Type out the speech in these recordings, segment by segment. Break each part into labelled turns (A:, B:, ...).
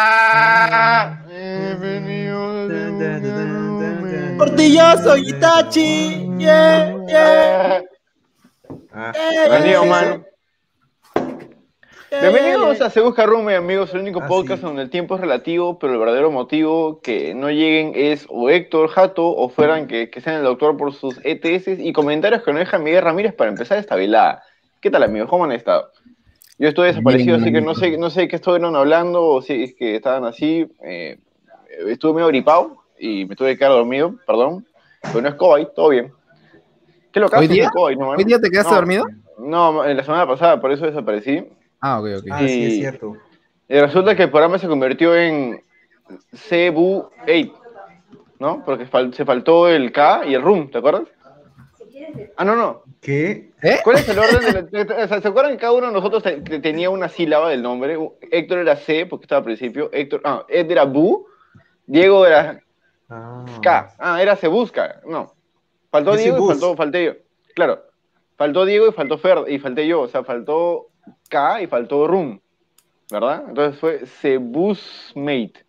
A: Ah, he venido de un nuevo
B: Portilloso, Itachi. Yeah, yeah,
A: mes.
C: Ah,
D: Eh,
B: yeah.
A: Venido, mano.
B: Yeah,
A: Bienvenidos
D: Eh.
B: yeah,
A: a Se Busca Rume, amigos, el único
C: Ah,
A: podcast
C: sí.
A: donde el tiempo es relativo, pero el verdadero motivo que no lleguen es o Héctor Jato o fueran que, que sean el doctor por sus ETS y comentarios que no deja Miguel Ramírez para empezar esta velada. ¿Qué tal, amigos? ¿Cómo han estado? Yo estoy desaparecido,
C: Bien,
A: así que no
C: manito.
A: sé, no sé qué estuvieron hablando o si es que estaban así. eh, estuve medio gripado y me tuve que quedar dormido, perdón, pero no es COVID, todo bien. ¿Qué lo que
D: ¿Hoy
A: hace?
D: día?
A: No es COVID, ¿no,
D: ¿Hoy día te quedaste
A: No.
D: dormido?
A: No, en la semana pasada, por eso desaparecí.
D: Ah, ok, ok.
C: ah, sí, es
A: Y-
C: cierto.
A: Y resulta que el programa se convirtió en Cebu 8, ¿no? Porque fal- se faltó el K y el Room, ¿te acuerdas? Ah, no, no.
C: ¿Qué?
D: ¿Eh?
A: ¿Cuál es el orden? de la- de- o sea, ¿Se acuerdan que cada uno de nosotros te- te- tenía una sílaba del nombre? U- Héctor era C, porque estaba al principio. Héctor, ah, Ed era Bu. Diego era
C: Ah.
A: K. Ah, era Se Busca. No. Faltó
C: Yo soy
A: Diego y
C: Bus.
A: faltó, falté yo. Claro. Faltó Diego y faltó Fer y falté yo. O sea, faltó K y faltó Room. ¿Verdad? Entonces fue Se Busmate.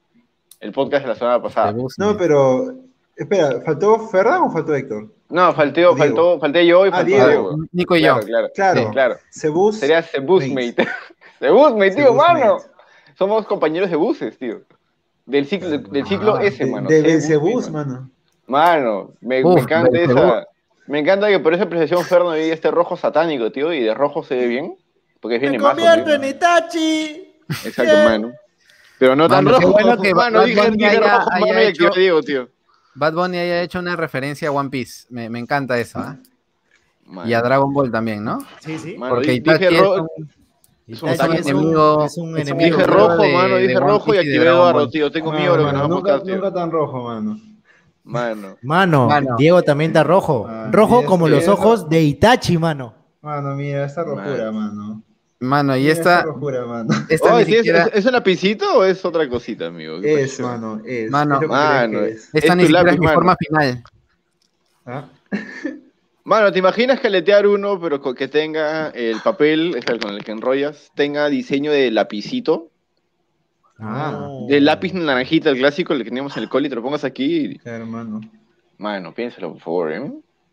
A: El podcast de la semana pasada.
C: No, pero. Espera, ¿faltó Ferran o faltó Héctor?
A: No, falté, yo,
C: Diego.
A: faltó, falté yo y
C: Ah,
A: faltó
C: Diego.
A: Diego.
D: Nico y yo.
A: Claro, claro.
C: Claro.
D: Sí,
A: claro.
C: Sebus.
A: Sería Se Busmate. Se
C: Se
A: Busmate, tío,
C: Busmate.
A: mano. Somos compañeros de buses, tío. Del ciclo, del ciclo
D: Ah,
A: S,
C: De-
A: mano.
C: De
A: Se
C: Belcebus,
A: Busmate,
C: mano.
A: Mano, me,
D: Uf,
A: me encanta
D: me
A: esa.
D: pegó.
A: Me encanta que por esa apreciación Ferno y este rojo satánico, tío, y de rojo se ve bien. Porque es bien
B: Me
A: mazo,
B: convierto
A: tío.
B: en Itachi.
A: Exacto, mano. Pero no tan
D: Mano, qué
A: rojo.
D: bueno que
A: mano,
D: Bad
A: dije,
D: Bunny
A: dije
D: haya-
A: rojo,
D: haya
A: mano, y aquí
D: hecho-
A: yo digo, tío.
D: Bad Bunny haya hecho una referencia a One Piece. Me, me encanta eso. ¿ah?
A: Mano,
D: Y a Dragon Ball también, ¿no?
B: Sí, sí.
A: mano,
D: Porque
A: di- dije
D: Itachi es
A: rojo.
D: un,
A: es un
B: Itachi
A: otaku.
D: es un
B: un-
D: enemigo.
B: es
D: es
B: un
D: un
B: enemigo.
A: Dije
D: enemigo
A: rojo,
D: de-
A: mano, dije
D: de One
A: rojo y
D: Piece de
A: activé
D: Dragon
A: Eduardo,
D: Ball.
A: tío. Tengo
C: No,
A: miedo de lo que
C: mano,
A: nos va a
C: Ah, nunca,
A: contar, tío.
C: nunca tan rojo, mano.
A: Mano.
B: Mano,
D: Mano.
B: Diego también está rojo.
C: Ah,
B: rojo
C: sí,
B: como
C: sí,
B: los
C: eso.
B: ojos de Itachi, mano.
C: Mano, mira, esta rojura, mano.
D: Mano, y
C: Mira
D: esta,
C: Esta rojura, mano.
D: esta
A: Oye,
D: ni
A: Oh, sí, es,
D: siquiera,
A: es- ¿es un lapicito o es otra cosita, amigo? ¿Qué
C: Es,
A: parece?
C: mano, es.
D: Mano.
C: es lo que
A: Mano, eh.
C: crees que es.
D: esta
A: es
D: ni
A: tu
D: siquiera
A: lápiz,
D: es mi
A: mano.
D: forma final.
C: Ah,
A: Mano, ¿te imaginas caletear uno, pero co- que tenga el papel, es el con el que enrollas, tenga diseño de lapicito?
C: ah,
A: De lápiz naranjita, el clásico, el que teníamos en el coli, te lo pongas aquí. y-
C: hermano.
A: Mano, piénsalo, por favor, ¿eh?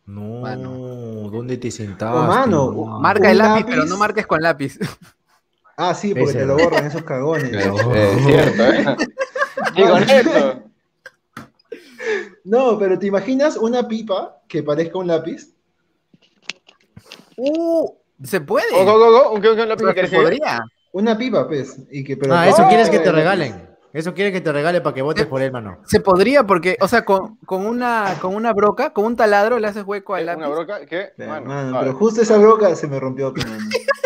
B: No,
D: Mano. uh,
B: ¿dónde te
C: Oh,
B: sentabas?
C: mano.
B: tío?
D: Marca el
C: Un
D: lápiz,
C: lápiz.
D: pero no marques con lápiz.
C: Ah, sí, porque
B: Ese,
C: te lo
B: mano.
C: borran esos cagones.
A: Es cierto, ¿eh? Y con eso.
C: No, pero ¿te imaginas una pipa que parezca un lápiz?
D: Uh, se puede.
A: Go, go, go, go, un- un- un lápiz
D: Pero
A: que querés
D: se
A: que-
D: podría.
C: Una pipa, pues. Y que, pero
B: Ah, eso
A: Oh,
B: quieres que te
A: bueno.
B: regalen. Eso quieres que te regale para que votes por él, mano.
D: Se podría porque, o sea, con, con una con una broca, con un taladro le haces hueco al lápiz.
A: ¿Una broca? ¿Qué?
C: Mano,
A: Mano, suave.
C: pero justo esa broca se me rompió. pues.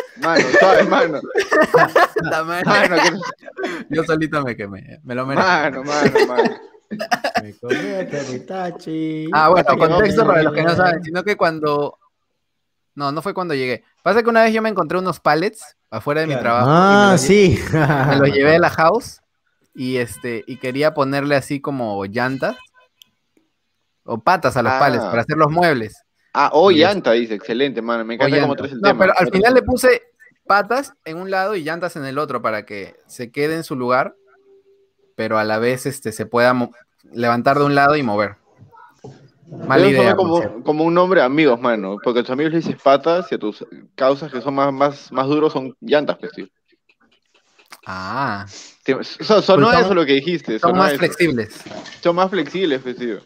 C: pe, mano.
A: mano, suave, mano.
D: Puta madre.
A: Mano, que-
D: Yo solito me quemé, me lo merezco.
A: mano, mano, mano.
B: Me convierto en Itachi.
D: Ah, bueno,
A: que no
D: contexto
A: me-
D: para los que no saben, sino que cuando. No, no fue cuando llegué. Pasa que una vez yo me encontré unos pallets afuera de mi
C: Claro.
D: trabajo.
B: Ah, sí.
D: y Me los llevé a la house y este y quería ponerle así como llantas o patas a los
A: Ah.
D: pallets para hacer los muebles.
A: Ah, oh,
D: Y es-
A: llanta, dice, excelente, mano. Me
D: o
A: encanta cómo
D: llantas.
A: traes el
D: no,
A: tema.
D: pero al final le puse patas en un lado y llantas en el otro para que se quede en su lugar, pero a la vez este se pueda mo- levantar de un lado y mover. Mala
A: Debe sonar
D: idea. por cierto.
A: como, como un nombre de amigos, mano. Porque a tus amigos le dices patas y a tus causas que son más, más, más duros son llantas, pues, tío.
D: Ah.
A: Te- so- sonó
D: Pues son-
A: eso lo que dijiste.
D: Son
A: sonó
D: más
A: eso.
D: flexibles.
A: Son más flexibles, pues, tío.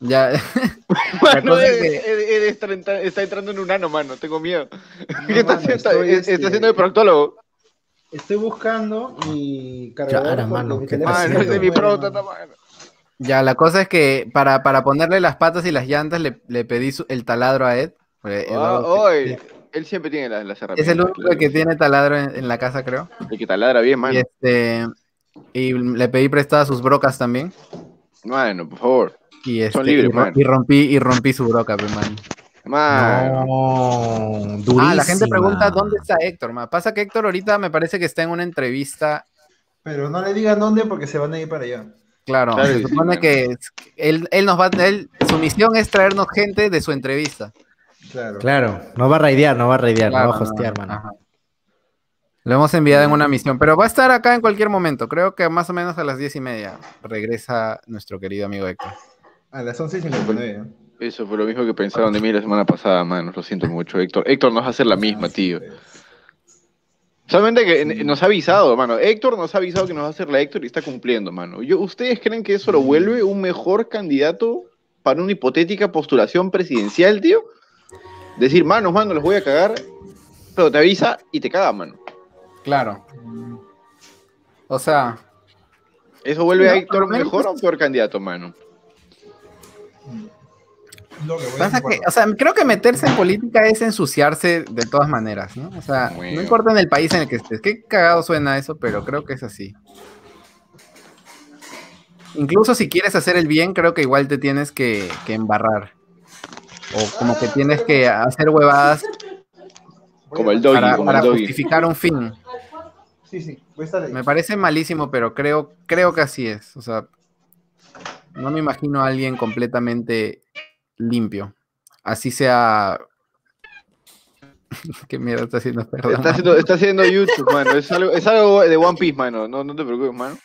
D: Ya.
A: Mano, eh,
D: cosa es
A: Ed-
D: que-
A: Ed- Ed está entra- está entrando en un ano, mano. Tengo miedo.
C: No,
A: ¿Qué está
C: mano,
A: haciendo? Está-
C: estoy,
A: es-
C: este,
A: está haciendo de proctólogo.
C: Estoy buscando mi cargador.
B: Chara,
C: porque
B: mano,
C: mi
B: ¿qué
C: teléfono
B: estás
A: Mano,
C: se
A: Ah, es
B: haciendo?
A: de
C: me
A: mi
C: muere,
A: próstata,
C: mano.
A: mano.
D: ya, la cosa es que para, para ponerle las patas y las llantas le, le pedí su- el taladro a Ed. porque
A: Ah,
D: Eduardo-
A: hoy, él siempre tiene las, las herramientas.
D: es el único
A: claro.
D: que tiene taladro en, en la casa, creo.
A: El que taladra bien,
D: Y,
A: mano.
D: este, y le pedí prestadas sus brocas también.
A: Mano, por favor.
D: Y, este,
A: Son libres,
D: y, ro-
A: man.
D: y rompí, y rompí su broca, pe, man.
A: Mano.
B: No,
D: Ah, la gente
B: durísima.
D: pregunta dónde está Héctor. man. Pasa que Héctor ahorita me parece que está en una entrevista.
C: Pero no le digan dónde porque se van a ir para allá.
D: Claro,
A: Claro que
D: se
A: sí,
D: supone
A: man.
D: que es- él, él nos va, él, su misión es traernos gente de su entrevista.
C: Claro.
B: Claro, no va a raidear, no va a raidear,
D: Claro,
B: no va a hostear,
D: no,
B: mano.
D: ajá. Lo hemos enviado en una misión, pero va a estar acá en cualquier momento. Creo que más o menos a las diez y media regresa nuestro querido amigo Héctor.
C: A las 11.59.
A: Eso fue lo mismo que pensaron de mí la semana pasada, mano. Lo siento mucho, Héctor. Héctor nos va a hacer la misma, tío. Solamente que eh, nos ha avisado, mano. Héctor nos ha avisado que nos va a hacer la Héctor y está cumpliendo, mano. Yo, ¿Ustedes creen que eso lo vuelve un mejor candidato para una hipotética postulación presidencial, tío? Decir, manos, mano, los voy a cagar, pero te avisa y te caga, mano.
D: Claro. O sea,
A: ¿Eso vuelve a
D: No,
A: Héctor
D: pero-
A: mejor o peor candidato, mano?
C: Lo que voy a
D: pasa
C: decir,
D: que, o sea, creo que meterse en política es ensuciarse de todas maneras, ¿no? O sea,
A: Bueno.
D: no importa en el país en el que estés. Qué cagado suena eso, pero creo que es así. Incluso si quieres hacer el bien, creo que igual te tienes que, que embarrar. O como que tienes que hacer huevadas
A: Como el doggy,
D: para,
A: como
D: para
A: el doggy.
D: justificar un fin.
C: Sí, sí, voy a estar ahí.
D: Me parece malísimo, pero creo, creo que así es. O sea, no me imagino a alguien completamente limpio. Así sea. ¿Qué mierda está haciendo? este Perdón.
A: Está haciendo, está haciendo YouTube, mano. Es algo, es algo de One Piece, mano. No, no te preocupes, mano.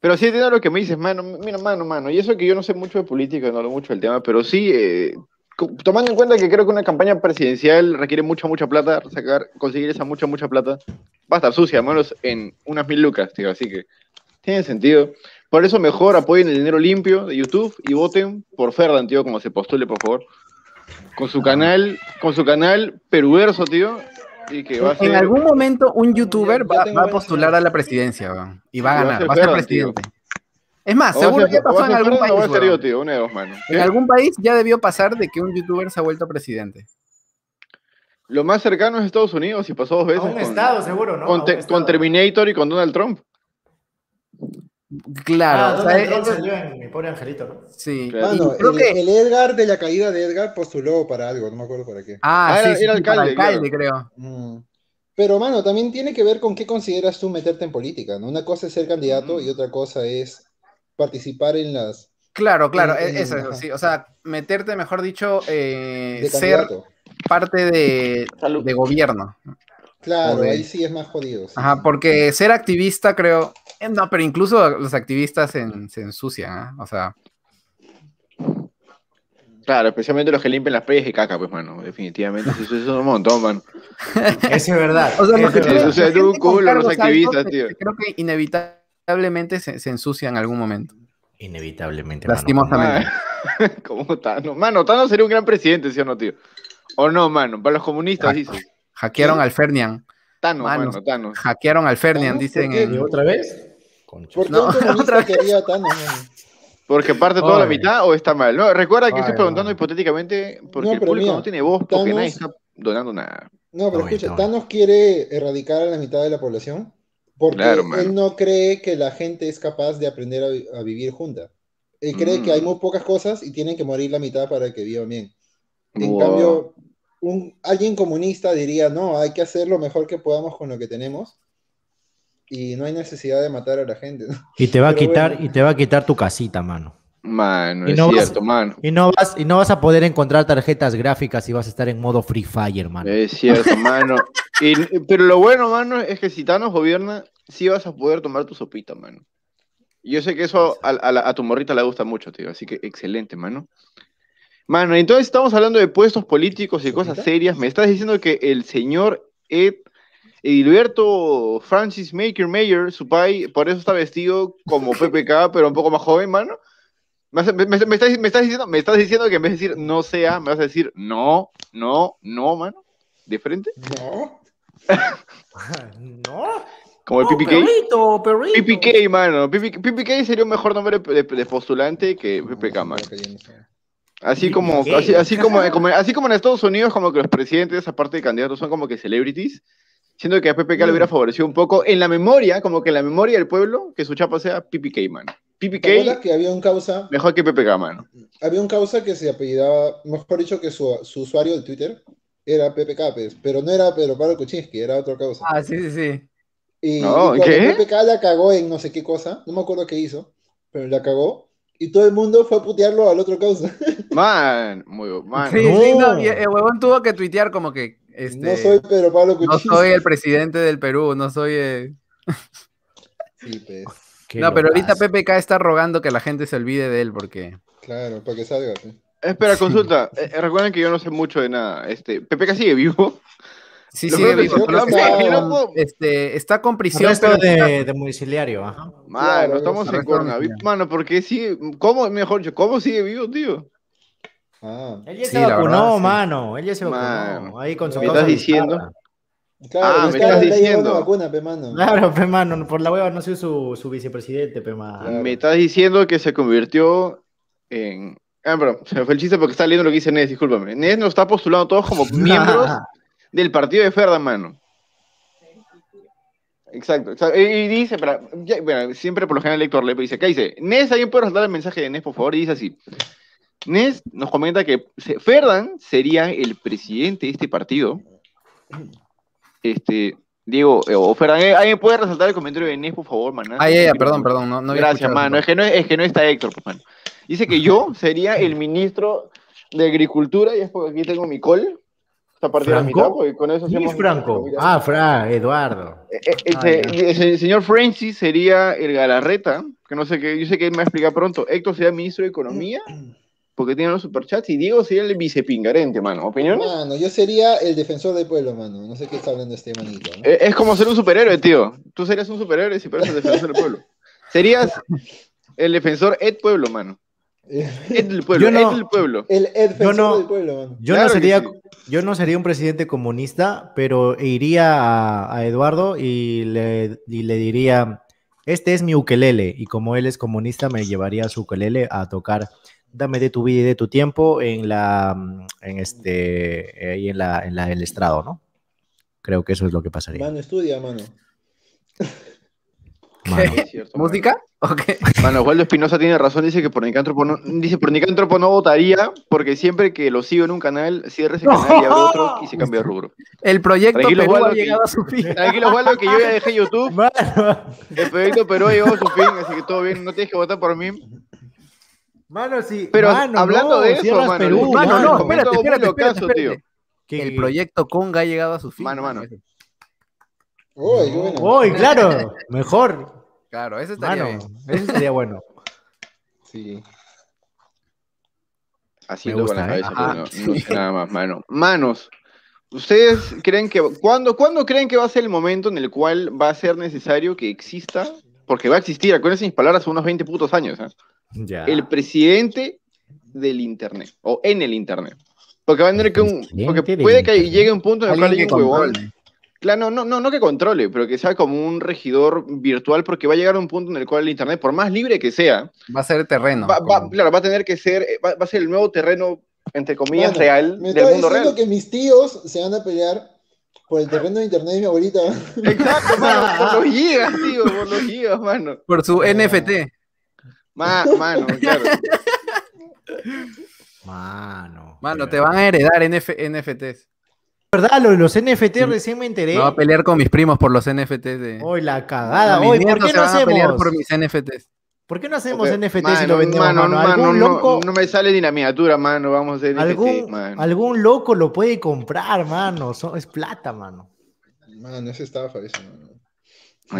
A: Pero sí entiendo lo que me dices, mano. Mira, mano, mano. Y eso que yo no sé mucho de política, no hablo mucho del tema, pero sí, eh, co- tomando en cuenta que creo que una campaña presidencial requiere mucha, mucha plata, sacar, conseguir esa mucha, mucha plata, va a estar sucia, manos, en unas mil lucas, tío. Así que tiene sentido. Por eso mejor apoyen el dinero limpio de YouTube y voten por Ferdan, tío, como se postule, por favor. Con su canal, con su canal peruverso, tío. Y que va a
D: En-
A: ser...
D: En algún momento un youtuber
C: ya
D: va,
C: tengo
D: va a
C: buenas
D: postular
C: ideas.
D: a la presidencia weón, y va a
A: Lo va a
D: ganar,
A: hacer
D: va a ser
A: Ferran, tío.
D: presidente. Es más,
A: O
D: seguro
A: va a ser-
D: ya
A: o va
D: pasó
A: a
D: en
A: ser
D: algún
A: Fernan
D: país.
A: o va a ser
D: weón.
A: yo, tío, una de dos, mano.
D: En algún país ya debió pasar de que un youtuber se ha vuelto presidente.
A: Lo más cercano es Estados Unidos y pasó dos
B: A
A: veces.
B: un
A: con-
B: estado, seguro, ¿no? A
A: con,
B: un
A: Te-
B: estado.
A: con Terminator y con Donald Trump.
B: Ah,
D: Claro, o sea,
B: Donald
D: eh,
B: Trump eh, salió en mi pobre angelito, ¿no?
D: sí.
A: Claro.
D: y
C: Mano,
D: creo
C: el,
D: que-
C: el Edgar de la caída de Edgar postuló para algo, no me acuerdo para qué.
D: Ah,
A: Ah,
D: sí,
A: era-
D: sí,
A: era
D: sí, para
A: alcalde,
D: alcalde, creo.
C: Mm. Pero, mano, también tiene que ver con qué consideras tú meterte en política, ¿no? Una cosa es ser
D: Mm.
C: candidato y otra cosa es participar en las...
D: Claro, claro,
C: En-
D: e- eso,
C: ajá.
D: sí. O sea, meterte, mejor dicho, eh,
C: de
D: ser
C: candidato.
D: parte de, de gobierno.
C: Claro,
D: Joder.
C: ahí sí es más jodido. sí.
D: Ajá, porque ser activista, creo. eh, No, pero incluso los activistas se, en- se ensucian, ¿ah? O sea,
A: Claro, especialmente los que limpian las playas y caca, pues, mano. Definitivamente, eso, eso es un montón, mano.
B: Eso es verdad.
D: o sea,
B: eso
D: los
B: es
D: que
A: tienen-
B: verdad.
A: o sea,
D: gente
A: de un
D: con
A: culo, los
D: cargos
A: activistas,
D: altos,
A: tío.
D: eh, Creo que inevitablemente se, se ensucian en algún momento.
B: Inevitablemente. mano.
D: Lastimosamente.
A: Ah, Como Tano. Mano, Tano sería un gran presidente, ¿sí o no, tío? O no, mano. Para los comunistas,
D: Exacto.
A: dices.
D: Hackearon al Fernian.
A: Tano,
D: Mano.
A: mano, Tano.
D: Hackearon al Fernian,
C: ¿por
D: dicen
C: qué?
B: ¿Y
D: en.
B: otra vez? Concha.
C: ¿Por qué
D: No,
C: un comunista
D: otra vez.
C: quería Thanos, mano?
A: Porque parte toda la
B: Oye.
A: mitad o está mal. No, recuerda que
D: Oye,
A: estoy preguntando
B: no.
A: hipotéticamente porque
C: No,
A: el
C: pero
A: público
C: mira,
A: no tiene voz porque
C: Thanos-
A: nadie está donando nada.
C: No, pero
B: No,
C: escucha,
B: no.
C: Thanos quiere erradicar a la mitad de la población porque
A: Claro, mano.
C: él no cree que la gente es capaz de aprender a, vi- a vivir junta. Él cree que
A: Mm.
C: hay muy pocas cosas y tienen que morir la mitad para que vivan bien. En
A: Wow.
C: cambio, un, alguien comunista diría, no, hay que hacer lo mejor que podamos con lo que tenemos y no hay necesidad de matar a la gente. ¿no?
B: Y te va a
C: Pero
B: quitar,
C: bueno.
B: y te va a quitar tu casita, mano.
A: Mano,
B: Y
A: es
B: no vas-
A: cierto, mano.
B: Y no vas, y no vas a poder encontrar tarjetas gráficas y vas a estar en modo Free Fire, mano.
A: Es cierto, mano. Y- pero lo bueno, mano, es que si Thanos gobierna, sí vas a poder tomar tu sopita, mano. Yo sé que eso a, a la- a tu morrita le gusta mucho, tío. Así que excelente, mano. Mano, entonces estamos hablando de puestos políticos y cosas
C: ¿Sopita?
A: serias. Me estás diciendo que el señor Ed Edilberto Francis Maker Mayer, su pai, por eso está vestido como PPK, pero un poco más joven, mano. Me, hace- me- me- me estás, me estás diciendo, me estás diciendo que en vez de decir no sea, me vas a decir no, no, no, mano. ¿De frente?
C: No.
B: Ah, No, Oh,
A: Como el PPK.
B: perrito, perrito.
A: PPK, mano. PPK, PPK sería un mejor nombre de, de postulante que PPK, mano.
C: Creo que yo no sé.
A: Así como,
B: PPK.
A: así, así como, como- así como en Estados Unidos, como que los presidentes, aparte de candidatos, son como que celebrities. Siento que a PPK le hubiera favorecido un poco en la memoria, como que en la memoria del pueblo, que su chapa sea PPK, mano.
C: ¿Te acuerdas
A: PPK,
C: que había un causa,
A: mejor que PPK, mano.
C: había un causa que se apellidaba, mejor dicho, que su, su usuario de Twitter era Pepe Capes, pero no era Pedro Pablo Kuczynski, era otro causa.
D: Ah, sí, sí, sí.
C: Y,
A: No,
C: y cuando
A: ¿qué?
C: PPK la cagó en no sé qué cosa, no me acuerdo qué hizo, pero la cagó. Y todo el mundo fue a putearlo al otro causa.
A: Man, muy bueno.
D: Sí,
B: No.
D: sí, no, y el huevón tuvo que tuitear como que Este,
C: No soy Pedro Pablo
D: no
C: Kuczynski.
D: soy el presidente del Perú, no soy... eh,
C: Sí, pues,
B: Qué
D: No, pero ahorita
B: locazo.
D: PPK está rogando que la gente se olvide de él porque...
C: claro, para que salga. pues.
A: Espera, consulta. Eh, eh, recuerden que yo no sé mucho de nada. Este, Pepeca sigue vivo.
D: Sí,
A: Lo
D: sigue
A: peor es
D: vivo,
A: que yo
D: solo que
A: no
D: está,
A: puedo- yo no
D: con-
A: puedo-
D: este, está con prisión,
B: Arresto
D: pero
B: de, de domiciliario, ajá.
A: Mano,
C: Claro,
A: estamos
D: arrestado,
A: en coronavirus.
D: ya.
A: Mano, ¿por qué sigue? ¿Cómo, mejor dicho, cómo sigue vivo, tío?
C: Ah,
B: Él ya
D: Sí,
B: se
D: la
B: vacunó,
D: verdad, sí.
B: mano. Él ya se vacunó.
A: Mano,
B: ahí con su
C: ¿me
B: causa
C: estás
B: registrada.
A: diciendo?
C: claro,
A: Ah,
C: no
A: me
C: está-
A: estás
C: le ha llegado
A: diciendo. ¿Ah,
C: una vacuna, pe, mano.
B: Claro, pe, mano. Por la hueva no soy su, su vicepresidente, pe, mano.
C: Claro.
A: Me estás diciendo que se convirtió en. Ah, pero se me fue el chiste porque está leyendo lo que dice Nes, discúlpame. Nes nos está postulando todos como miembros del partido de Ferda, mano. Exacto, exacto. Y, y dice, para, ya- bueno, siempre por lo general Héctor Lepe dice, ¿qué dice? Nes, ¿alguien puede resaltar el mensaje de Nes, por favor? Y dice así. Nes nos comenta que se- Ferdan sería el presidente de este partido. Este, Diego, eh, o Ferdan, ¿eh? ¿alguien puede resaltar el comentario de Nes, por favor, maná?
D: Ah, ya, ya, perdón, perdón, no, no había
A: Gracias,
D: escuchado.
A: mano. Es que, no, es que no está Héctor, pues, mano. Dice que yo sería el ministro de Agricultura, y es porque aquí tengo mi col. Está partida a la
B: ¿Franco?
A: mitad, porque con eso
B: Sí,
A: hacemos-
B: Franco. Ah, Fra, Eduardo.
A: Eh, eh,
D: Ah,
A: este,
D: ya.
A: el, señor Francis sería el Galarreta, que no sé qué, yo sé que él me va a explicar pronto. Héctor sería ministro de Economía, porque tiene los superchats, y Diego sería el vicepingarente, mano. ¿Opiniones?
C: Mano, yo sería el defensor del pueblo, mano. No sé qué está hablando este manito. ¿no?
A: Eh, es como ser un superhéroe, tío. Tú serías un superhéroe si fueras el defensor del pueblo. Serías el defensor Ed Pueblo, mano. Ed del pueblo,
B: Yo no-
A: Ed del pueblo.
C: El defensor
B: no-
C: del pueblo, mano.
B: Yo
A: Claro
B: no
A: que
B: sería,
A: sí.
B: yo no sería un presidente comunista, pero iría a, a Eduardo y le, y le diría, este es mi ukelele, y como él es comunista, me llevaría a su ukelele a tocar Dame de tu vida y de tu tiempo en la mm, en este ahí en la, en la el estrado, ¿no? Creo que eso es lo que pasaría.
C: Mano, estudia, mano.
B: Mano.
A: Es cierto, mano.
D: ¿Música? ¿O qué?
A: Mano, Osvaldo Espinosa tiene razón, dice que por Nicántropo no, dice, por Nicántropo no votaría porque siempre que lo sigo en un canal, cierra ese canal y abre otro y se cambia de rubro.
D: El proyecto
A: Tranquilo,
D: Perú
A: Waldo,
D: ha
A: que-
D: llegado a su fin.
A: Tranquilo, Osvaldo, que yo ya dejé YouTube,
B: Mano,
A: el proyecto Perú llegó a su fin, así que todo bien, no tienes que votar por mí.
B: mano, sí.
A: Pero
B: mano,
A: hablando
B: no,
A: de eso,
B: cierras
A: mano,
B: Perú,
A: mano,
D: Mano, no,
A: como
D: espérate,
A: todo
D: espérate,
A: mundo
D: espérate,
A: caso,
D: espérate.
B: que-
D: El proyecto Conga ha llegado a su fin.
A: Mano, mano.
C: Uy, qué bueno.
A: Oh.
B: Uy, claro, mejor.
D: Claro, eso estaría
B: Mano,
D: bien.
B: eso sería bueno.
C: Sí.
A: Así
B: Me
A: lo
B: gusta,
A: con la cabeza,
D: ¿eh?
A: pero
D: Ajá,
A: no,
D: sí.
A: no sé nada más, mano. Manos, ¿ustedes creen que cuándo, cuándo creen que va a ser el momento en el cual va a ser necesario que exista? Porque va a existir, acuérdense mis palabras, unos 20 putos años, ¿ah?
B: Ya.
A: el presidente del internet o en el internet. Porque va a tener que un,
B: Presidente
A: porque
B: del
A: puede que
B: internet.
A: llegue un punto en el cual
D: Alguien
A: haya
D: que
A: un huevón.
D: controle.
A: Claro, no, no, no que controle, pero que sea como un regidor virtual, porque va a llegar un punto en el cual el internet, por más libre que sea,
D: Va a ser terreno.
A: va, va-
D: como-
A: claro, va a tener que ser, eh, va, va a ser el nuevo terreno entre comillas
C: Mano,
A: real
C: Me
A: del
C: estaba
A: mundo
C: diciendo
A: real.
C: que mis tíos se van a pelear por el terreno de internet de mi abuelita.
A: Exacto, mano, por los gigas, tío, por los gigas, mano.
D: Por su
C: Ah.
D: NFT.
A: Ma- mano, claro.
B: Mano.
D: Mano,
B: de
D: te
B: verdad.
D: van a heredar NF- NFTs.
B: ¿Verdad? Lo de Los, NFT recién me enteré.
D: Me voy a pelear con mis primos por los NFTs de. Ah,
B: Hoy la cagada.
D: Mis
B: Hoy, ¿por
D: nietos
B: qué
D: se
B: no
D: van a pelear
B: hacemos?
D: por mis NFTs.
B: ¿Por qué no hacemos
A: Ok,
B: NFT si
A: mano,
B: lo vendemos,
A: mano,
B: mano?
A: mano,
B: ¿Algún,
A: no,
B: loco,
A: no me sale ni la miniatura, mano, vamos a hacer NFT,
B: algún,
A: mano.
B: algún loco lo puede comprar, mano. Son- es plata, mano.
C: Mano, es estafa eso, mano.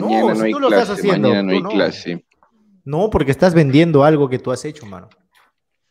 A: Mañana no,
B: si
A: hay
B: tú lo estás
A: clase,
B: haciendo,
A: mañana no
B: tú
A: hay
B: no.
A: clase.
B: No, porque estás vendiendo algo que tú has hecho, mano.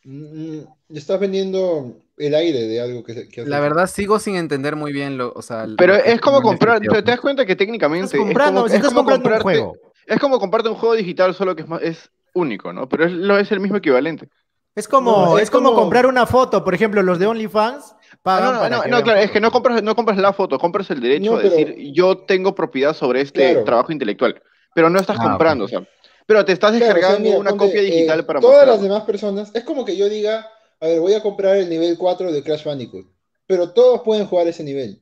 C: Mm, mm, Estás vendiendo el aire de algo que, que has
D: La
C: hecho.
D: verdad, sigo sin entender muy bien lo. O sea, lo
A: Pero
D: que
A: es como
D: un
A: comprar,
D: NFT,
A: te, te das
D: ¿no?
A: cuenta que técnicamente
B: Estás comprando,
A: es como, es
B: si estás
A: como
B: comprando un
A: comprarte-
B: juego.
A: Es como comprarte un juego digital, solo que es, más- es único, ¿no? Pero es, lo, es el mismo equivalente.
B: Es como,
C: No,
B: es
C: es
B: como,
C: como-
B: comprar una foto. Por ejemplo, los de OnlyFans
A: Ah,
B: pagan
A: no, no,
B: para
A: no,
B: que
A: no,
B: vean
A: claro, es
B: fotos.
A: que no compras, no compras la foto, compras el derecho
C: No,
A: a
C: pero-
A: decir yo tengo propiedad sobre este
C: Claro.
A: trabajo intelectual, pero no estás
D: Ah,
A: comprando, o sea, pero te estás
C: Claro, o sea,
A: descargando
C: mira,
A: una
C: ponte,
A: copia
C: eh,
A: digital para
C: Todas
A: mostrar.
C: las demás personas, es como que yo diga, a ver, voy a comprar el nivel 4 de Crash Bandicoot, pero todos pueden jugar ese nivel.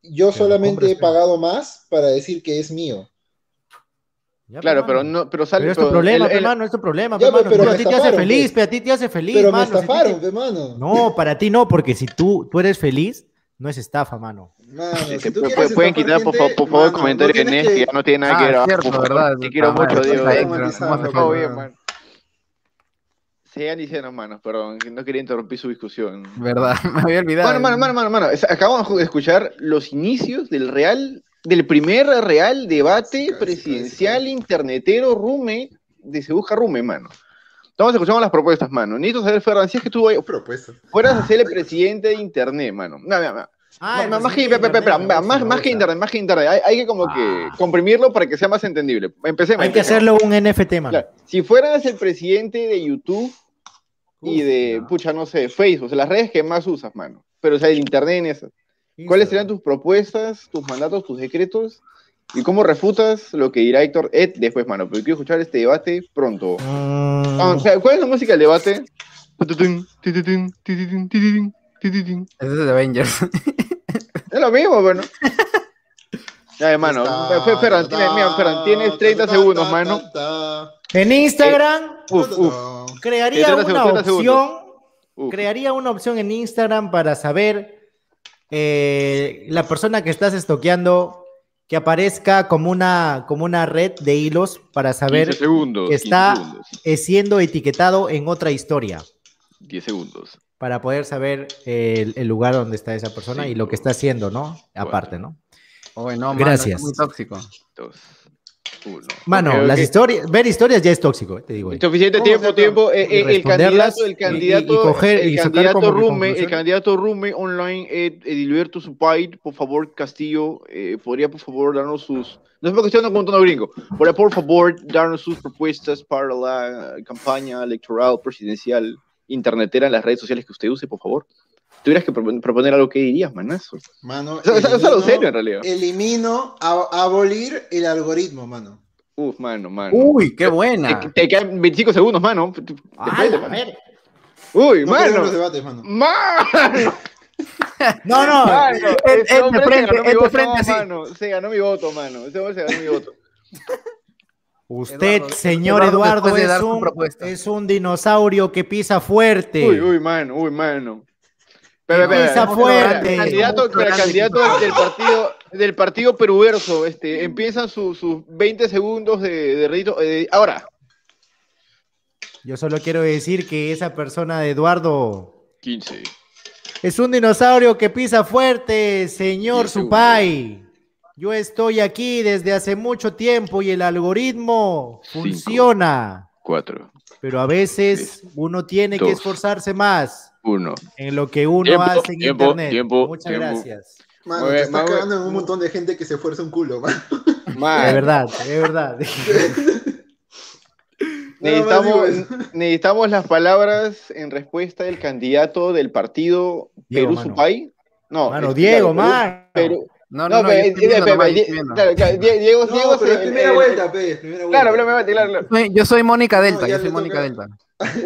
C: Yo
B: Pero
C: solamente
B: compras,
C: he
B: pe.
C: pagado más para decir que es mío.
B: Ya,
A: Claro,
B: pe,
A: pero
B: mano.
A: no, pero sale.
B: Pero es tu problema,
A: el-
B: pe,
A: el-
B: mano, es tu problema,
C: Ya,
B: pe,
C: pe,
B: mano.
C: pero
B: Tú,
C: me
B: a ti te hace
C: estafaron,
B: feliz,
C: pe.
B: pe, a ti te hace feliz,
C: pero
B: mano.
C: me
B: Si a ti te-
C: estafaron, pe, mano.
B: No, para ti no, porque si tú, tú eres feliz, no es estafa, mano.
C: Mano, si
A: Este,
C: tú
A: pu-
C: quieres
A: pueden
C: estafar
A: quitar, por,
C: gente,
A: favor, por favor, el
C: mano,
A: comentario
C: no
A: de
C: tienes
A: Nes, que
C: que-
A: ya no tiene nada que
D: Ah,
A: ver. ah,
D: cierto,
A: por favor.
D: ¿verdad?
A: Te quiero
D: Ah,
A: mucho,
D: madre,
A: Diego.
D: está
C: Está
D: extra,
C: romantizado,
D: vamos a
A: Todo bien,
D: sacar-
A: mano. Sean y sean hermanos, perdón, que no quería interrumpir su discusión.
D: ¿Verdad? Me había olvidado.
A: Mano, mano, mano, mano, mano. es- Acabamos de escuchar los inicios del real, del primer real debate
C: Casi,
A: presidencial internetero rume, de Se Busca Rume, mano. Estamos escuchando las propuestas, mano. Necesito saber, Ferran, si es que tú vay-
C: Propuesta.
A: fueras a ser el presidente de internet, mano. No, no, no. Ma-
B: Ah, pues,
A: ma- más que espera, espera, espera, ma- más- más que internet, más que internet. Hay, hay que como que
B: Ah.
A: comprimirlo para que sea más entendible. Empecemos.
B: Hay que
A: empecemos.
B: hacerlo un NFT, mano.
A: Claro, Si fueras el presidente de YouTube y
B: Uf,
A: de,
B: ya.
A: pucha, no sé, Facebook, o sea, las redes que más usas, mano. Pero, o sea, el internet en esas. ¿Cuáles serán tus propuestas, tus mandatos, tus decretos? ¿Y cómo refutas lo que dirá Héctor Ed después, mano? Pero quiero escuchar este debate pronto.
B: Mm,
A: Ah, o sea, ¿Cuál es la música del debate?
D: Ese es de Avengers.
A: Es lo mismo, bueno. Ya, mano. Fe- Ferran, tienes, mira, Ferran, tienes 30 segundos, mano.
B: En Instagram
A: Uf, uf,
B: crearía
A: 30
B: una
A: Eh, segundos, 30 segundos.
B: opción
A: uf.
B: crearía una opción en Instagram para saber eh, la persona que estás estoqueando que aparezca como una, como una red de hilos para
A: 15
B: saber
A: segundos.
B: que
A: 15
B: está-
A: segundos.
B: eh, siendo etiquetado en otra historia
A: 10 segundos.
B: para poder saber eh, el, el lugar donde está esa persona y lo que está haciendo, ¿no? Aparte, ¿no?
D: Oye, no, mano,
B: Gracias.
D: es muy tóxico.
A: 2, 1.
B: Mano, las historias, ver historias ya es tóxico, eh, te digo.
A: Suficiente
C: ¿Cómo
A: tiempo,
C: se llama?
A: tiempo. Eh, eh, el
B: responderlas
A: candidato,
B: y-
A: el
B: y-
A: candidato,
B: y coger-
A: el
B: y sacar
A: candidato
B: como mi
A: Rume, el
B: conclusión.
A: candidato Rume online, eh, Edilberto Supait, por favor, Castillo, eh, podría por favor darnos sus. No es porque estoy hablando con tono gringo. Podría por favor darnos sus propuestas para la eh, campaña electoral presidencial internetera en las redes sociales que usted use, por favor. Tuvieras que pro- proponer algo que dirías, manazo.
C: Mano,
A: Eso eso- eso es algo
C: elimino-
A: serio eh, en realidad.
C: Elimino, ab- abolir el algoritmo, mano.
A: Uf, mano, mano.
D: Uy, qué
A: Te,
D: buena.
A: te quedan 25 segundos, mano. Te- te-
B: Ah,
A: depende,
B: a
A: mano.
B: ver.
A: Uy,
C: No creo en los
A: mano.
C: debates, mano.
A: ¡Mano!
B: No, no,
A: Mano,
D: Ed-
A: ese
D: Ed de
A: hombre se
D: frente,
A: ganó mi
D: Ed de
A: voto,
D: frente, así.
A: mano. Se ganó mi voto, mano. Ese hombre se ganó mi voto.
B: usted,
D: Eduardo,
B: señor
D: Eduardo,
B: Eduardo,
D: después de
B: es
D: dar su
B: un,
D: propuesta.
B: es un dinosaurio que pisa fuerte.
A: Uy, uy, mano, uy, mano.
B: Empieza fuerte.
A: espera, Candidato, espera, candidato del, del partido del partido peruverso, este, empiezan su- sus 20 segundos de, de redito. eh, ahora,
B: Yo solo quiero decir que esa persona de Eduardo
A: 15.
B: es un dinosaurio que pisa fuerte, señor
A: Diez segundos.
B: Supay. Yo estoy aquí desde hace mucho tiempo y el algoritmo
A: Cinco.
B: funciona,
A: 4,
B: pero a veces uno tiene que
A: Dos.
B: esforzarse más
A: 1.
B: en lo que uno
A: Tiempo,
B: hace en
A: tiempo,
B: internet.
A: tiempo,
B: Muchas
A: tiempo.
B: gracias.
C: Mano,
A: Muy
C: te
A: bien,
C: estás
A: muy
C: cagando
A: bien.
C: en un montón de gente que se esfuerza un culo, mano.
A: Ah.
B: De verdad, de verdad.
C: Nada más digo
A: Necesitamos,
C: eso.
A: necesitamos las palabras en respuesta del candidato del partido
B: Diego,
A: Perú
B: mano.
A: Supay. No,
B: Mano,
A: es-
B: Diego,
A: claro,
B: mano.
A: Perú- Perú- no,
D: No, no, no. yo
A: pero-
D: estoy viendo
A: pero-
D: nomás, yo
A: Die-
D: estoy viendo.
A: claro, claro, Die- Diego,
C: No,
A: Diego
C: pero
A: se-
C: es primera
A: eh,
C: vuelta, pe, primera vuelta.
A: Claro, primera vuelta, claro, claro.
D: Yo soy Mónica Delta,
C: No, ya
D: yo
C: le
D: soy
C: toca-
D: Mónica Delta.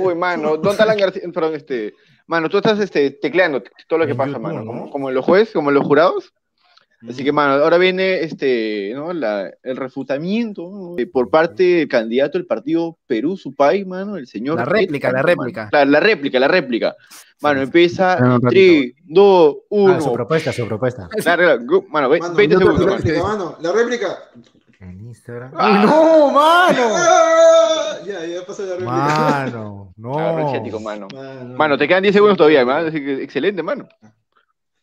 A: Uy, mano, Don Talan García, perdón, este, mano, tú estás este, tecleando todo lo que
B: En
A: pasa,
B: YouTube,
A: mano,
B: ¿no?
A: como, como en los jueces, como en los jurados. Así que, mano, ahora viene este, ¿no? La- el refutamiento ¿no? Eh, por parte del candidato del partido Perú Supay, mano, el señor.
D: La réplica,
A: Ed
D: la
A: Canto,
D: réplica.
A: mano. La, la réplica, la réplica. Mano,
D: Dame
A: empieza
D: un ratito.
A: 3, 2,
B: Ah, su
A: 1.
B: propuesta, su propuesta.
A: Mano, ve-
C: Mano,
A: 20
C: no,
A: segundos.
C: La
A: mano.
C: réplica, mano. La réplica.
B: En Instagram.
A: Ah.
B: ¡No, mano!
C: ¡Ah! Ya, ya pasó la réplica.
B: Mano,
A: Cabrón,
B: no.
A: asiático, mano.
C: Mano,
A: Mano, te quedan 10 segundos todavía, mano, así que excelente, mano.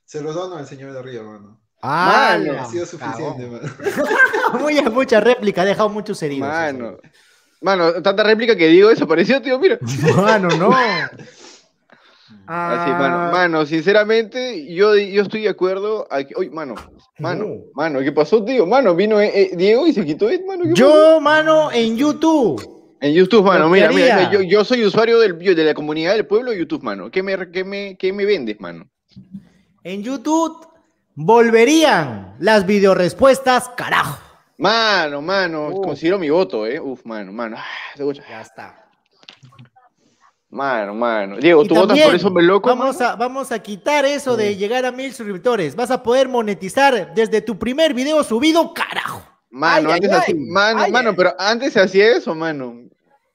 C: Se los dono al señor de arriba, mano.
B: Ah,
A: Mano,
B: la
C: Ha sido suficiente,
B: cagó.
C: mano.
B: Mucha, Ah, mucha réplica, ha dejado muchos heridos.
A: Mano. Mano, tanta réplica que Diego desapareció, tío, mira.
B: Mano, no.
A: Así, Ah,
B: Ah.
A: mano, mano, sinceramente, yo, yo estoy de acuerdo. A que, oye, mano, mano,
B: No.
A: mano, ¿qué pasó, tío? Mano, vino eh, eh, Diego y se quitó esto, mano. ¿qué pasó?
B: Yo, mano, en YouTube.
A: En YouTube, mano, mira, mira,
B: Porquería.
A: yo, yo soy usuario del, de la comunidad del pueblo de YouTube, mano. ¿Qué me, qué me, qué me vendes, mano?
B: En YouTube volverían las videorespuestas, carajo.
A: Mano, mano,
B: Uh.
A: considero mi voto, eh. Uf, mano, mano. Ah, se escucha.
B: Ya está.
A: Mano, mano. Diego,
B: Y
A: ¿tú votas
B: también
A: por eso, me loco?
B: Vamos a, vamos a quitar eso de llegar a mil suscriptores. Vas a poder monetizar desde tu primer video subido, carajo.
A: Mano,
B: Ay,
A: antes
B: ay,
A: así,
B: ay.
A: mano,
B: Ay,
A: mano,
B: ay.
A: pero antes se hacía eso, mano.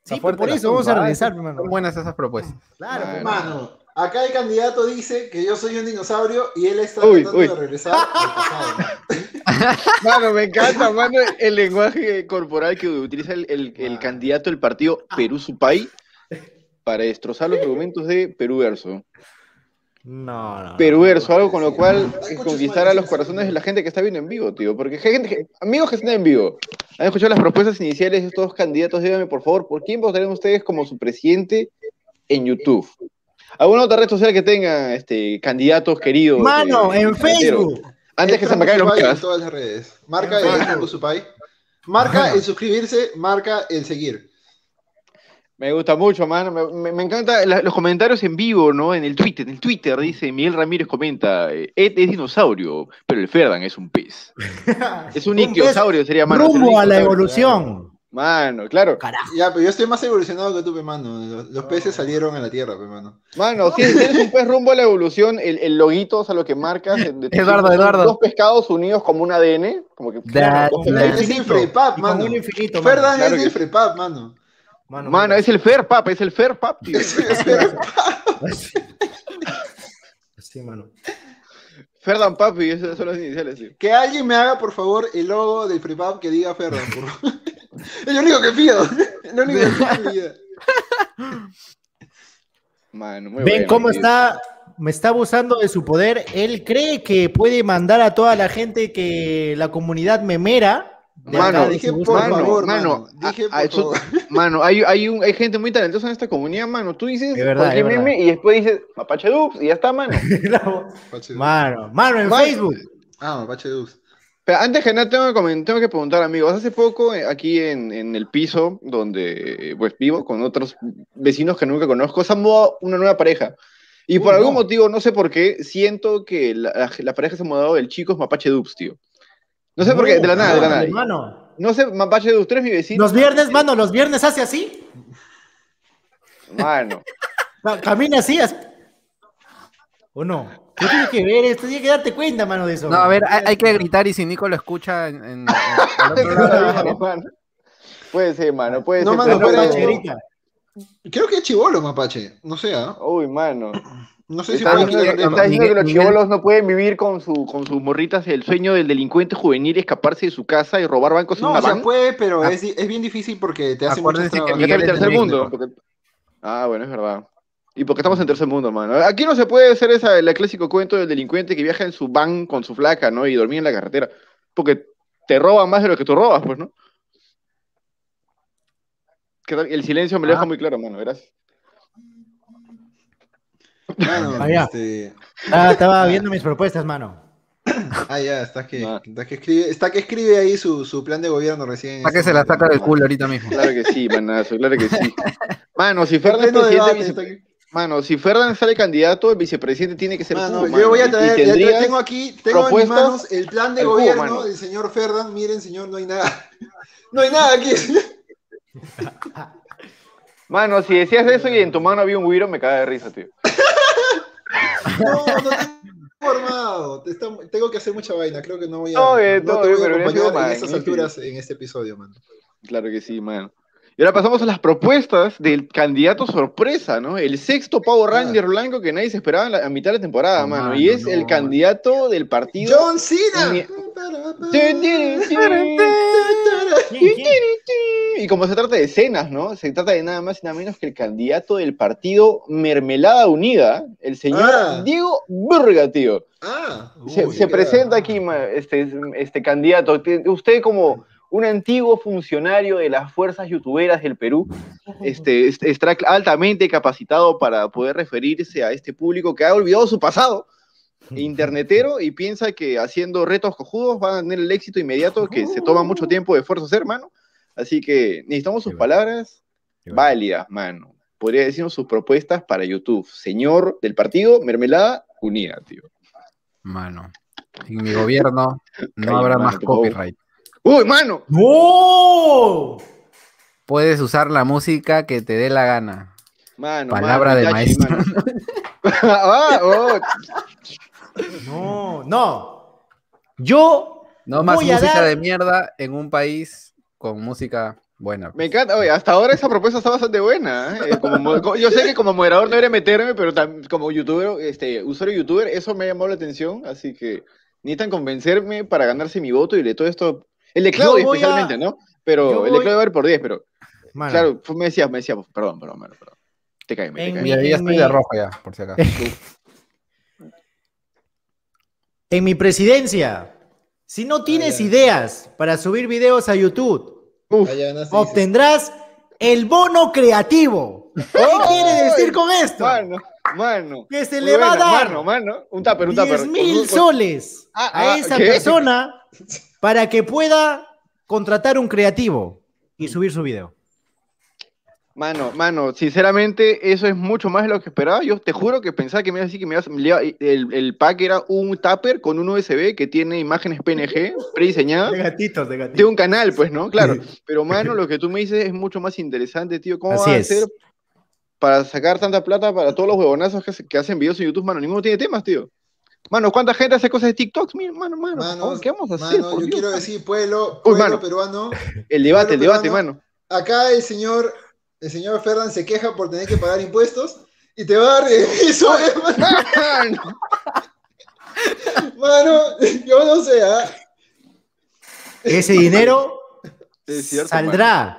B: Sí,
D: fuerte
B: por
D: la
B: eso vamos a
D: tumba, ¿eh?
B: regresar, mano.
D: Son buenas esas propuestas.
B: Claro,
A: Mano.
B: mano.
C: Mano, acá el candidato dice que yo soy un dinosaurio y él está
A: Uy,
C: tratando
A: uy.
C: de regresar al pasado. mano.
A: Mano, me encanta, mano, el lenguaje corporal que utiliza el, el- el
C: Mano.
A: candidato del partido Perú Supay. para destrozar los argumentos de Peruverso.
B: No, Ah, no.
A: Peruverso, algo con lo cual es conquistar a los corazones de la gente que está viendo en vivo, tío. Porque hay gente, que- amigos que están en vivo, han escuchado las propuestas iniciales de estos candidatos. Díganme, por favor, ¿por quién votarían ustedes como su presidente en YouTube? ¿Alguna otra red social que tengan este, candidatos queridos?
B: Mano,
A: eh,
B: en
A: candidateros?
B: Facebook.
A: Antes que se me
C: Entra
A: caigan los
C: Kusupai en
A: pegas.
C: todas las redes. Marca el
B: Ajá.
C: Entra Kusupai. Marca
B: Ajá.
C: el suscribirse, marca el seguir.
A: Me gusta mucho, mano. Me, me- me encantan la- los comentarios en vivo, ¿no? En el Twitter. En el Twitter dice Miguel Ramírez comenta, eh, Ed es dinosaurio, pero el Ferdan es un pez. Es un
B: Un pez
A: ictiosaurio, sería mano. es un
B: Rumbo a la
A: ictiosaurio.
B: evolución.
A: Mano, claro.
C: Ya, pero yo estoy más evolucionado que tú, pe mano. Los, los
A: Oh.
C: peces salieron a la tierra, pe mano.
A: Mano, si tienes un pez rumbo a la evolución, el, el loguito, o sea, lo que marcas. de- de-
D: Eduardo, Eduardo.
A: Dos pescados unidos como un ADN. Como que.
D: That's
A: dos
B: Con
D: Claro.
B: un
A: pescados.
C: Es
B: infinito.
C: Infrepap,
B: Y con
C: mano.
B: un infinito, mano.
C: Ferdan
A: claro
C: es
A: que
C: del
A: sí.
C: Frepap, mano.
B: Mano,
A: Mano,
B: mira.
A: es el Fer, pap, es el Fer, pap, tío.
B: Pues Sí, mano.
A: Ferdan, papi, esas son las iniciales, tío.
C: Que alguien me haga, por favor, el logo del Frepap que diga Ferdan, por favor. Es lo único que pido. Es lo único que pido en mi vida.
A: Mano, muy
B: Ven
A: bueno,
B: cómo
A: tío.
B: está, me está abusando de su poder. Él cree que puede mandar a toda la gente que la comunidad memera. de
A: Mano,
B: acá de
C: dije,
B: Cebú-
C: por
A: mano,
C: favor,
A: mano,
C: mano. Dije,
A: a-
C: por
A: a eso-
C: favor.
A: Mano, hay, hay, un, hay gente muy talentosa en esta comunidad, mano. Tú dices
B: Es verdad,
A: cualquier
B: es verdad.
A: meme y después dices Mapache Dubs y ya está, mano.
B: mano, mano, en
A: Mano.
B: Facebook.
C: Ah, Mapache Dux.
A: Pero antes que nada, tengo que, comen- tengo que preguntar, amigos. Hace poco, eh, aquí en, en el piso donde eh, pues, vivo, con otros vecinos que nunca conozco, se han mudado una nueva pareja. Y por
B: Uy,
A: algún
B: no.
A: motivo, no sé por qué, siento que la, la- la pareja se ha mudado, el chico es Mapache Dubs, tío. No sé por qué, de la nada, de la nada.
B: Mano.
A: No sé, Mapache Dubs, tú eres mi vecino.
B: Los viernes, mano, los viernes hace así.
A: Mano.
B: Ca- Camina así. as- ¿O no? ¿Qué tiene que ver esto? Tienes que darte cuenta, mano, de eso.
D: No, a ver, hay, hay que gritar y si Nico lo escucha en, en- en- al otro lado,
A: Mano, mano. Puede ser, mano, puede
C: No,
A: ser.
C: mano,
A: pero-
C: fuera de-
B: Pacherita.
C: Creo que es chivolo, Mapache. No sé, ¿ah?
A: Uy, mano.
C: No sé si
A: Está
C: puedo
A: diciendo,
C: quitar
A: está
C: el
D: Miguel-
A: diciendo que los
D: Miguel-
A: chivolos no pueden vivir con, su, con sus morritas. El sueño del delincuente juvenil es escaparse de su casa y robar bancos en
C: No,
A: una
C: o sea,
A: van. Ah.
C: puede, pero es, di- es bien difícil porque te hace muchas
D: Acuérdense que
C: trabas.
A: Porque estamos en
D: Miguel es
A: tercer
D: del
A: mundo.
D: México.
A: porque- Ah, bueno, es verdad. Y porque estamos en tercer mundo, mano. Aquí no se puede hacer esa, el clásico cuento del delincuente que viaja en su van con su flaca, ¿no? Y dormir en la carretera. Porque te roban más de lo que tú robas, pues, ¿no? ¿Qué tal? El silencio me lo deja
D: Ah.
A: muy claro, mano. Gracias.
C: Mano,
B: Ah, ya.
C: este,
B: Ah, estaba viendo mis propuestas, mano.
C: ah, ya, está que,
A: Ah.
C: está que escribe, está que escribe ahí su, su plan de gobierno recién. este,
D: Está que se la saca del culo ahorita mismo.
A: Claro que sí, manazo, claro que sí. Mano, si
C: Está en
A: Ferdan es
C: pleno
A: presidente,
C: debate,
A: vice-
C: está que-
A: Mano, si Ferdan sale candidato, el vicepresidente tiene que ser
C: Mano,
A: tú,
C: yo
A: mano.
C: voy
A: Y
C: a traer, ya
A: tendrías-
C: tengo aquí, tengo en mis
A: propuestas
C: manos el plan de
A: al cubo,
C: gobierno
A: mano.
C: del señor Ferdan. Miren, señor, no hay nada. No hay nada aquí.
A: Mano, si decías eso y en tu mano había un guiro, me caga de risa, tío.
C: No, no tengo formado. Te está- tengo que hacer mucha vaina. Creo que no voy a,
A: No, eh, no,
C: te voy
A: eh,
C: a
A: pero hubiera sido
C: acompañar en estas
A: magnífico.
C: alturas en este episodio, mano.
A: Claro que sí, mano. Y ahora pasamos a las propuestas del candidato sorpresa, ¿no? El sexto Power Ranger blanco que nadie se esperaba en la- a mitad de temporada,
D: Ah,
A: mano.
D: mano,
A: y es
D: no,
A: el
D: mano.
A: candidato del partido.
C: John Cena.
A: Ni-
B: ¿Quién, quién?
A: Y como se trata de escenas, ¿no? Se trata de nada más y nada menos que el candidato del partido Mermelada Unida, el señor
C: Ah.
A: Diego Burga, tío.
C: Ah,
A: se,
B: Uy,
A: se
C: qué
A: presenta aquí ma- este, este candidato. Te- Usted como un antiguo funcionario de las fuerzas youtuberas del Perú, este, es- está altamente capacitado para poder referirse a este público que ha olvidado su pasado internetero y piensa que haciendo retos cojudos van a tener el éxito inmediato que se toma mucho tiempo de esfuerzo hacer, mano. Así que necesitamos sus
B: Qué bueno.
A: palabras
B: Qué bueno.
A: válidas, mano. Podría decirnos sus propuestas para YouTube. Señor del partido, mermelada, unida, tío.
D: Mano, en mi gobierno
A: Calla,
D: no habrá
A: mano,
D: más
A: por favor.
D: copyright.
A: ¡Uy, mano!
B: ¡No!
D: Puedes usar la música que te dé la gana.
A: Mano,
D: Palabra de
A: Itachi,
D: maestro.
A: mano. Ah, oh,
B: No, no. Yo,
D: No más
B: Voy a
D: música
B: dar-
D: de mierda en un país con música buena. pues.
A: me encanta. Oye, hasta ahora esa propuesta está bastante buena. ¿eh? Eh, como mo- co- yo sé que como moderador no debería meterme, pero tam- como youtuber, este, usuario youtuber, eso me ha llamado la atención. Así que necesitan convencerme para ganarse mi voto y de todo esto. El de Claudio
B: Yo voy a-
A: especialmente, ¿no? Pero
B: yo
A: el de
B: voy-
A: Claudio va a ir por 10, pero pues
B: mano,
A: claro, fue- me decías, me decías, perdón, perdón, mano, perdón. Te cae, te
B: En
A: cae.
B: mi-
D: Ya, ya estoy de rojo ya, por si acaso.
B: En mi presidencia, si no tienes
C: ya.
B: ideas para subir videos a YouTube,
A: Uf,
C: Ah, ya ganaste, dice.
B: obtendrás el bono creativo. ¿Qué quiere decir con esto?
A: mano, mano.
B: Que se
A: Muy
B: le va a
A: buena,
B: dar
A: Mano, mano. Un tupper, un tupper.
B: 10 mil
A: Con-
B: soles
A: Ah,
B: a
A: ah,
B: esa
A: ¿qué?
B: persona para que pueda contratar un creativo y subir su video.
A: Mano, mano, sinceramente, eso es mucho más de lo que esperaba. Yo te juro que pensaba que me iba a decir que me ibas- le iba- el, el pack era un tupper con un USB que tiene imágenes PNG prediseñadas
B: gatitos, de
A: ¿Ah? de un canal, pues, ¿no? Claro. Pero, mano, lo que tú me dices es mucho más interesante, tío. ¿Cómo
B: Así
A: vas a
B: es.
A: hacer para sacar tanta plata para todos los huevonazos que, hace- que hacen videos en YouTube, mano? Ninguno tiene temas, tío. Mano, ¿cuánta gente hace cosas de TikTok? Mira, mano, mano, por
C: Manos,
A: favor, ¿qué vamos a hacer?
C: Mano,
A: por
C: yo
A: Dios?
C: quiero decir, pueblo,
A: Uy,
C: pueblo
A: mano.
C: peruano.
A: El debate, el
C: Pueblo
A: debate,
C: peruano.
A: mano.
C: Acá el señor, el señor Ferdan se queja por tener que pagar impuestos y te va a dar regreso, eh, mano.
A: Mano,
C: Mano, yo no sé, ¿ah?
B: Ese dinero
A: es cierto,
B: saldrá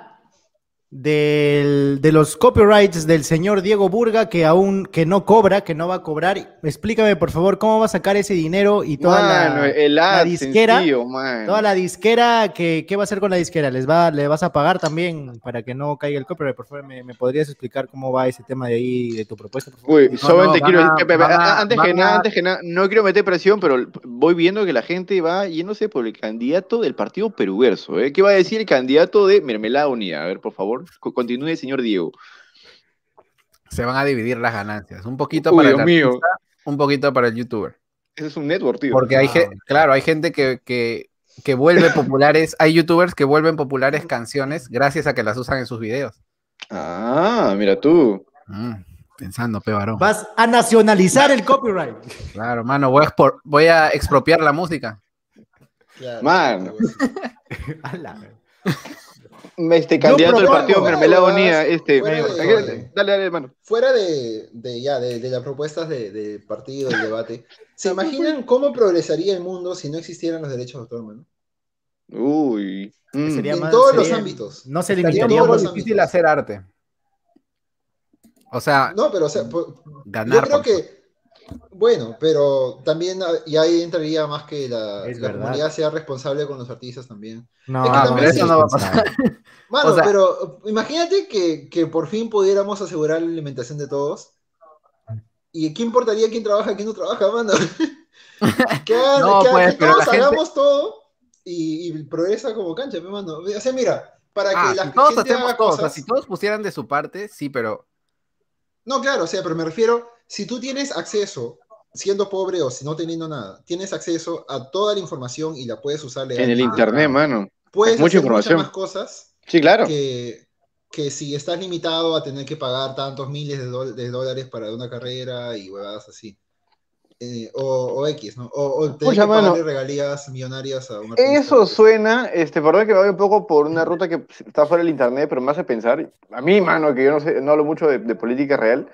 B: del- de los copyrights del señor Diego Burga que aún que no cobra, que no va a cobrar. Explícame por favor cómo va a sacar ese dinero y toda
A: Mano,
B: la
A: el AdSense,
B: disquera,
A: tío, mano.
B: toda la disquera que qué va a hacer con la disquera. Les va le vas a pagar también para que no caiga el copyright. Por favor, me, me podrías explicar cómo va ese tema de ahí de tu propuesta. por favor?
A: Uy,
D: No,
A: solamente
D: no,
A: quiero.
D: van a-
A: eh, pe- pe-
D: van a-
A: antes
D: van
A: que nada,
D: a-
A: antes que nada, no quiero meter presión, pero voy viendo que la gente va yéndose por el candidato del partido perverso. ¿eh? ¿Qué va a decir el candidato de Mermelada Unida? A ver, por favor, co- continúe, señor Diego.
D: Se van a dividir las ganancias. Un poquito
A: Uy,
D: para el
A: Dios mío.
D: artista, un poquito para el youtuber.
A: Ese es un network, tío.
D: Porque hay gente, claro, hay gente que, que, que vuelve populares, hay youtubers que vuelven populares canciones gracias a que las usan en sus videos.
A: Ah, mira tú.
D: Mm, pensando, pe varón.
B: Vas a nacionalizar el copyright.
D: Claro, mano, voy a, expor- voy a expropiar la música.
C: Claro,
A: Mano.
B: Ala.
A: Este candidato del
B: propongo-
A: partido
C: Fuera de
A: Mermelada
C: huevadas,
A: Unida, este.
C: fuera
B: de-
A: Dale, dale, hermano.
C: Fuera de, de ya, de, de las propuestas de, de partido, del debate, ¿se
A: pues,
C: imaginan cómo progresaría el mundo si no existieran los derechos de autor, mano?
A: Uy. Mm.
B: Sería
C: En
B: más-
C: todos
B: sería-
C: los ámbitos.
B: No se
C: Estaría
D: Sería
C: Limitaríamos
D: muy
C: los
B: limitaríamos.
D: difícil
C: ámbitos.
D: hacer arte. O sea,
C: No, pero o sea, po- yo
D: ganar.
C: creo
D: por-
C: que, bueno, pero también ah, y ahí entraría más que la,
B: Es
C: la
B: verdad.
C: comunidad sea responsable con los artistas también.
B: No,
C: Es que
B: no,
C: también
B: es
C: eso
D: no va a
B: impensable.
C: Mano,
D: O sea-
C: pero eh, imagínate que, que por fin pudiéramos asegurar la alimentación de todos. ¿Y qué importaría quién trabaja, quién no trabaja, mano? que hagan-
D: No,
C: que,
D: pues,
C: que
D: pero
C: todos
D: la gente-
C: hagamos todo y, y progresa como cancha, mi mano. O sea, mira, para
D: Ah,
C: que la
D: si todos
C: gente
D: hacemos
C: haga
D: cosas,
C: cosas.
D: si todos pusieran de su parte, sí, pero
C: No, claro, o sea, pero me refiero, si tú tienes acceso, siendo pobre o si no teniendo nada, tienes acceso a toda la información y la puedes usar
A: En el
C: legalmente.
A: internet, mano.
C: Puedes
A: mucha
C: hacer
A: información.
C: muchas más cosas.
A: Sí, claro.
C: que, que si estás limitado a tener que pagar tantos miles de, dol- de dólares para una carrera y huevadas así. Eh, o, o X, ¿no? O, o tener
A: Pucha,
C: que pagarle
A: mano.
C: regalías millonarias a un artista.
A: Eso suena, este, perdón que me voy un poco por una ruta que está fuera del internet, pero me hace pensar, a mí, mano, que yo no, sé, no hablo mucho de, de política real,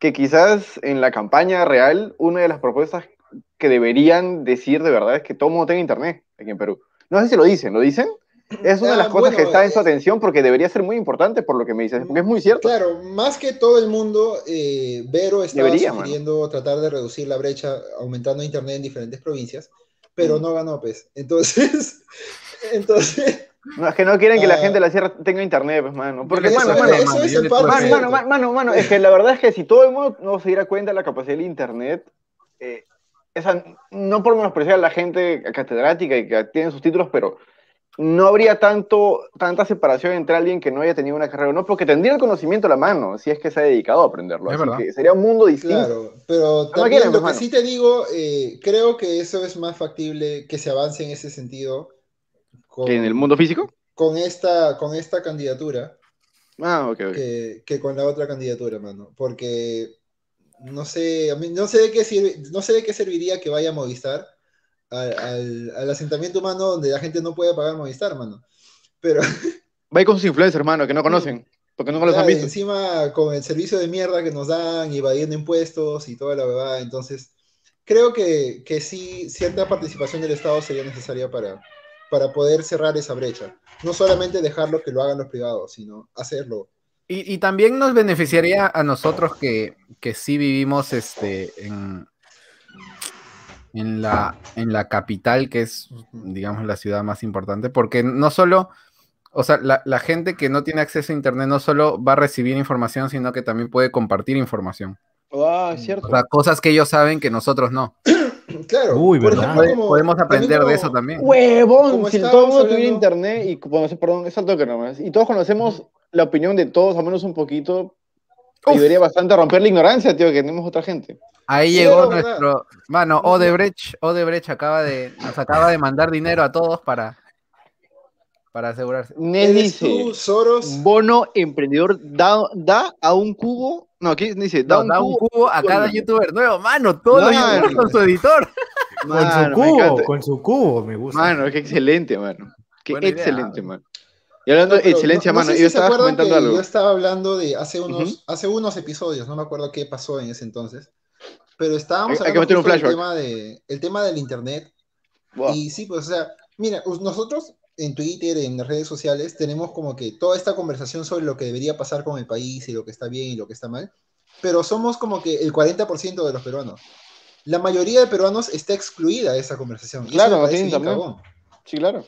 A: que quizás en la campaña real una de las propuestas que deberían decir de verdad es que todo mundo tenga internet aquí en Perú. No sé si lo dicen, ¿lo dicen? Es una de
C: Ah,
A: las cosas
C: bueno,
A: que está en su
C: eh,
A: atención porque debería ser muy importante por lo que me dices, porque es muy cierto.
C: Claro, más que todo el mundo, eh, Vero estaba
A: Debería,
C: sugiriendo tratar de reducir la brecha aumentando internet en diferentes provincias, pero
A: Mm.
C: no ganó, pues. Entonces, entonces
A: No, es que no quieren que la
C: Ah.
A: gente de la sierra tenga internet, pues, mano. Porque,
C: eso,
A: mano,
C: es-
A: mano,
C: eso
D: mano,
C: es
D: yo
C: el
D: le
C: pan
D: puedo-
A: Mano,
C: perfecto.
A: mano, mano, mano, mano, es que la verdad es que si todo el mundo no se diera cuenta de la capacidad del internet, eh, esa, no por menospreciar a la gente catedrática y que tiene sus títulos, pero no habría tanto, tanta separación entre alguien que no haya tenido una carrera o no, porque tendría el conocimiento a la mano, si es que se ha dedicado a aprenderlo.
D: Es
A: Así
D: verdad.
A: que sería un mundo distinto.
C: Claro, pero
A: No
C: también
A: quieren,
C: lo que
A: hermano.
C: sí te digo, eh, creo que eso es más factible que se avance en ese sentido con,
A: ¿Que en el mundo físico?
C: con esta, con esta candidatura
A: Ah, ok, ok.
C: que, que con la otra candidatura, mano. Porque no sé, a mí no sé de qué sirve, no sé de qué serviría que vaya a Movistar al, al- al asentamiento humano donde la gente no puede pagar Movistar, mano. Pero
A: Va ahí con sus influencers, hermano, que no conocen, porque nunca los
C: Claro,
A: han
C: y
A: visto.
C: encima con el servicio de mierda que nos dan, evadiendo impuestos y toda la verdad, entonces creo que, que sí, cierta participación del Estado sería necesaria para, para poder cerrar esa brecha. No solamente dejarlo que lo hagan los privados, sino hacerlo
D: Y, y también nos beneficiaría a nosotros que, que sí vivimos este, en, en, la, en la capital, que es, digamos, la ciudad más importante, porque no solo, o sea, la, la gente que no tiene acceso a Internet no solo va a recibir información, sino que también puede compartir información.
A: Ah, es
D: O
A: cierto.
D: sea, cosas que ellos saben que nosotros no.
C: Claro.
B: Uy,
C: por
B: ¿verdad?
C: ejemplo,
D: Puede-
C: como-
D: Podemos
C: también
D: aprender
C: como-
D: de eso también.
A: Huevón,
C: Como
A: si todo el
C: estábamos
A: mundo tuviera
C: hablando-
A: internet y, bueno, perdón, es alto que nomás, y todos conocemos la opinión de todos, al menos un poquito,
D: Uf.
A: ayudaría bastante a romper la ignorancia, tío, que tenemos otra gente.
D: Ahí
C: Sí,
D: llegó
C: es verdad.
D: nuestro. Mano, Odebrecht, Odebrecht acaba de, nos acaba de mandar dinero a todos para, para asegurarse.
A: Ned
C: ¿Eres tú,
A: dice,
C: Soros?
E: Bono emprendedor da, da a un cubo. No, aquí dice, da,
D: No,
E: un,
D: da
E: cubo.
D: un cubo a cada
E: Mano.
D: youtuber nuevo. Mano, todos los
A: Mano.
D: youtubers con su editor.
B: Con su
A: Mano, me
B: cubo,
A: encanta.
B: con su cubo, me gusta.
A: Mano, qué excelente, mano. Qué
D: Buena idea.
A: excelente, mano. Y hablando
C: No,
A: de
C: pero
A: excelencia,
C: no- no
A: mano,
C: sé si
A: yo
C: se
A: estaba
C: acuerdan
A: comentando
C: que
A: algo.
C: Yo estaba hablando de hace unos,
A: Ujú.
C: hace unos episodios, no me acuerdo qué pasó en ese entonces. Pero estábamos
A: Hay- hay que
C: hablando
A: meter un
C: justo del
A: flashback.
C: tema, de, el tema del internet.
A: Buah.
C: Y sí, pues, o sea, mira, us- nosotros en Twitter, en las redes sociales, tenemos como que toda esta conversación sobre lo que debería pasar con el país y lo que está bien y lo que está mal. Pero somos como que el 40% de los peruanos. La mayoría de peruanos está excluida de esa conversación. y eso
A: Claro,
C: me parece
A: sí,
C: bien
A: también.
C: cagón.
A: Sí, claro.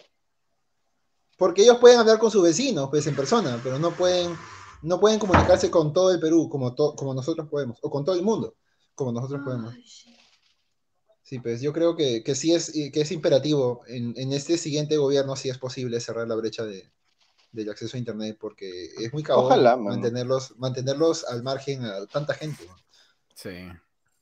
C: Porque ellos pueden hablar con sus vecinos, pues en persona, pero no pueden, no pueden comunicarse con todo el Perú como, to- como nosotros podemos, o con todo el mundo, como nosotros
A: Ah.
C: podemos. Sí, pues yo creo que, que sí es, y que es imperativo en, en este siguiente gobierno, si es posible cerrar la brecha de, del acceso a Internet, porque es muy cabrón
A: Ojalá, mano.
C: mantenerlos, mantenerlos al margen a tanta gente. ¿no?
D: Sí.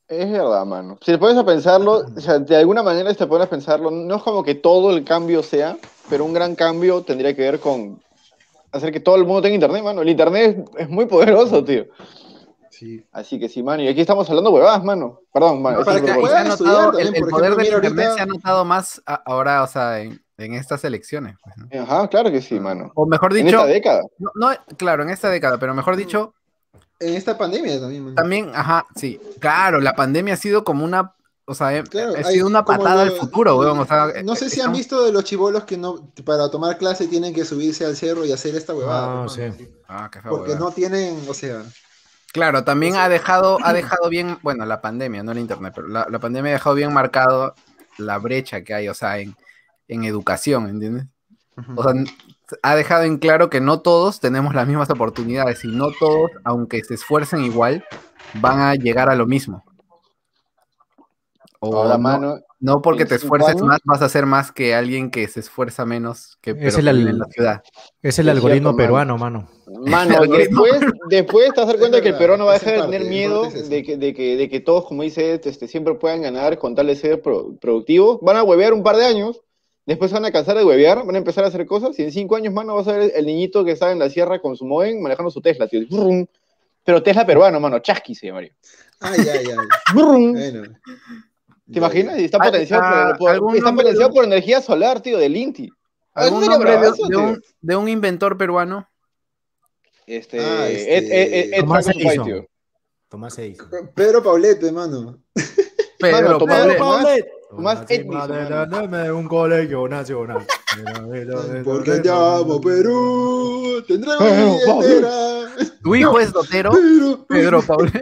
A: Es verdad, mano. Si te pones a pensarlo, o sea, de alguna manera si te pones a pensarlo, no es como que todo el cambio sea, pero un gran cambio tendría que ver con hacer que todo el mundo tenga internet, mano. El internet es, es muy poderoso, tío.
C: Sí.
A: Así que sí, mano. Y aquí estamos hablando huevadas, mano. Perdón, mano.
C: No,
A: ese es
C: para
A: un
C: que
A: propósito.
D: Se ha
C: puedan estudiar
D: notado-
C: también,
D: el, el
C: por
D: poder
C: ejemplo,
D: del
C: mira,
D: internet
C: ahorita-
D: se ha notado más a- ahora, o sea, en, en estas elecciones. pues, ¿no?
A: Ajá, claro que sí, mano.
D: O mejor
A: En
D: dicho,
A: esta década.
D: no, no, claro, en esta década, pero mejor dicho,
C: En esta pandemia también. man.
D: también, ajá, sí, claro, la pandemia ha sido como una, o sea, em, he-
C: Claro,
D: ha
C: hay-
D: sido una
C: como
D: patada
C: lo-
D: al futuro, weón. O sea, eh,
C: No sé si
D: estamos-
C: han visto de los chivolos que no para tomar clase tienen que subirse al cerro y hacer esta huevada.
B: Ah,
C: pues, mano,
B: sí.
C: sí.
D: Ah, qué feo,
C: Porque
D: weón.
C: no tienen, o sea,
D: Claro, también ha dejado, ha dejado bien, bueno, la pandemia, no el internet, pero la, la pandemia ha dejado bien marcado la brecha que hay, o sea, en, en educación, ¿entiendes? O sea, n- ha dejado en claro que no todos tenemos las mismas oportunidades y no todos, aunque se esfuercen igual, van a llegar a lo mismo. O
A: Ahora,
D: no,
A: mano.
D: no porque te
A: ¿tienes cinco
D: esfuerces
A: años?
D: más vas a ser más que alguien que se esfuerza menos que pero
B: Es el
D: que vive
B: al-
D: en la ciudad.
B: Es el
A: Es
B: algoritmo
A: cierto,
B: peruano, mano.
A: Mano, después, después te vas a dar
C: Es
A: cuenta que el
C: verdad,
A: peruano va a
C: es
A: dejar de
C: en parte,
A: tener
C: en
A: miedo
C: parte es eso.
A: de que, de, que, de que todos, como dice Ed, este, siempre puedan ganar con tal de ser pro- productivos. Van a huevear un par de años, después van a cansar de huevear, van a empezar a hacer cosas y en cinco años, mano, vas a ver el niñito que está en la sierra con su Moen manejando su Tesla, tío. Brum. Pero Tesla peruano, mano, chasqui se llamaría.
C: ah, ya, ya.
A: Brum.
C: Bueno.
A: ¿Te imaginas? Y está
D: Al-
A: potenciado,
D: ah,
A: por, por-
D: algún
A: está
D: nombre de
A: potenciado
D: un-
A: por energía solar, tío, del Inti. Ah,
D: ¿Algún
A: sería
D: nombre de,
A: bravazo,
D: de
A: tío.
D: un, de un inventor peruano?
A: Este,
C: Ah, este-
A: Ed- Ed- Ed- Ed
B: Tomás
A: Frankenstein,
B: Edison.
A: tío.
B: Tomás Edison.
C: Pedro Pauleto, hermano.
D: Pedro,
A: Tomás-
D: Pablo-
A: Tomás- Tomás
B: Una cima
A: Edison,
B: de la
A: mano.
B: nave, un colegio nacional.
C: Porque te amo, Perú. Tendré
A: Pedro
C: una billetera.
D: tu hijo es dotero,
C: Pero,
D: Pedro Pablo.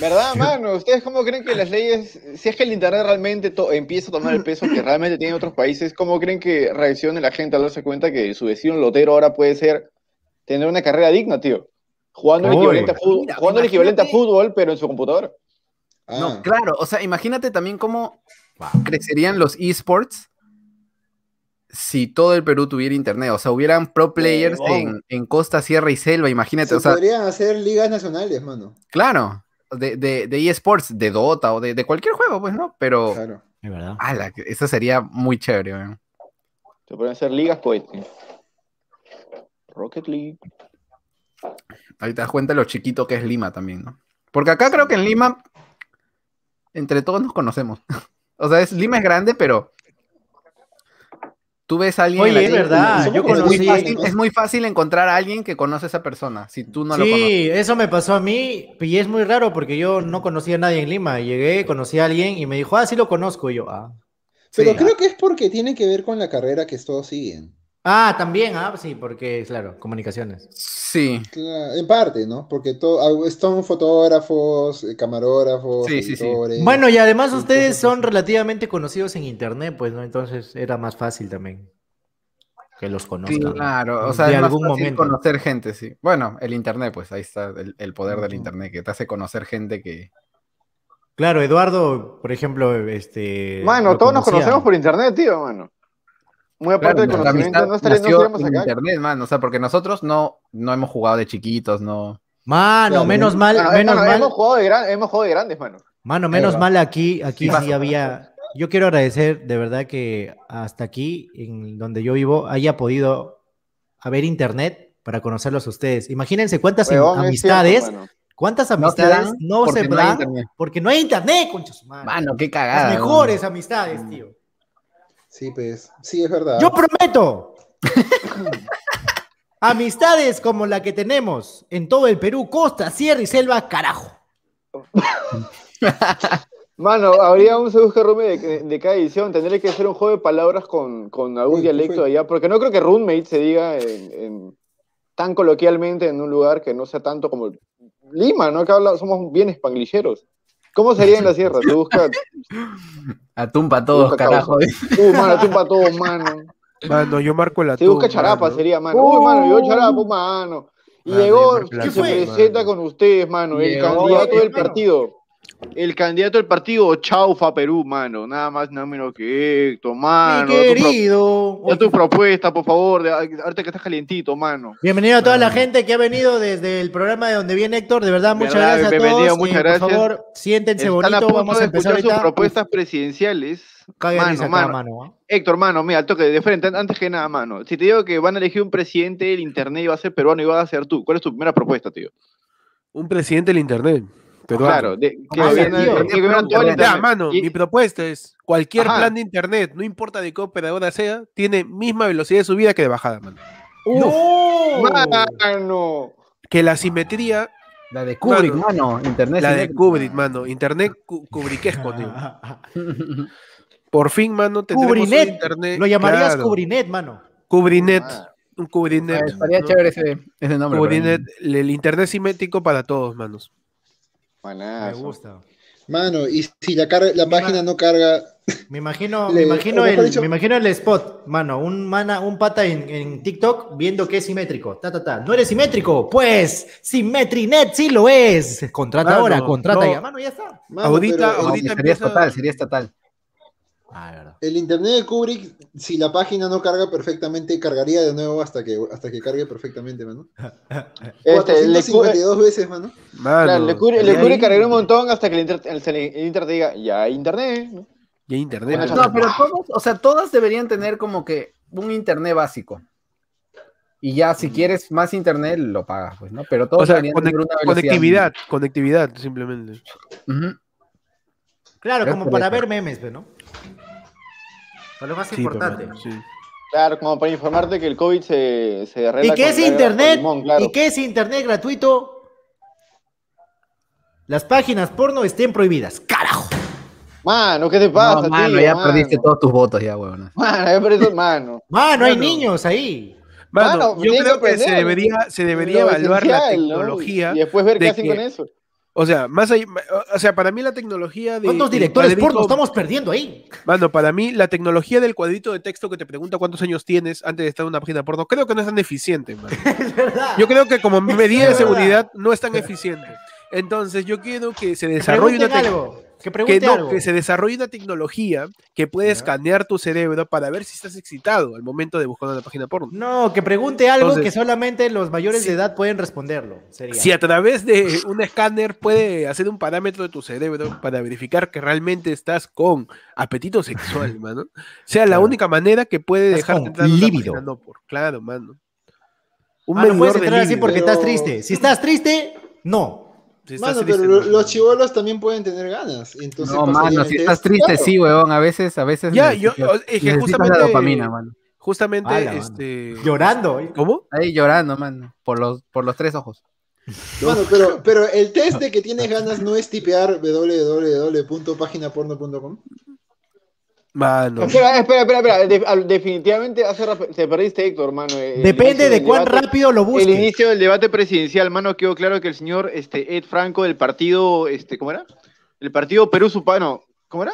A: ¿Verdad, mano? ¿Ustedes cómo creen que las leyes, si es que el Internet realmente to- empieza a tomar el peso que realmente tienen otros países, cómo creen que reaccione la gente al darse cuenta que su vecino lotero ahora puede ser tener una carrera digna, tío? Jugando el
B: Uy.
A: equivalente a fútbol,
D: Mira,
A: jugando el equivalente a
D: imagínate.
A: fútbol, pero en su computadora.
C: Ah,
D: No, claro, o sea, imagínate también cómo
B: Wow.
D: crecerían los esports si todo el Perú tuviera internet, o sea, hubieran pro players en,
A: Huevón.
D: en Costa, Sierra y Selva, imagínate,
C: se
D: o sea,
C: podrían hacer ligas nacionales, mano.
D: claro, de, de, de esports, de Dota o de, de cualquier juego, pues no, pero,
C: Claro.
B: Es verdad.
D: ala, que eso sería muy chévere, weón.
A: Se pueden hacer ligas cohete. Rocket League.
D: Ahí te das cuenta lo chiquito que es Lima también, ¿no? Porque acá creo que en Lima, entre todos nos conocemos. o sea, es, Lima es grande, pero tú ves a alguien... en la
B: Oye, es
D: calle-
B: verdad.
C: somos
B: Yo
C: como
D: Es muy,
B: conocí.
C: Wisconsin,
D: fácil, es muy fácil encontrar a alguien que conoce a esa persona, si tú no lo conoces.
B: Sí, eso me pasó a mí y es muy raro porque yo no conocía a nadie en Lima. Llegué, conocí a alguien y me dijo, ah, sí lo conozco. Y yo, ah,
C: Pero
D: Sí.
C: creo que es porque tiene que ver con la carrera que todos siguen.
B: Ah, también, ah, sí, porque, claro, comunicaciones.
D: Sí,
C: Claro, en parte, ¿no? Porque to- son fotógrafos, eh, camarógrafos,
D: Sí, sí, sí.
C: editores.
B: Bueno, y además
C: sí,
B: ustedes
C: cosas
B: son
C: así.
B: relativamente conocidos en internet, pues, ¿no? Entonces era más fácil también que los conozcan.
D: claro. O
B: De
D: sea, es más
B: algún
D: fácil
B: momento.
D: conocer gente, sí. Bueno, el internet, pues ahí está el, el poder del
B: Ujú.
D: internet que te hace conocer gente que.
B: Claro, Eduardo, por ejemplo, este.
A: Mano,
B: lo
A: todos nos
B: conocía.
A: conocemos por internet, tío, mano. Muy aparte
D: Claro,
A: del
D: nuestra
A: conocimiento,
D: amistad
A: no estaría- no
D: nació
A: estaríamos
D: en
A: acá.
D: internet, man. O sea, porque nosotros no, no hemos jugado de chiquitos, no.
B: Mano,
C: Claro,
B: menos mal,
A: Mano,
B: menos
A: mano,
B: mal.
A: hemos, jugado de gran- hemos jugado de grandes, mano.
B: Mano, menos
C: Eva.
B: mal aquí,
D: Sí,
B: aquí sí
D: pasa.
B: había. Yo quiero agradecer de verdad que hasta aquí, en donde yo vivo, haya podido haber internet para conocerlos a ustedes. Imagínense cuántas in-
A: Huevón, es
B: amistades,
A: cierto, mano.
B: cuántas
D: No se
B: amistades
D: dan
B: no
D: porque
B: se
D: no hay
B: dan
D: internet.
B: porque no hay internet, conchas madre.
D: Mano, qué
B: Las
D: cagada. man.
B: mejores
A: Mm.
B: amistades, tío.
C: Sí, pues, sí, es verdad.
B: Yo prometo. Amistades como la que tenemos en todo el Perú, costa, sierra y selva, carajo.
A: Mano, habría un se busca roommate de, de cada edición. Tendría que hacer un juego de palabras con, con algún
C: Uy, ¿qué
A: dialecto
C: fue?
A: de allá, porque no creo que roommate se diga en- en- tan coloquialmente en un lugar que no sea tanto como Lima, ¿no? Acá habla- somos bien espanglilleros. ¿Cómo sería en la sierra? Tú busca,
D: Atumpa a todos,
A: Busca
D: carajo.
A: tú, uh, mano, tú para todo, mano.
F: Mano, yo marco la
A: Si busca charapa sería, mano. Uy, mano, llegó
B: ¡Uh!
A: charapa, mano. Y
F: Mano,
A: llegó,
F: yo me
A: y se
B: fue?
A: presenta con ustedes, mano. El
D: Llegó,
A: candidato del
D: mano.
A: partido. El candidato del partido, Chaufa Perú, mano. Nada más, nada menos que esto, mano.
B: Mi
A: Da tu pro-
B: querido.
A: da tu propuesta, por favor. de- ahorita que estás calientito, mano.
B: Bienvenido a toda la gente que ha venido desde el programa de donde viene Héctor. De verdad, muchas
A: Verdad,
B: gracias a
A: bienvenido,
B: todos.
A: muchas
B: por
A: gracias.
B: favor, siéntense
A: Están a
B: bonito.
A: punto
B: Vamos
A: de
B: a empezar
A: escuchar sus
B: ahorita.
A: propuestas presidenciales.
B: Cague de
A: Mano,
B: risa acá,
A: mano.
B: mano, ¿ah?
A: Héctor, mano, mira, al toque de frente, an- antes que nada, mano. Si te digo que van a elegir un presidente, el internet iba a ser peruano y vas a ser tú. ¿Cuál es tu primera propuesta, tío?
F: Un presidente del internet. peruano.
A: Claro, de, que
B: hace,
A: gobierna-
B: tío?
A: que
B: ¿Qué
A: gobierna todo el
F: Ya,
A: internet.
F: mano,
A: Y-
F: mi propuesta es cualquier
A: Ajá.
F: plan de internet, no importa de qué operadora sea, tiene misma velocidad de subida que de bajada, mano.
A: Mano.
F: Que la simetría,
D: La de Kubrick,
F: Mano.
D: mano. Internet.
F: la de
D: sin-
F: Kubrick, mano, internet cu- kubriquesco,
B: Ah.
F: tío. Por fin, mano, tendremos un
B: Kubrinet.
F: internet.
B: Lo llamarías
F: claro,
B: Cubrinet, mano.
F: Kubrinet,
A: Ah.
F: un Kubrinet.
D: Ah, Estaría
F: ¿no?
D: chévere ese, ese nombre. pero-
F: Kubrinet, el internet simétrico para todos, manos.
B: Me
A: Manazo.
B: gusta.
C: Mano, y si la, car- la página no carga,
B: Me imagino, me
C: Le-
B: imagino,
C: o mejor
B: el,
C: dicho-
B: me imagino el spot, mano. Un, mana, un pata en, en TikTok viendo que es simétrico. Ta, ta, ta. No eres simétrico, pues Simetrinet sí lo es. Contrata
F: Mano,
B: ahora, contrata
F: no.
B: ya. Mano, ya está.
C: mano,
F: Ahorita-
C: pero el-
D: No,
F: ahorita-
D: sería
F: empieza-
D: estatal, sería estatal.
B: Ah, de verdad.
C: el, internet de Kubrick, si la página no carga perfectamente, cargaría de nuevo hasta que hasta que cargue perfectamente, mano.
A: Este, le cubre,
C: 452 veces, mano.
A: claro, le cubre, le
F: ya
A: cubre
F: hay-
A: cargar un montón hasta que el inter, el, el inter te diga, ya hay internet. ¿no?
F: ya hay internet.
A: Bueno,
F: mano.
D: No, pero todos, o sea, todas deberían tener como que un internet básico. Y ya, si quieres más internet, lo pagas, pues, ¿no? Pero todos
F: o sea,
D: deberían
F: conec-
D: tener una velocidad
F: conectividad, conectividad, simplemente.
D: mínima. Ujú.
B: Claro,
D: Ya
B: como
D: está,
B: para
D: ya está.
B: ver memes, pero ¿no? Para lo más
F: Sí, pero,
B: importante.
F: mano, sí.
A: Claro, como para informarte que el COVID se, se arregla.
B: ¿Y qué
A: con
B: es
A: la-
B: internet?
A: con limón, claro.
B: ¿Y qué es internet gratuito? Las páginas porno estén prohibidas. ¡Carajo!
A: Mano, ¿qué te
D: No,
A: pasa?
D: mano,
A: tío,
D: ya
A: mano?
D: perdiste todos tus votos, ya, huevón.
A: Mano, ya perdiste, mano.
B: Mano, Ah, hay
F: Mano.
B: niños ahí.
F: Mano,
A: Mano,
F: yo
A: tiene que
F: creo que se
A: aprender.
F: debería, se debería
A: Lo
F: evaluar la
A: esencial, ¿no?
F: tecnología.
A: Y después ver qué
F: de
A: hacen
F: que-
A: con eso.
F: O sea, más allá, o sea, para mí la tecnología de.
B: ¿Cuántos
F: del
B: directores
F: cuadrito-
B: porno estamos perdiendo ahí?
F: Mano, para mí la tecnología del cuadrito de texto que te pregunta cuántos años tienes antes de estar en una página porno, creo que no es tan eficiente, mano.
B: Es verdad.
F: Yo creo que como medida de
B: verdad.
F: seguridad no es tan eficiente. Entonces yo quiero que se desarrolle una
B: Pregunten
F: tecnología.
B: algo. Que
F: Que,
B: pregunten
F: no,
B: algo.
F: que se desarrolle una tecnología que puede escanear tu cerebro para ver si estás excitado al momento de buscar una página porno.
B: No, que pregunte algo
F: Entonces,
B: que solamente los mayores
F: si-
B: de edad pueden responderlo. Sería.
F: Si a través de un escáner puede hacer un parámetro de tu cerebro para verificar que realmente estás con apetito sexual, mano, sea la
B: Claro.
F: única manera que puede
B: Estás
F: dejar
B: con líbido.
F: lívido. No por, claro, mano. Un
B: Ah, no puedes
F: medidor de
B: entrar así
F: líbido. ¿eh?
B: porque
C: pero-
B: estás triste. Si estás triste, no.
F: Si estás
C: Mano,
F: triste,
C: pero lo-
F: mano.
C: los chivolos también pueden tener ganas. Entonces
D: No,
C: pasarían
D: mano,
C: el
D: si
C: test.
D: estás triste,
C: Claro.
D: sí, huevón. A veces, a veces.
F: Ya, yo,
D: necesitas-
F: o- es que
D: necesitas
F: justamente.
D: la dopamina, mano.
F: Justamente,
B: Ala, mano.
F: este.
B: Llorando. ¿eh?
F: ¿Cómo?
D: Ahí llorando, mano. Por los, por los tres ojos.
C: Mano, pero, pero el test de que tienes ganas no es tipear www.paginaporno.com.
F: Mano.
A: Espera, espera, espera, espera. De- al- definitivamente hace rap- te perdiste, Héctor, mano. El
B: Depende
A: inicio
B: de
A: del
B: cuán
A: debate-
B: rápido lo
A: El
B: busques.
A: inicio del debate presidencial, mano, quedó claro que el señor este, Ed Franco del partido, este, ¿cómo era? El partido Perú Supano, ¿cómo era?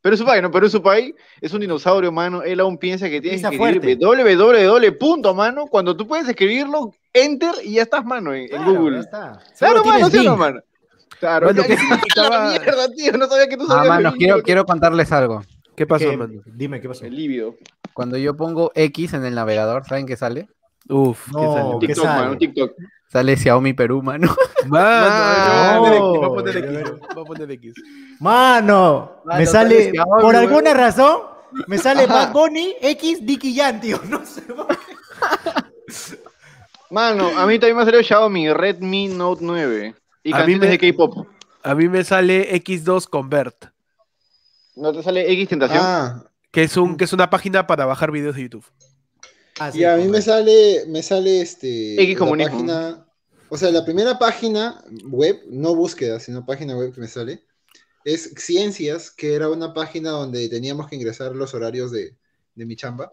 A: Perú Supay, no, Perú Supay es un dinosaurio, mano. Él aún piensa que tienes
B: Piensa
A: que escribir
B: fuerte.
A: www. punto, mano. Cuando tú puedes escribirlo, enter y ya estás, mano, en, en
B: Claro, ya
A: Google.
B: está.
A: Claro,
B: Solo tienes
A: mano, sí o no,
B: link.
A: mano. Claro,
F: Bueno,
A: ya-
F: ¿qué
A: ya-
F: significaba?
A: la mierda, tío, no sabía que tú
D: Ah,
A: sabías.
D: mano,
A: el
D: quiero,
A: líbido.
D: quiero contarles algo.
F: ¿Qué pasó,
B: ¿Qué?
F: mano?
B: Dime, ¿qué pasó?
A: El líbido.
D: Cuando yo pongo X en el navegador, ¿saben qué sale?
F: Uf, ¿qué
B: No,
F: salió?
B: ¿qué
A: TikTok,
B: sale?
A: mano, TikTok.
D: Sale Xiaomi Perú, mano.
F: Mano,
B: No.
F: va a poner X, va a poner X.
B: Mano,
D: Mano,
B: me sale,
D: sale Xiaomi,
B: por
D: weón.
B: alguna razón, me sale
A: Ajá.
B: Bad Bunny X Dicky Yan, tío. No sé. por qué.
A: Mano, a mí también me ha salido Xiaomi Redmi Note 9 y
F: A mí
A: canciones
F: me-
A: de K-pop.
F: A mí me sale X2 Convert,
A: ¿No te sale X Tentación?
C: Ah,
F: que es, un, que es una página para bajar videos de YouTube.
B: Ah, sí,
C: y a mí me
B: correcto.
C: sale, me sale este.
A: X comunismo.
C: página, o sea, la primera página web, no búsqueda, sino página web que me sale, es Ciencias, que era una página donde teníamos que ingresar los horarios de, de mi chamba.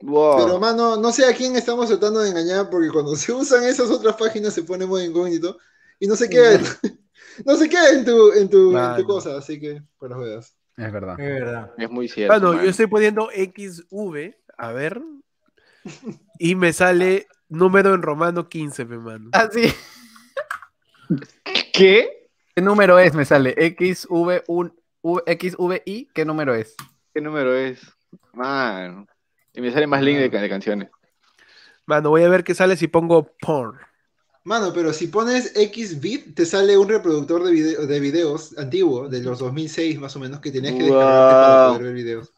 A: Wow.
C: Pero, mano, no sé a quién estamos tratando de engañar, porque cuando se usan esas otras páginas se pone muy incógnito y no se queda, en, no se queda en, tu, en, tu, en tu
F: Mano.
C: cosa, así que por las veas.
D: Es verdad.
B: Es verdad.
A: Es muy cierto.
F: Mano,
A: mano.
F: yo estoy poniendo XV, a ver, y me sale número en romano 15, pe, mano.
D: Ah, sí.
A: ¿Qué?
D: ¿Qué número es? Me sale XV1. U- XVI, ¿qué número es?
A: ¿Qué número es? Mano. Y me sale más link de, can- de canciones.
F: Mano, voy a ver qué sale si pongo porn.
C: Mano, pero si pones XVid, te sale un reproductor de, video- de videos antiguo, de los 2006 más o menos, que tenías que descargarte para
A: Wow.
C: poder ver videos.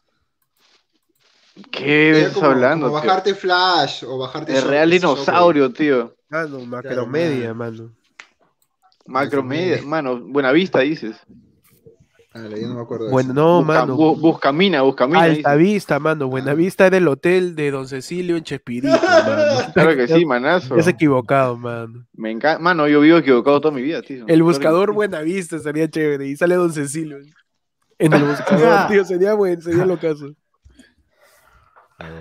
A: ¿Qué
C: Era
A: estás
C: como,
A: hablando?
C: como
A: tío?
C: bajarte Flash o bajarte...
A: El
C: Shop-
A: real dinosaurio, tío.
F: Mano, macromedia, mano.
A: Macromedia. Mano, buena vista, dices.
C: Shopway. Dale, yo no me acuerdo de
F: Bueno,
C: eso.
F: no,
A: busca,
F: mano.
A: bu- buscamina, buscamina.
F: Alta
A: dices.
F: Vista, mano. Buena Vista era el hotel de Don Cecilio en Chespirito, mano.
A: Claro que sí, manazo.
F: Es equivocado, mano.
A: Me encanta. Mano, yo vivo equivocado toda mi vida, tío.
F: El buscador Buena Vista sería chévere. Y sale Don Cecilio. En el buscador, tío, sería bueno, sería lo caso.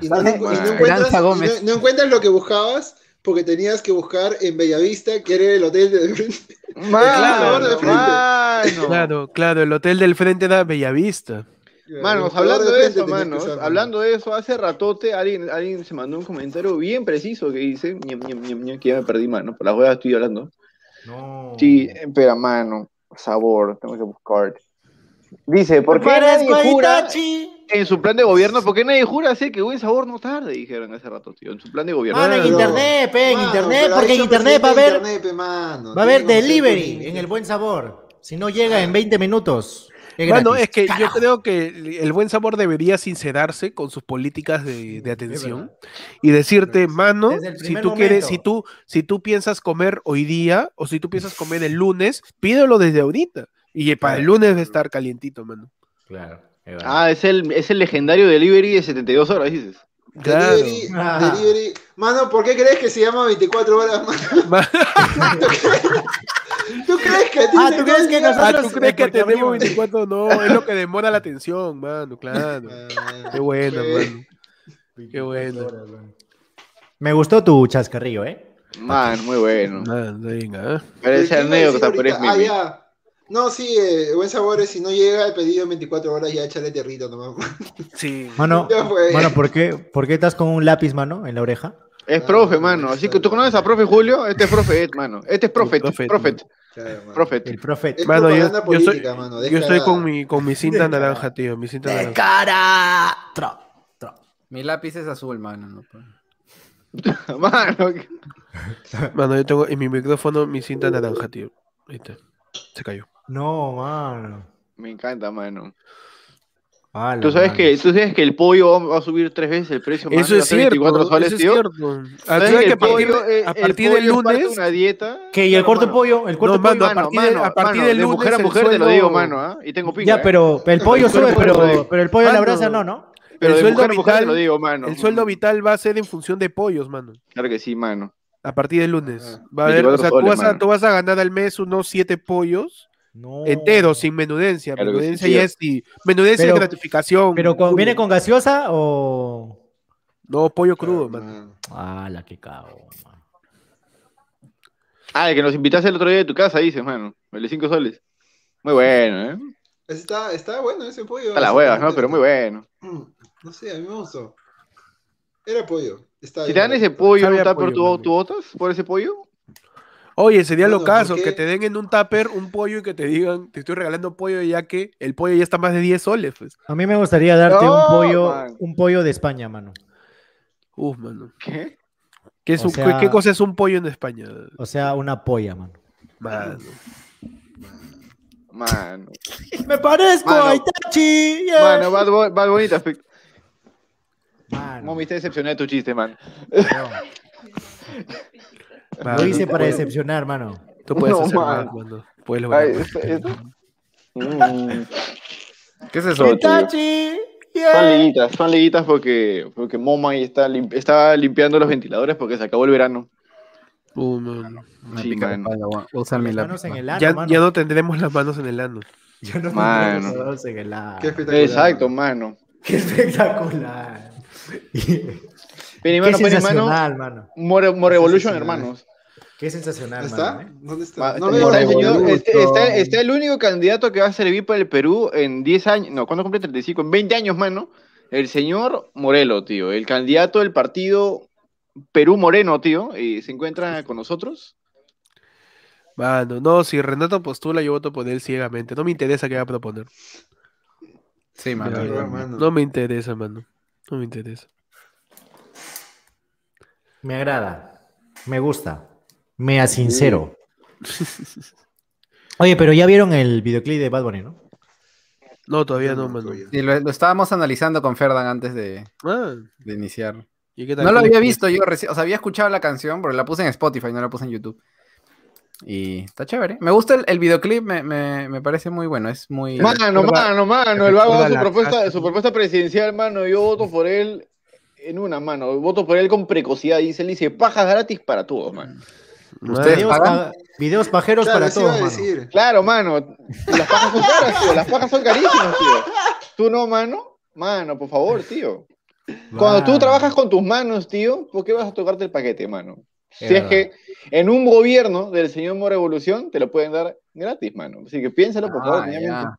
C: Y no,
A: Dale,
C: y no
A: Esperanza
C: encuentras, y no-
D: Gómez.
C: no encuentras lo que buscabas porque tenías que buscar en Bellavista, que era el hotel de...
A: Mano,
C: buscador de frente.
A: mano.
F: Claro, claro, el hotel del frente era Bellavista.
A: Manos,
C: El Este, jugador
A: hablando de
C: frente
A: eso,
C: tenías que
A: manos,
C: usar, mano.
A: hablando de eso, hace ratote alguien, alguien se mandó un comentario bien preciso que dice, ñam, ñam, ñam, ñam, que ya me perdí, mano, por las huevas estoy hablando.
B: No.
A: Sí, espera, mano, sabor, tengo que buscar. Dice, ¿por qué nadie
B: Parezco a
A: jura
B: Itachi.
A: en su plan de gobierno? ¿Por qué nadie jura hacer que buen sabor no tarde? Dijeron hace rato, tío, en su plan de gobierno.
B: Mano, en
C: Claro.
B: internet, pe, en
C: Mano,
B: internet,
C: pero
B: porque
C: ahí
B: en
C: yo
B: internet va a
C: prefiero
B: haber,
C: internet, pe, mano.
B: va a haber
C: Tiene que ser
B: delivery
C: tu-
B: en el buen sabor. Si no llega en 20 minutos. es
F: Bueno,
B: gratis.
F: es que yo creo que el- el buen sabor debería sincerarse con sus políticas de, de atención y decirte, mano,
B: Desde el
F: si
B: primer
F: tú quieres,
B: momento.
F: si tú, si tú piensas comer hoy día o si tú piensas comer el lunes, pídelo desde ahorita. Y para el lunes debe estar calientito, mano.
B: Claro. es verdad.
A: Ah, es el, es el legendario delivery de 72 horas, dices.
F: Claro.
C: Delivery,
B: Ah.
C: delivery. Mano, ¿por qué crees que se llama 24 horas, mano?
F: Ma-
C: ¿Tú crees que a ti
B: Ah,
C: te
B: ¿tú crees que
C: cambia?
B: nosotros-
F: Ah, ¿tú crees que
B: porque
F: tenemos
B: abrimos.
F: 24? No, es lo que demora la atención, mano, claro.
C: Ah,
F: Qué buena,
C: fe.
F: mano. Qué bueno.
B: Me gustó tu chascarrillo, ¿eh?
A: Man, muy bueno.
F: Mano, venga. ah.
A: Parece
C: ¿Pero qué iba a decir
A: anécdota, pero es
C: ahorita? Ah,
A: meme.
C: ya. No, sí, eh, buen sabor es si no llega el pedido en 24 horas, ya échale tierrita nomás.
F: Sí.
B: Mano,
C: Ya fue.
B: mano ¿por, qué, ¿por qué estás con un lápiz, mano, en la oreja?
A: Es
C: Ah,
A: profe, mano. Así que tú
C: exacto.
A: conoces a profe Julio, este es profe Ed, mano. Este es profe,
F: Profe Ed,
A: profe,
C: Claro, mano.
A: profe.
B: El profe.
C: Es
F: Mano, yo-
C: propaganda
F: yo soy-
C: política, mano.
F: Yo estoy
C: descarada.
F: con mi, con mi cinta naranja, tío. Mi cinta naranja.
B: cara! Tro, tro.
D: Mi lápiz es azul, mano. no puedo.
A: Mano, ¿qué-
F: Mano, yo tengo en mi micrófono mi cinta naranja, tío. Ahí está. Se cayó.
B: No, mano.
A: me encanta, mano.
B: Ala,
A: Tú sabes
B: mano.
A: que, tú sabes que el pollo va- va a subir tres veces el precio. mano,
F: Eso
A: va a
F: es
A: ser
F: cierto.
A: 24 soles,
F: eso es
A: tío.
F: cierto.
A: ¿Sabes
F: Ah, ¿sabes
A: que
F: que
A: el
F: a partir,
A: pollo, eh,
F: a
A: el
F: partir del
A: pollo parte
F: lunes.
A: una dieta?
B: ¿Qué? ¿Y el
A: Claro,
B: cuarto
A: mano.
B: pollo? El cuarto
F: No, mano,
B: pollo.
F: a partir, de, a partir
A: mano,
F: del
A: de
F: lunes.
A: mujer a
F: el
A: mujer te lo
F: sueldo-
A: digo, mano, ¿ah? Y tengo pinta.
B: Ya, pero el pollo
A: El
B: sube,
A: cuerpo
B: pero,
A: de-
B: pero el pollo a la
F: Mano,
B: brasa no, ¿no?
A: pero
F: el
A: de
F: sueldo
A: mujer a mujer te
F: vital-
A: lo digo, mano.
F: El sueldo vital va a ser en función de pollos, mano.
A: Claro que sí, mano.
F: A partir del lunes.
C: Ajá.
F: Va a haber, o
A: 24
F: sea, tú
A: soles,
F: vas a,
A: mano.
F: tú vas a ganar al mes unos siete pollos
B: No.
F: entero, sin menudencia.
A: Claro que sí,
F: menudencia
A: tío.
F: ya es y- menudencia
B: Pero-
F: es gratificación.
B: ¿Pero con-
F: pura.
B: viene con gaseosa o...?
F: No, pollo crudo, man.
B: Ah, la que cago. man.
A: Ah, el que nos invitaste el otro día de tu casa, dices, mano. El de 5 soles. Muy bueno, ¿eh?
C: Está, está bueno ese pollo.
A: A las huevas, ¿no? Pero muy bueno.
C: bueno. No sé, a mí me gustó. Era pollo. Está
A: Si te
C: bien.
A: dan ese pollo en
F: Sabe
A: un
F: a
A: tupper,
F: pollo,
A: ¿tú,
F: mano.
A: tú votas por ese pollo?
F: Oye, sería
C: Bueno,
F: lo caso,
C: porque-
F: que te den en un tupper un pollo y que te digan, te estoy regalando pollo ya que el pollo ya está más de 10 soles, pues.
B: A mí me gustaría darte un
A: No,
B: pollo,
A: man.
B: un pollo de España, mano.
F: Uf, mano.
A: ¿Qué?
F: ¿Qué, es
B: O
F: un- qué-
B: sea-
F: qué cosa es un pollo en España?
B: O sea, una polla, mano.
F: Mano.
A: Mano.
B: ¡Me parezco
A: Mano.
B: a Itachi! yeah.
A: Mano, Bad, Boy- Bad Bunny te afecta.
B: Mano,
A: Mami, te decepcioné de tu chiste, man.
B: no.
F: Mano,
B: Lo hice
F: tú
B: para
F: puedes-
B: decepcionar, mano.
F: Tú puedes
A: No,
F: hacer más,
A: mano.
F: mano. Puedes lograr
A: Ay,
F: más.
A: ¿esto? esto? Mm.
D: ¿Qué es eso?
A: Son-
B: ¡Itachi!
A: Son
B: yeah.
A: liguitas, son liguitas porque, porque Moma ahí está, lim- está limpiando los ventiladores porque se acabó el verano.
F: Uh, mano.
D: Me
A: Sí,
D: pica la
A: mano.
D: espalda, voy a- voy a usar mi
B: Las
D: lápiz.
B: manos en el ano,
F: Ya,
B: mano.
F: ya no tendremos las manos en el ano.
B: Ya no
A: Mano.
B: tenemos las manos en el ano.
C: Qué espectacular.
A: Exacto, mano.
B: ¡Qué espectacular!
A: Bien,
B: Qué
A: hermano,
F: pues,
A: ven, hermano.
B: sensacional, mano.
A: More, More
C: Qué
A: Revolution,
C: sensacional.
A: hermanos.
B: Qué sensacional,
C: ¿Está?
B: mano. ¿eh?
C: ¿Dónde
A: Va,
C: está?
A: está,
C: No veo
A: está
C: la
A: el señor-
C: evolución.
A: este- está- está el único candidato que va a servir para el Perú en 10 años. No, ¿cuándo cumple 35? En 20 años, mano. El señor Morelo, tío. El candidato del partido Perú Moreno, tío. Y se encuentra con nosotros.
F: Mano, no, si Renato postula, yo voto por él ciegamente. No me interesa qué va a proponer.
D: Sí, mano.
F: Ya,
D: yo
F: ya,
D: también.
C: mano.
F: No me interesa, mano. No me interesa.
B: Me agrada. Me gusta. Me asincero. Oye, pero ya vieron el videoclip de Bad Bunny, ¿no?
F: No, todavía no,
C: No,
F: mano.
C: todavía.
D: Sí, lo, lo estábamos analizando con Ferdan antes de,
F: Ah,
D: de iniciar.
F: ¿y qué tal?
D: No lo
F: ¿Qué le
D: había
F: crees?
D: visto yo recién, o sea, había escuchado la canción, porque la puse en Spotify, no la puse en YouTube. Y está chévere. Me gusta el, el videoclip, me, me- me parece muy bueno, es muy...
A: Mano, mano, mano, el vago
F: recuerda
A: da su
F: la
A: propuesta,
F: casa.
A: su propuesta presidencial, mano. Yo voto por él en una mano. Voto por él con precocidad. Dice, él dice, pajas gratis para todos, mano.
F: Mm.
D: Ustedes
B: Videos,
D: pagan.
B: pa- videos pajeros
C: Claro,
B: para
C: eso iba
B: todos,
C: a
B: mano.
C: decir.
A: Claro, mano. Las pajas son caras, tío. Las pajas son carísimas, tío. Tú no, mano. Mano, por favor, tío. Cuando tú
B: Mano.
A: trabajas con tus manos, tío, ¿por qué vas a tocarte el paquete, mano?
B: Es
A: Si es
B: verdad.
A: que en un gobierno del señor Mora Evolución te lo pueden dar gratis, mano. Así que piénsalo, por favor.
D: Ah,
A: niñamente.
D: ya.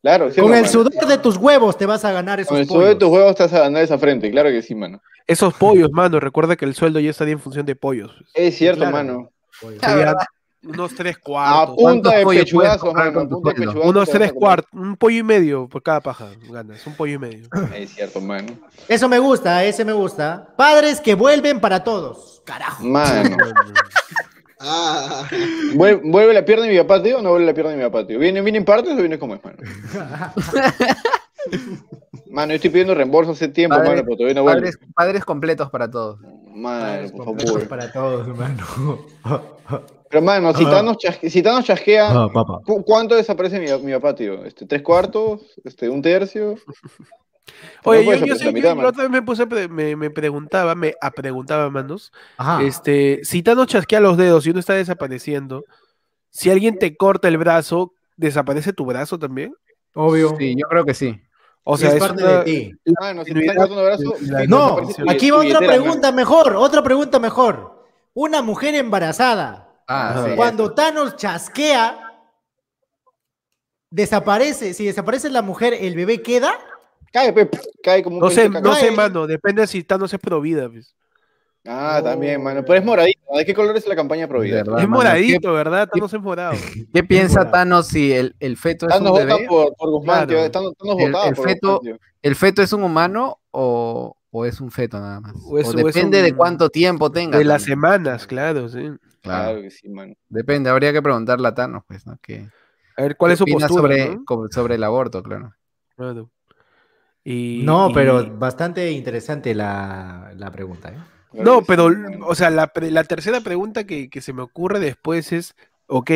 A: Claro, sí,
B: Con
A: no,
B: el
A: mano.
B: sudor de tus huevos te vas a ganar esos
A: Con el
B: pollos.
A: sudor de tus huevos estás a ganar esa frente, claro que sí, mano.
F: Esos pollos, mano. Recuerda que el sueldo ya estaría en función de pollos.
A: Es cierto,
B: Claro.
A: mano.
B: Pollos.
F: Serían unos tres
A: A
F: cuartos.
A: punta de
D: Ah, ¿Cuántos pollos
A: pechugazos,
D: puedes comprar
A: mano. A
D: con tu
A: punta de
D: sueldo?
A: pechugazos.
F: Unos
A: te vas
F: tres
A: a comprar.
F: cuartos. Un pollo y medio por cada paja ganas. Un pollo y medio.
A: Es cierto, mano.
B: Eso me gusta, ese me gusta. Padres que vuelven para todos. Carajo.
A: Mano.
C: Ah,
A: ¿Vuel- ¿Vuelve la pierna de mi papá, tío, o no vuelve la pierna de mi papá, tío? ¿Viene, viene en partes o viene como es, mano? Mano, yo estoy pidiendo reembolso hace tiempo,
D: Padre-
A: mano, pero todavía no vuelve.
D: Padres, padres completos para todos.
A: Mano, por
B: Completos
A: favor.
B: para todos, hermano.
A: Pero, mano,
D: Ah.
A: si Thanos, chasque- si Thanos chasquea,
B: Ah, papá.
A: ¿cu- ¿cuánto desaparece mi, mi papá, tío? Este, ¿Tres cuartos? Este, ¿Un tercio?
F: Oye,
A: No puedes
F: yo, yo,
A: apretar la
F: sé- yo-
A: mitad,
F: yo
A: mano.
F: la otra vez me puse, a pre- me, me preguntaba, me a preguntaba, manos.
B: Ajá.
F: Este, si Thanos chasquea los dedos y uno está desapareciendo, si alguien te corta el brazo, ¿desaparece tu brazo también?
B: Obvio.
D: Sí, yo creo que sí.
F: O sea,
B: es,
F: es
B: parte
F: una-
B: de ti.
A: Mano, Ah, si te están cortando un abrazo... fijo,
B: No,
A: desaparece tu-
B: aquí
A: tu
B: va otra
A: billetera, mano.
B: pregunta mejor, otra pregunta mejor. Una mujer embarazada,
D: Ah, sí.
B: cuando Thanos chasquea, desaparece. Si desaparece la mujer, ¿el bebé queda?
A: Cae, pe, cae como un
F: No sé,
A: pedito de
F: no
A: caca.
F: sé, mano. Depende si Thanos es pro vida. pues.
A: Ah, también, mano.
F: Oh.
A: Pero es moradito. ¿De qué color es la campaña prohibida?
D: Verdad,
F: Es
D: mano.
F: moradito, ¿verdad? Thanos es morado.
D: ¿Qué, qué piensa
B: Moradito.
D: Thanos si el, el feto es
A: Thanos
D: un
A: vota
D: bebé?
A: por, por Guzmán,
F: Claro.
A: tío. Thanos, Thanos
D: El-
A: votaba
D: el
A: por
D: feto-
A: Guzmán, tío.
D: ¿El feto es un humano o, o es un feto nada más?
F: O es-
D: O
F: o es
D: depende de
F: un-
D: cuánto tiempo tenga.
F: De las
D: también.
F: semanas, claro, sí.
D: Claro.
A: Claro que sí, mano.
D: Depende, habría que preguntarle a Thanos, pues, ¿no? ¿Qué-
F: A ver, ¿cuál
D: qué
F: es su
D: opina
F: postura?
D: sobre,
F: no?
D: co- sobre el aborto, claro?
F: Claro. Y,
B: No,
F: y-
B: pero bastante interesante la, la pregunta. ¿eh?
A: Claro
F: No,
A: que sí,
F: pero,
A: mano.
F: o sea, la, pre- la tercera pregunta que, que se me ocurre después es, ok,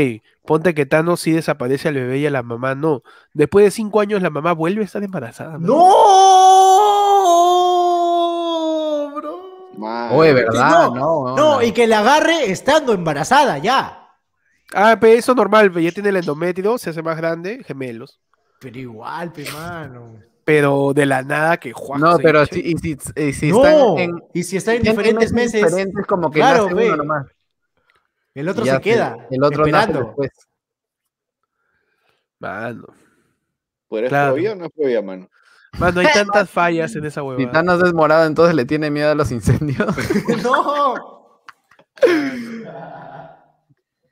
F: ponte que Thanos sí desaparece al bebé y a la mamá no. Después de cinco años la mamá vuelve a estar embarazada. mano.
B: ¡No! Bro.
A: Mano.
D: Oye, ¿verdad?
B: no,
D: No, no,
B: No,
D: no.
B: y que la agarre estando embarazada ya.
F: Ah, pero eso normal, pe, ya tiene el endometrio, se hace más grande, gemelos.
B: Pero igual, pe, mano.
F: Pero de la nada que Juan.
D: No,
F: se
D: pero
F: echa.
D: si, y si, y si
B: no.
D: están en,
B: y si está en
D: están
B: diferentes meses,
D: diferentes, como que
B: Claro,
D: nace
B: ve.
D: uno nomás.
B: el otro
D: Y ya
B: se queda.
D: El otro nace
B: esperando.
D: después.
F: Mano.
A: ¿Podrías
F: Claro.
A: todavía o no es todavía, mano?
F: Mano, hay tantas fallas en esa
D: Si
F: huevada.
D: Thanos es morado, entonces le tiene miedo a los incendios.
B: no.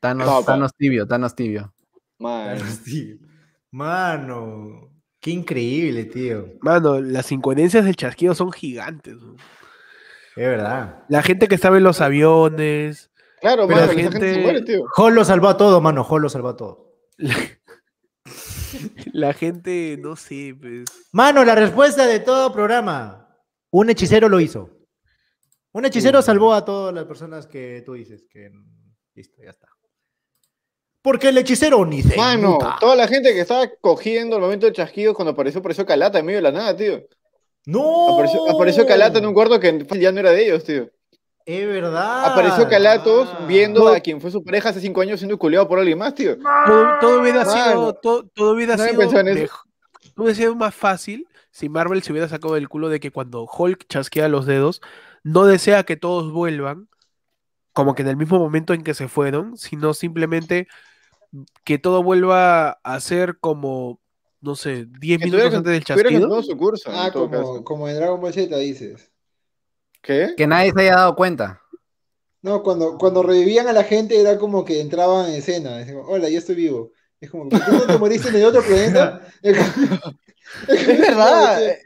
D: Thanos,
A: No, pa.
D: Thanos tibio, Thanos tibio.
A: Mano.
B: Sí. Mano, qué increíble, tío.
F: Mano, las incoherencias del chasquido son gigantes. ¿no?
B: Es verdad.
F: La gente que estaba en los aviones.
A: Claro,
F: Pero
A: mano,
F: la
A: la gente...
F: gente-
A: se muere, tío.
B: Hall lo salvó a todo, mano. Hall lo salvó a todo.
F: La, la gente, no sé, pues.
B: Mano, la respuesta de todo programa. Un hechicero lo hizo. Un hechicero salvó a todas las personas que tú dices que listo, ya está. Porque el hechicero ni se
A: Mano,
B: inmuta.
A: toda la gente que estaba cogiendo el momento de chasquidos cuando apareció, apareció Calata en medio de la nada, tío.
B: No.
A: Apareció, apareció Calata en un cuarto que ya no era de ellos, tío.
B: Es verdad.
D: Ah.
A: Apareció Calatos viendo
F: No.
A: a quien fue su pareja hace cinco años siendo culeado por alguien más, tío.
F: Todo, todo hubiera
A: Mano.
F: sido, todo, todo hubiera
A: No había
F: sido,
A: pensado en eso.
F: mej- hubiera sido más fácil si Marvel se hubiera sacado del culo de que cuando Hulk chasquea los dedos, no desea que todos vuelvan, como que en el mismo momento en que se fueron, sino simplemente que todo vuelva a ser como, no sé, 10
A: Que
F: minutos
A: tuvieron-
F: antes del
A: Tuvieron
F: chasquido.
A: todo su curso. en
C: Ah,
A: todo
C: como,
A: caso.
C: como en Dragon Ball Z dices.
A: ¿Qué?
D: Que nadie se haya dado cuenta.
C: No, cuando, cuando revivían a la gente era como que entraban en escena. Es como, Hola, yo estoy vivo. Es como, ¿por qué no te moriste en el otro planeta? Es
A: Es verdad, eh,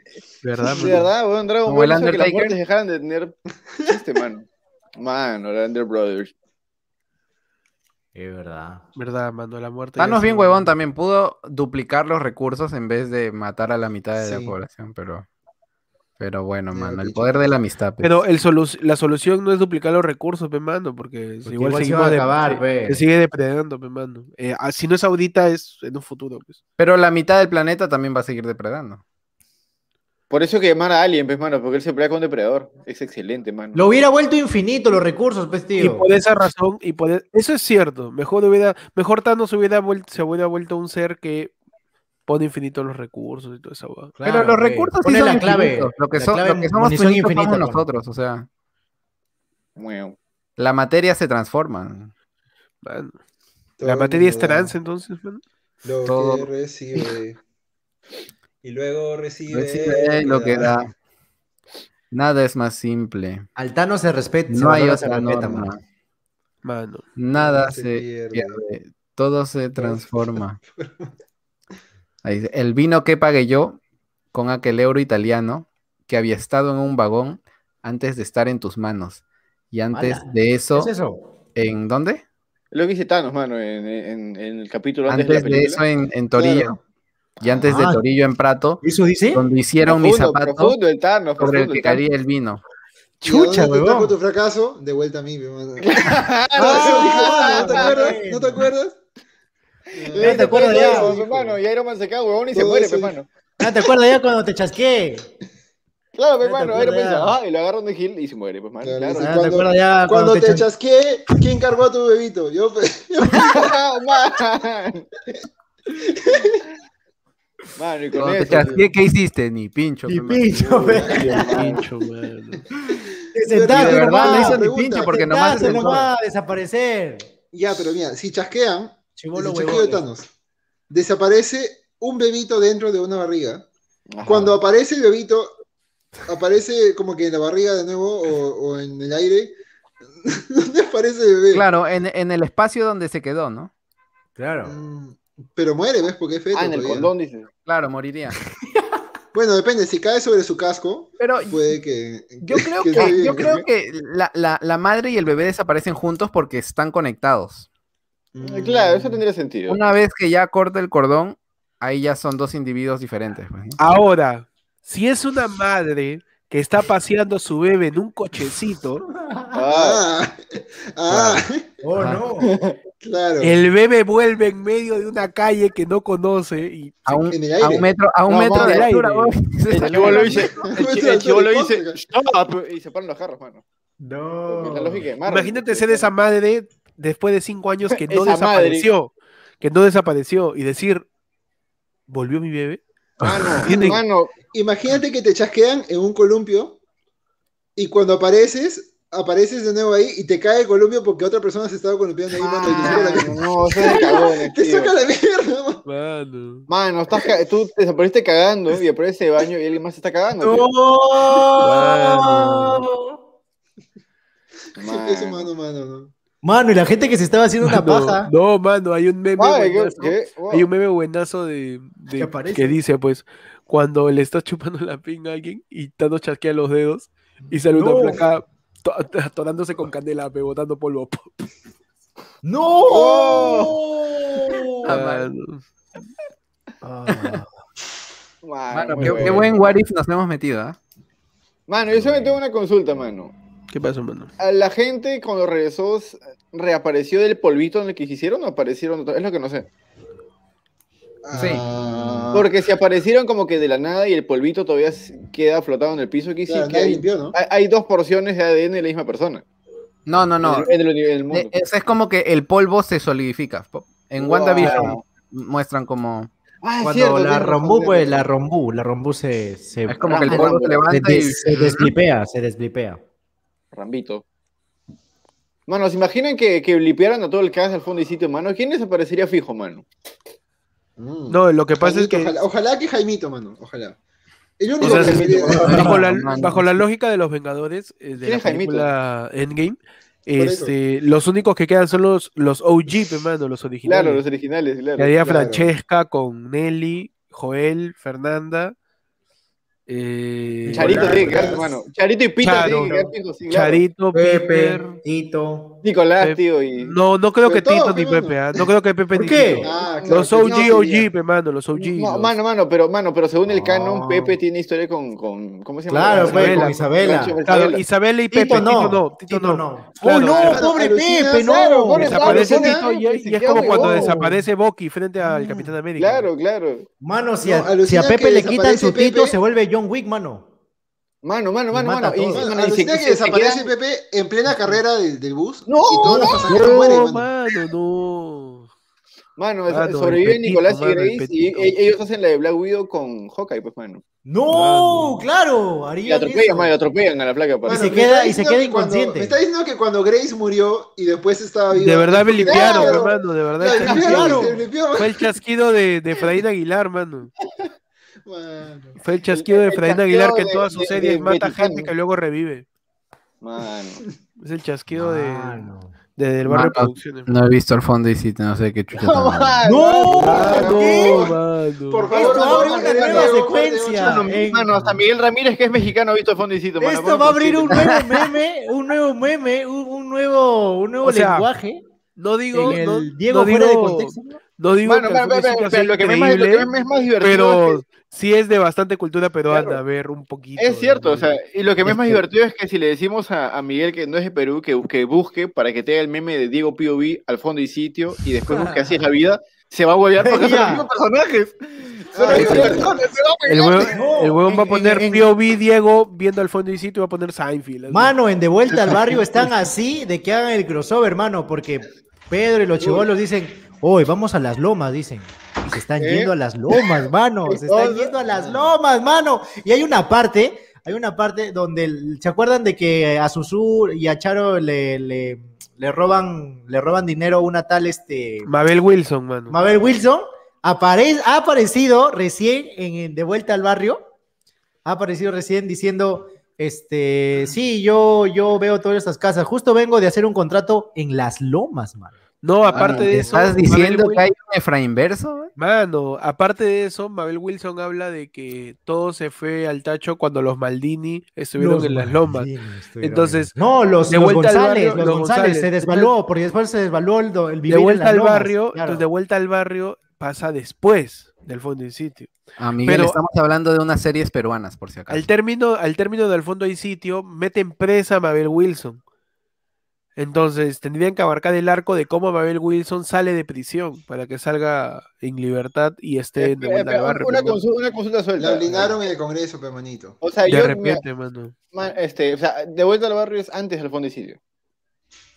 A: de
F: ¿Verdad, mano?
A: verdad, weón. Dragon
D: Como
A: Ball
D: el
A: hizo que las
D: Undertaker.
A: muertes dejaran de tener chiste, mano. Mano, el Under Brothers.
B: Es verdad.
F: ¿Verdad, mano? La muerte. ya
D: Thanos
F: es
D: bien
F: un-
D: huevón también pudo duplicar los recursos en vez de matar a la mitad de la
C: Sí.
D: población, pero pero bueno,
C: Ya,
D: mano, el
C: bicho.
D: poder de la amistad. pues.
B: eh,
F: Pero el solu- la solución no es duplicar los recursos, pe mano, porque,
B: Porque
F: igual,
B: igual se
F: seguimos
B: va a
F: de-
B: acabar, pues. pe.
F: se sigue depredando, pe mano. Eh, ah, si no es ahorita, es en un futuro, pues.
D: Pero la mitad del planeta también va a seguir depredando.
A: Por eso que llamar a Alien, pues, mano, porque él se pelea con un depredador. Es excelente, mano.
B: Lo hubiera vuelto infinito los recursos, pues,
F: Y
B: tío.
F: por esa razón, y por e- eso es cierto. Mejor hubiera, mejor Thanos hubiera vuelto, se hubiera vuelto un ser que pone infinito los recursos y toda esa hueá.
D: pero los recursos sí
B: es
D: son
B: la clave.
D: infinitos. Lo que,
B: la
D: son-
B: clave
D: lo que somos
B: munición
D: finitos somos
B: infinita, mano.
D: nosotros, o sea,
A: Bueno,
D: la materia se transforma.
F: Mano,
C: Todo
F: La materia es
C: mundo da
F: trans, entonces, mano.
C: Lo
D: Todo-
C: que recibe. Y luego recibe.
D: Recibe eh, lo que da. Nada es más simple.
B: Al Thanos se respeta.
D: No hay otra norma.
F: Mano.
D: Nada
C: se
D: se
C: pierde.
D: pierde, todo se transforma. Ahí dice, el vino que pagué yo con aquel euro italiano que había estado en un vagón antes de estar en tus manos. Y antes
B: Ala,
D: de eso,
B: es eso?
D: ¿en dónde?
A: es lo que dice Thanos, mano, en, en- en el capítulo antes,
D: Antes
A: de la
D: de
A: película.
D: eso en, en Torillo. Y antes de
B: Ah.
D: Torillo en Prato,
B: ¿Eso dice?
D: donde hicieron mi
A: profundo,
D: zapato
A: profundo el Thanos,
D: sobre el
A: profundo
D: que
A: el Thanos.
D: caía el vino.
C: ¿Y a dónde
B: Chucha,
C: te trajo
B: huevón.
C: tu fracaso? De vuelta a mí, mi hermano.
B: Ah,
C: ¿No te acuerdas? ¿No te acuerdas?
A: Le
B: te
A: te
B: acuerdas
A: acuerdas
B: de
A: de
B: eso,
A: Iron Man,
B: hijo.
A: mano, y Iron Man se cae, huevón, y se
C: Todo
A: muere,
C: eso
A: pe,
C: dijo.
A: mano.
B: Ah, ¿te acuerdas ya cuando te chasqué?
A: Claro, pe,
B: Ya te
A: mano, Iron Man dice,
B: acuerdas.
A: ah, y lo agarran de Gil y se muere, pues, mano.
C: Claro,
A: Claro,
C: sí.
B: Ah, ¿Te
C: cuando-
B: acuerdas ya
C: Cuando te
B: chas-
C: chasqué, ¿quién cargó a tu bebito? Yo, pues, yo
A: man. Mano, y con
D: Cuando te
A: eso,
D: chasqué, ¿Qué hiciste? Ni pincho.
B: Ni
D: pe, man.
B: pincho, pe.
F: Pincho, mano.
B: Te
D: Y
B: sentaste
D: de verdad no
B: nomás.
D: hizo ni
C: pregunta,
D: pincho
C: ¿qué
D: porque
B: Te
D: nomás se
B: sentaste
D: sentó.
B: nomás a desaparecer.
C: Ya, pero mira, si chasquean,
B: Chivolo,
C: el chasquido de
B: huevón.
C: Thanos, desaparece un bebito dentro de una barriga.
A: Ajá. Ah,
C: Cuando aparece el bebito, aparece como que en la barriga de nuevo o, o en el aire. ¿Dónde aparece el bebé?
D: Claro, en, en el espacio donde se quedó, ¿no?
B: Claro.
C: Mm, Pero muere, ¿ves? Porque es feto
A: Ah, en el
C: todavía.
A: condón, dice.
D: Claro, moriría.
C: Bueno, depende, si cae sobre su casco,
D: Pero
C: puede que.
D: Yo creo
C: Pues, que esté
D: que, yo
C: bien.
D: creo que la, la- la madre y el bebé desaparecen juntos porque están conectados.
C: Mm,
A: Claro, eso tendría sentido.
D: Una vez que ya corta el cordón, ahí ya son dos individuos diferentes. pues, ¿no?
F: Ahora, si es una madre que está paseando su bebé en un cochecito,
A: Ah,
C: Ah, ah,
B: Oh,
D: Ajá.
B: no.
C: claro.
F: el bebé vuelve en medio de una calle que no conoce y
D: A un,
C: en el
D: a
C: aire.
D: un metro, a un
A: No,
D: metro
A: vamos,
D: de
F: al
D: altura.
F: aire.
D: güey. Se
A: el
D: salió de
A: chivolo
D: la-
A: dice, el chi- el chibolo dice, stop, y se paran los jarros, mano.
B: No.
A: Porque la lógica de Marvel.
F: Imagínate ser esa madre después de cinco años que no
A: Esa
F: desapareció, que no desapareció, y decir, volvió mi bebé.
C: Mano,
F: Tienen-
A: Mano,
C: Ah, imagínate que te chasquean en un columpio y cuando apareces, apareces de nuevo ahí y te cae el columpio porque otra persona se estaba columpiando ahí, mano, y te saca la mierda.
A: mano, Ah, no, estás de cagones,
C: Te
A: tío.
C: saca la mierda, mano.
A: Mano, estás ca- tú te desapareciste cagando y aparece de baño y alguien más se está cagando. tío.
C: Eso- Eso, mano, mano, no.
B: Mano, y la gente que se estaba haciendo una paja.
F: No, no, mano, hay un meme.
A: Ay, qué-
F: buenazo.
A: qué- wow.
F: Hay un meme buenazo de, de-
B: Que aparece.
F: que dice, pues, cuando le estás chupando la pinga a alguien y Thanos chasquea los dedos y sale una
B: No.
F: placa to- atorándose con candela, pe, botando polvo.
B: ¡No! Oh.
D: Ah,
F: Mano.
B: Ah.
A: Mano,
D: Mano,
A: Ah, muy
D: qué,
A: bueno.
D: qué buen what if nos hemos metido, ¿ah?
A: Mano, yo solo tengo una consulta, mano.
F: ¿Qué pasó, mano?
A: ¿A la gente cuando regresó s- reapareció del polvito en el que se hicieron o aparecieron? otra- Es lo que no sé.
D: Sí.
C: Ah,
A: Porque si aparecieron como que de la nada y el polvito todavía s- queda flotado en el piso, aquí sí
C: claro,
A: que
C: nadie
A: hay,
C: limpió, ¿no?
A: hay- hay dos porciones de ADN de la misma persona.
D: No, no, no.
A: En el, en el- en el mundo.
D: Eh, Es, es como que el polvo se solidifica. Po- En
A: Wow.
D: WandaVision muestran como.
A: Ah, es
B: Cuando
A: cierto,
B: la
A: tienes razón,
B: rombú,
A: tienes
B: pues,
A: razón.
B: la rombú, la rombú se...
F: Eh,
B: se
D: Es como que el
A: Ah,
D: polvo
A: se
D: se
B: se
D: levanta y.
B: des- se desblipea, se desblipea.
A: Rambito. Mano, ¿se imaginan que, que blipearan a todo el cast al fondo y sitio, mano? ¿Quién desaparecería fijo, mano?
C: Mm.
F: No, lo que pasa es
C: Jaimito,
F: que
C: Ojalá, ojalá que Jaimito, mano. Ojalá. El único
F: O sea,
C: que Ah,
F: sí,
C: debería-
F: bajo la,
D: Mano.
F: bajo la lógica de los Vengadores eh, de
A: ¿Quién
F: la
A: es Jaimito?
F: película Endgame,
C: eso.
F: este, los únicos que quedan son los, los OG, pe, mano, los originales.
A: Claro, los originales,
F: Que
A: claro.
F: había
C: Claro.
F: Francesca con Nelly, Joel, Fernanda, eh,
A: Charito
C: Nicolás.
A: tiene que quedarse, mano. Charito y Pita
F: Charo.
A: tienen que quedar fijos, sí, claro.
F: Charito, Piper.
B: Pepe, Tito...
A: Nicolás,
F: Pepe.
A: tío, y...
F: No, no creo que
C: Pero todo,
F: Tito
C: pe,
F: ni
C: mano.
F: Pepe, ah, no creo que Pepe
B: ¿Por
F: ni
B: qué?
F: Tito.
C: Ah, claro,
F: Los
C: que
F: OG,
C: no,
F: OG, pe, mano, los OG.
A: No,
F: los-
A: mano, mano, pero, mano, pero según el canon,
B: No.
A: Pepe tiene historia con, con ¿cómo se llama?
B: Claro,
A: Con
B: pues,
F: Isabela.
B: con Isabela.
A: Con
F: Claro,
A: Isabela.
F: Isabela y Pepe,
B: Tito
F: Tito
B: no,
F: no, Tito no.
B: ¡Uy,
F: Claro,
B: no,
F: claro.
B: pobre
C: Alucina,
B: Pepe,
A: claro,
B: no!
A: pobre
F: Desaparece
A: Alucina,
F: Tito y, y es como
A: Alucina,
F: cuando
A: huevón.
F: desaparece Bucky frente al Capitán América.
A: Claro, claro.
B: Mano, si
C: No,
B: a,
C: alucina
B: si a
C: que
B: Pepe le quitan
C: desaparece
B: su Tito,
C: Pepe.
B: se vuelve John Wick, mano.
A: Mano, mano,
B: Y
A: mano,
B: mata
A: mano.
B: a
A: Y,
B: todos.
A: mano, y se-
C: Alucina
A: y
C: Ah, que
A: se
C: desaparece
A: quedan-
C: Pepe en plena carrera del, del bus
A: No,
C: y todos los pasajeros mueren,
F: No,
C: mano.
F: mano, no.
A: Mano,
F: Mano, el
A: sobreviven
F: petito,
A: Nicolás y
F: mano, el
A: Grace y
F: petito.
A: e- ellos hacen la de Black Widow con Hawkeye, pues, mano.
B: ¡No! ¡Claro!
A: Y
B: Harían eso.
A: atropellan, mano, y atropellan a la placa.
C: Mano,
A: parece.
B: se
C: me
B: queda-
C: está
B: y se
C: diciendo
B: queda
C: que cuando-
B: inconsciente.
C: me está diciendo que cuando Grace murió y después estaba viva.
F: De verdad me
C: Claro,
F: limpiaron,
C: claro,
F: hermano, de verdad.
C: claro,
F: se
B: limpiaron.
F: limpiaron.
C: se limpió,
F: Fue el chasquido de, de Efraín Aguilar, mano.
C: mano.
F: Fue el chasquido de
A: el
F: Efraín
A: chasquido
F: Aguilar que en
A: de-
F: todas sus
A: de-
F: series
A: de
F: mata
A: Vaticano.
F: gente que luego revive.
A: Mano.
F: Es el chasquido de,
B: Mano.
F: de- del barrio
D: Mano,
F: producciones.
D: No he visto el fondo y sí, no sé qué chucha. tan mal.
B: Ah, ¡No!
A: Mano.
B: ¿Qué?
F: mano.
C: Por favor,
B: Esto
C: no,
B: va a abrir
C: no,
B: una
C: no,
B: nueva
C: no, no,
B: secuencia.
C: no, no,
B: en-
A: Mano, hasta Miguel Ramírez, que es mexicano, ha visto el fondecito, mano.
B: Esto va a abrir un nuevo meme, un nuevo meme, un, un nuevo, un nuevo
F: O sea,
B: lenguaje.
F: No digo,
B: en
F: no,
B: el Diego
F: no
B: fuera de
F: digo,
B: contexto.
F: no digo
A: Mano,
F: que
A: mano,
F: el
A: pero- pero
F: fútbol siempre sea
A: lo que me es más- lo que
F: increíble,
A: me es más divertido es que-
F: pero sí es de bastante cultura peruana
A: Claro.
F: ver un poquito.
A: Es cierto,
F: ¿no?
A: o sea, y lo que me es más
B: Este-
A: divertido es que si le decimos a, a Miguel que no es de Perú, que, que busque para que te haga el meme de Diego POV al fondo y sitio, y después busque así es la vida, se va a huevear porque son los
B: Ya.
A: mismos personajes. Son
C: Ah,
A: las mismas
C: sí.
A: personas, se va a
F: El
A: huevear.
F: huevón,
B: No,
F: el huevón va a
B: en-
F: poner
B: en- en-
F: POV Diego viendo al fondo y sitio y va a poner Seinfeld. así.
B: Mano, en De Vuelta al Barrio están así de que hagan el crossover, mano, porque Pedro y los chivolos dicen, hoy vamos a las lomas, dicen. Y se están
A: ¿Eh?
B: yendo a las lomas, mano. Se están yendo a las lomas, mano. Y hay una parte, hay una parte donde, el- ¿se acuerdan de que a Susur y a Charo le, le, le roban, le roban dinero a una tal, este,
F: Mabel Wilson, mano.
B: Mabel Wilson? Apare- ha aparecido recién en, en De Vuelta al Barrio ha aparecido recién diciendo, este, sí, yo, yo veo todas estas casas, justo vengo de hacer un contrato en Las Lomas, mano.
F: No, aparte
D: Mano,
F: de
D: ¿te
F: eso.
D: ¿Estás
F: Mabel
D: diciendo
F: Wil-
D: que hay un Efraín verso? eh?
F: Mano, aparte de eso, Mabel Wilson habla de que todo se fue al tacho cuando los Maldini estuvieron en las lomas. Entonces,
B: no, los,
F: de
B: los
F: vuelta al
B: González,
F: barrio,
B: los
F: los
B: González,
F: González.
B: se desvaluó, porque después se desvaluó el, do- el vivir
F: De
B: en
F: vuelta
B: Las
F: al
B: Lomas,
F: barrio,
B: claro.
F: entonces de vuelta al barrio pasa después del fondo y sitio.
D: Ah, Miguel,
F: Pero-
D: estamos hablando de unas series peruanas, por si acaso.
F: Al término, al término del fondo hay sitio, meten presa a Mabel Wilson. Entonces, tendrían que abarcar el arco de cómo Mabel Wilson sale de prisión para que salga en libertad y esté de
A: Espera,
F: vuelta al
A: espera,
F: barrio.
A: una,
F: pero
A: consulta, una consulta
C: La
A: suelta.
C: blindaron en el Congreso, pe, manito.
A: O sea,
F: de
A: yo,
F: repente, mano.
A: ma- este, o sea, de vuelta al barrio es antes del fondo y sitio.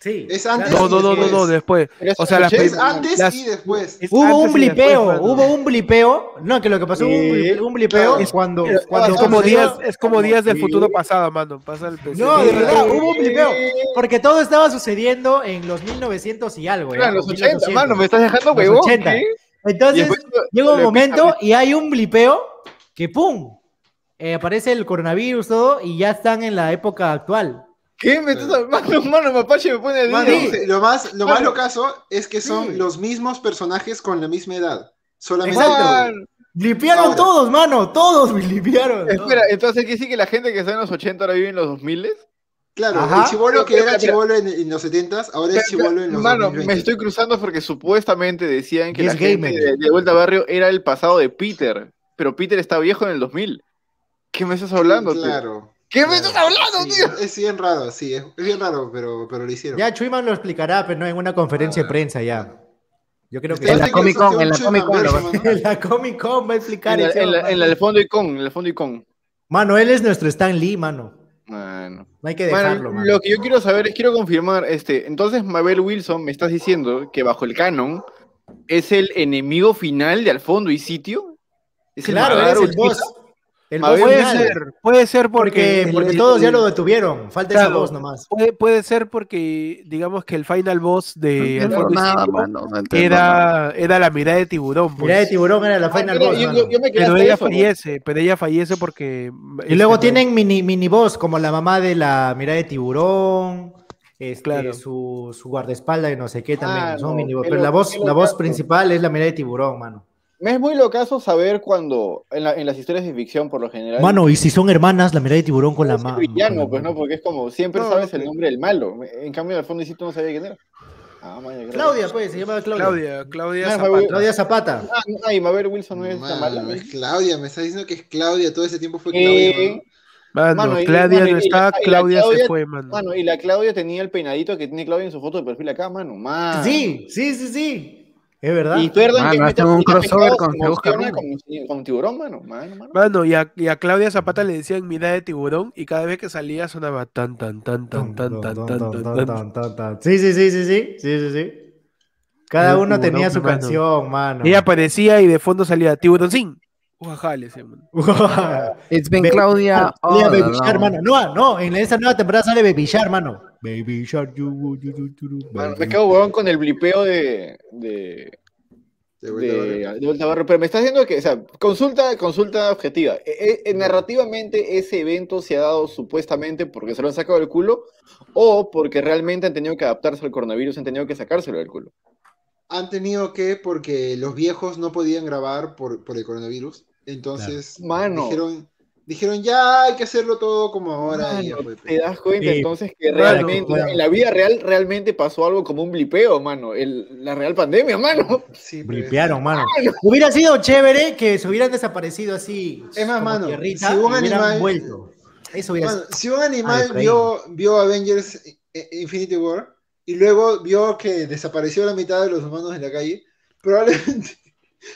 B: Sí.
C: Es antes
F: No, no, no, no, no,
C: Después.
F: después.
A: Pero
F: O sea, las
C: Es
F: prim-
C: Pues antes
F: las-
C: y después.
F: es
B: Hubo
F: antes
B: un
F: y después,
B: blipeo,
F: mano.
B: hubo un blipeo. No, que lo que pasó hubo un bli- un blipeo
C: Claro.
B: cuando,
F: Pero
B: cuando
F: es como
B: sucedió-
F: días, es como días del
C: Sí.
F: futuro pasado, mano. Pasa el
B: No, de
F: Sí.
B: verdad, hubo un blipeo. Porque todo estaba sucediendo en los 1900 y algo.
A: Claro,
B: ¿eh?
A: en los
B: O
A: 80,
B: 1900.
A: mano, me estás dejando
B: Los
A: huevón.
B: 80.
A: ¿qué? Y
B: Entonces,
A: después lo-
B: llega un
A: lo
B: momento y hay un blipeo que ¡pum! Eh, aparece el coronavirus todo y ya están en la época actual.
A: ¿Qué? Me estás hablando, mano, Mapache me pone el
C: Mano,
A: dedo.
C: lo más, lo más
A: Mano.
C: locazo es que son
A: Sí.
C: los mismos personajes con la misma edad. Solamente.
B: Exacto.
A: Man,
B: Blipearon
C: Ahora.
B: todos, mano, todos blipearon. todos.
A: Espera, entonces quiere decir que la gente que está en los 80 ahora vive en los 2000
C: Claro,
B: Ajá.
C: el chivolo que
A: Pero,
C: era
A: pero, pero-
C: chivolo en, en los 70s, ahora es chivolo en los
A: Mano,
C: 2020.
A: me estoy cruzando porque supuestamente decían que
B: Y
A: la
B: es gamer.
A: gente de, de Vuelta a Barrio era el pasado de Peter, pero Peter está viejo en el 2000. ¿Qué me estás hablando, tío?
C: Claro.
A: ¿Qué me estás hablando,
C: Sí,
A: tío?
C: Es bien raro, sí, es es bien raro, pero, pero lo hicieron.
B: Ya Chuiman lo explicará, pero no en una
A: Ah.
B: conferencia de prensa ya. Yo creo que
D: En
B: en
D: la
B: la,
D: Comic Con, en la
C: Sí,
D: Comic Con.
C: también,
D: lo-
C: mano.
B: Comic Con va a explicar
A: En, la-
B: eso,
A: en la- en la-
B: mano.
A: el fondo y con, en el fondo y con.
B: Mano, él es nuestro Stan Lee, mano.
A: Mano.
B: No hay que
A: Mano,
B: dejarlo, mano.
A: lo que yo quiero saber es, quiero confirmar, este, entonces Mabel Wilson me estás diciendo que bajo el canon es el enemigo final de Al fondo y sitio. ¿Es el
B: Claro, él
A: Madara
B: es el
A: Uchiha?
B: boss. El
A: A
B: boss
A: ver,
F: Puede
B: final.
F: ser, puede ser porque,
B: Porque, porque
F: el-
B: todos ya
F: el-
B: lo detuvieron. Falta esa
F: Claro.
B: voz nomás.
F: puede, puede ser porque digamos que el final boss de
D: No
F: Al
D: entiendo
F: Fondo y
D: nada,
F: Sitio
D: mano, no entiendo nada.
F: era, era la mirada de tiburón. pues.
B: Mirada de tiburón era la
A: Ah,
B: final
A: mira,
B: boss,
A: yo,
B: mano.
A: yo- yo me quedé
F: pero
A: hasta
F: ella
A: eso, ¿no?
F: fallece, pero ella fallece porque.
B: Y luego
F: este,
B: tienen mini, mini boss, como la mamá de la mirada de tiburón, este,
F: Claro.
B: su, su guardaespaldas y no sé qué también.
A: Ah,
B: son
A: no,
B: mini boss.
A: qué
B: Pero la
A: loco,
B: voz,
A: qué
B: la voz
A: locazo.
B: principal es la mirada de tiburón, mano.
A: Me es muy locazo saber cuando, en, la- en las historias de ficción por lo general,
B: Mano, y si son hermanas, la mirada de tiburón con la
A: es el
B: mano.
A: villano, pues no, porque es como siempre
F: No,
A: sabes
F: no,
B: pues.
A: el nombre del malo. En cambio, al fondo Isito no sabía quién era. Ah, maña, creo.
B: Claudia, pues, se llama Claudia. Claudia,
F: Claudia, Claudia
A: Ah,
F: Zapata.
B: Zapata.
A: Ah, no, ay, Mabel Wilson no es la mala. Eh,
C: Mano,
A: ¿no?
C: es Claudia, me estás diciendo que es Claudia, todo ese tiempo fue
A: Eh,
C: Claudia. mano.
F: Mano,
A: Mano, y-
F: Claudia
A: mano, y
F: no
A: la-
F: está,
A: y la
F: Claudia,
A: Claudia-
F: se fue, mano.
A: Mano, Ah, y la Claudia tenía el peinadito que tiene Claudia en su foto de perfil acá, mano. Man.
B: Sí, sí, sí, sí. Es verdad.
A: Y perdón
D: Mano,
A: que
D: hacen un
A: Peter
D: crossover
A: Pescado
D: con
A: se
D: Se Busca
A: emociona
D: Rumbo.
A: con, con tiburón, mano. Mano, mano.
F: Mano, y a, y a Claudia Zapata le decían mirada de tiburón y cada vez que salía sonaba tan tan tan tan
B: Tan,
F: tan
B: tan,
F: tan
B: tan,
F: tan
B: tan,
F: tan
B: tan,
F: tan.
B: tan, tan. Sí, sí, sí, sí, sí, sí, sí, sí. Cada
F: Yo
B: uno
F: como
B: tenía
F: loco,
B: su
F: mano.
B: canción, mano.
F: Ella aparecía y de fondo salía tiburoncín. Ujaja, le decían, mano.
D: It's been
C: Ah,
B: Baby
D: Claudia. Oh, all
B: Salía Baby
D: along.
B: Shark, mano. No, no, en esa nueva temporada sale Baby Shark, mano. Baby Shark, you, you, you, you, you,
A: Mano, me
B: baby.
A: quedo huevón con el blipeo de, de,
C: De vuelta, vale.
A: de, de Vuelta a Barrio, pero me estás diciendo que, o sea, consulta, consulta objetiva. Eh, eh, narrativamente, ese evento se ha dado supuestamente porque se lo han sacado del culo o porque realmente han tenido que adaptarse al coronavirus, han tenido que sacárselo del culo.
C: Han tenido que, porque los viejos no podían grabar por, por el coronavirus, entonces
A: Claro. Mano.
C: dijeron, dijeron, ya hay que hacerlo todo como ahora. y ya
A: Mano,
C: fue,
A: Te das cuenta
B: Sí.
A: entonces que
B: Claro,
A: realmente,
B: claro.
A: en la vida real, realmente pasó algo como un blipeo, mano. El- la real pandemia, mano.
C: Sí, pues.
B: Blipearon, mano. Hubiera sido chévere que se hubieran desaparecido así.
C: Es más,
B: como
C: mano,
B: tierrita,
C: si un
B: y hubieran
C: animal-
B: vuelto. Eso hubiera
C: Bueno, si un animal
B: Efraín.
C: vio, vio Avengers eh, Infinity War y luego vio que desapareció la mitad de los humanos en la calle, probablemente,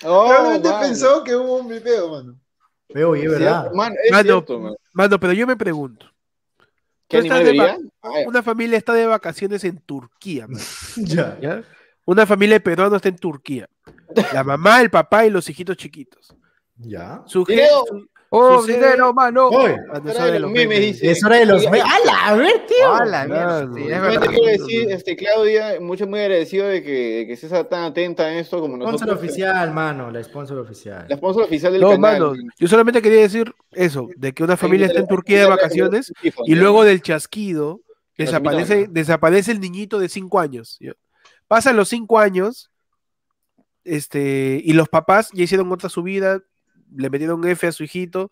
A: Oh,
C: probablemente
A: mano.
C: pensó que hubo un blipeo, mano.
B: sido oye,
A: Es
B: ¿verdad?
A: cierto, mano, es
F: Mano,
A: cierto, mano.
F: Mano, pero yo me pregunto,
A: ¿Qué
F: tú estás
A: animal Ah,
F: de
A: vería? Ay,
F: una familia está de vacaciones en Turquía, mano,
B: Ya.
F: ¿ya? Una familia de peruanos está en Turquía. La mamá, el papá y los hijitos chiquitos.
B: Ya.
F: Su je-
A: Video.
F: su-
D: Oh,
F: Sucede-
D: dinero, mano.
B: Oye,
F: Ah, no,
A: Hora
F: sabe
A: de los memes, dice.
B: es hora de los.
A: Oye,
B: me- ¡Hala! A ver, tío.
D: A oh, la mierda,
F: Claro.
D: sí, es
A: Yo te
D: verdad.
A: quiero decir, este, Claudia, mucho muy agradecido de que, que estés tan atenta a esto como nosotros.
B: Sponsor oficial, mano. La sponsor oficial.
A: La sponsor oficial del
F: No,
A: canal.
F: mano, yo solamente quería decir eso, de que una familia está en Turquía de vacaciones y luego del chasquido desaparece,
A: invitaron.
F: desaparece el niñito de 5 años. ¿ya? Pasan los 5 años este, y los papás ya hicieron otra subida, le metieron F a su hijito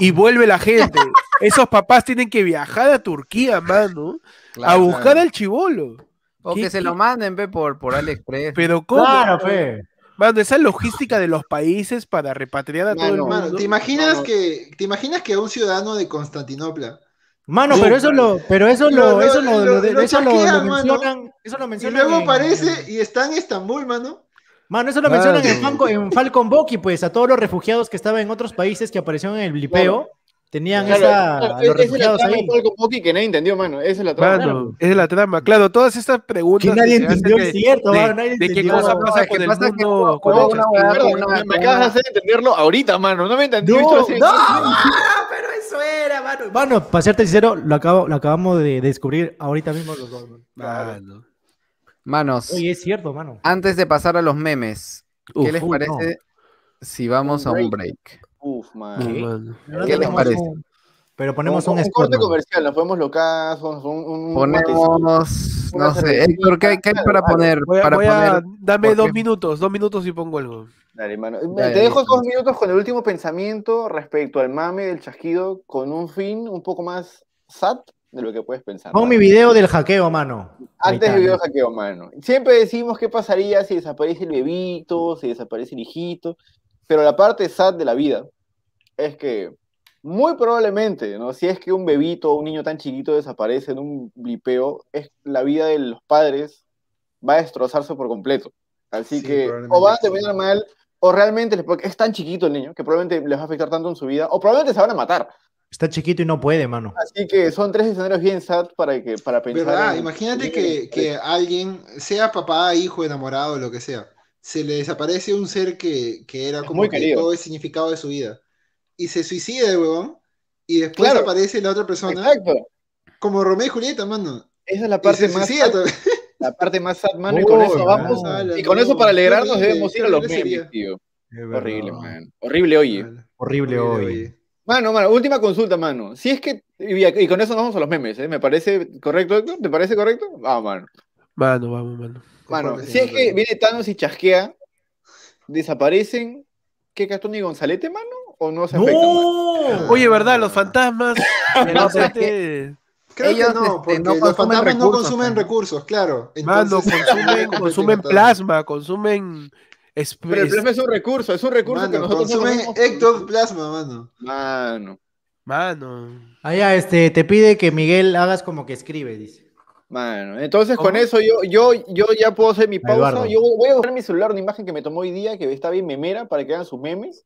F: y vuelve la gente. Esos papás tienen que viajar a Turquía, mano, a
D: Claro.
F: buscar al chivolo.
D: O que
F: ¿Qué-
D: se lo manden, ve, por, por AliExpress.
F: Pero ¿cómo?
B: Claro, fe.
F: Mano, esa logística de los países para repatriar a todo el
A: Mano,
F: mundo.
C: Mano, ¿te imaginas
A: no.
C: que te imaginas que a un ciudadano de Constantinopla
B: Mano,
A: Sí,
B: pero eso
A: mano.
B: lo, pero eso
C: Lo-
B: lo,
C: lo-
B: eso lo,
C: lo-
B: lo de-
C: lo
B: eso lo- lo
C: chasquean, mano.
B: mencionan, eso lo
C: y
B: mencionan.
C: luego
B: en-
C: aparece y está en Estambul, mano?
B: Mano, eso lo
F: Mano.
B: mencionan en, Falco- en Falcon Boki, pues, a todos los refugiados que estaban en otros países que aparecieron en el blipeo. Tenían
A: Claro,
B: esa,
A: claro,
B: a
A: esa
B: los
A: es la
B: refugiados
A: trama
B: ahí.
A: de Falcon Bucky que nadie entendió, mano. Esa es la trama.
F: Mano, es la trama. Claro, todas estas preguntas.
B: Que nadie
F: que se hacen
B: entendió,
F: de-
B: es cierto,
F: de-
B: mano, nadie
F: de qué
B: entendió.
F: cosa
D: No,
F: pasa
D: es que
F: con el
D: pasa que
F: mundo.
D: jugó-
F: con el
D: jugó una
F: chasquido.
D: huevada
A: Claro,
D: con
A: Oh, me, me acabas de hacer entenderlo ahorita, mano. No me entendiste.
B: No,
A: no.
D: Ah, pero eso era, mano.
B: Bueno, para serte sincero, lo, acabo, lo acabamos de descubrir ahorita mismo los dos. mano.
F: Mano.
D: Manos,
B: Oye, es cierto, mano.
D: antes de pasar a los memes, ¿qué
F: Uf,
D: les
B: uy,
D: parece si vamos a un break?
A: Uf, man.
F: no, mano.
B: Pero
D: ¿Qué les
B: ponemos
D: parece?
B: un- pero ponemos un, spot,
A: corte
B: mano.
A: comercial, nos podemos locas, un, un, un matecito.
D: Ponemos,
A: Una
D: no sé,
A: cervecita.
D: Héctor, ¿qué hay, qué hay para poner?
F: Voy a-
D: Para
F: voy a-
D: poner
F: dame
D: ¿por
F: dos
D: qué?
F: minutos, dos minutos y pongo algo.
A: Dale, mano.
D: Ya,
A: Te
D: ya,
A: dejo
D: listo.
A: dos minutos con el último pensamiento respecto al mame del chasquido con un fin un poco más sad de lo que puedes pensar.
B: Pon
A: mano.
B: mi video del hackeo, mano.
A: Antes
B: Ahí está.
A: del video de hackeo, mano. Siempre decimos qué pasaría si desaparece el bebito, si desaparece el hijito, pero la parte sad de la vida es que muy probablemente, ¿no? Si es que un bebito o un niño tan chiquito desaparece en un blipeo, es la vida de los padres va a destrozarse por completo. Así
C: Sí,
A: que o
C: probablemente
A: van a
C: sí.
A: terminar mal, o realmente les- porque es tan chiquito el niño que probablemente les va a afectar tanto en su vida, o probablemente se van a matar.
B: Está chiquito y no puede, mano.
A: Así que son tres escenarios bien sad para, que, para pensar.
C: ¿Verdad?
A: en-
C: Imagínate
A: en-
C: que, que alguien, sea papá, hijo, enamorado, lo que sea, se le desaparece un ser que, que era
A: Es
C: como
A: muy
C: que
A: querido.
C: todo el significado de su vida. Y se suicida el huevón. Y después
A: Claro.
C: aparece la otra persona.
A: Exacto.
C: Como Romeo y Julieta, mano.
A: Esa es la
C: Y se
A: parte más
C: suicida
A: sad,
C: también. Ah,
A: la parte más sad, mano, y con eso
B: Uy,
A: vamos.
B: mano.
A: Y con eso para alegrarnos debemos ir a los memes,
C: medios
A: tío. Horrible, man. Horrible, oye.
B: Horrible hoy.
A: Mano, mano, última consulta, mano. Si es que y, y con eso nos vamos a los memes, ¿eh? ¿Me parece correcto, Héctor? ¿Te parece correcto? Ah, mano.
F: Mano, vamos, mano.
A: Mano,
C: Conforme,
A: si es
C: señor
A: que
C: Rey.
A: viene Thanos y chasquea, desaparecen ¿qué Castón y Gonzalete, mano? ¿O no se afectan? mano?
B: ¡No!
F: Oye, ¿verdad? Los fantasmas. de
D: No, pero
F: la
D: es que-
F: gente-
C: Creo
D: Ellos,
C: que no,
D: este,
C: porque
D: no
C: los
D: consumen
C: fantasmas no
D: recursos,
C: consumen
D: mano.
C: recursos, claro.
F: Mano,
C: Entonces,
F: consumen, consumen plasma, consumen. es-
A: Pero el
F: es-
A: problema es un recurso, es un recurso que
C: Mano,
A: nosotros no
C: consumen
A: podemos-
C: ectoplasma, mano.
A: Mano,
F: Mano.
B: Allá, este, te pide que Miguel hagas como que escribe, dice.
A: mano. Entonces con
F: ¿Cómo?
A: eso yo, yo, yo ya puedo hacer mi pausa.
B: Eduardo.
A: Yo voy a buscar en mi celular una imagen que me tomó hoy día que está bien memera para que hagan sus memes,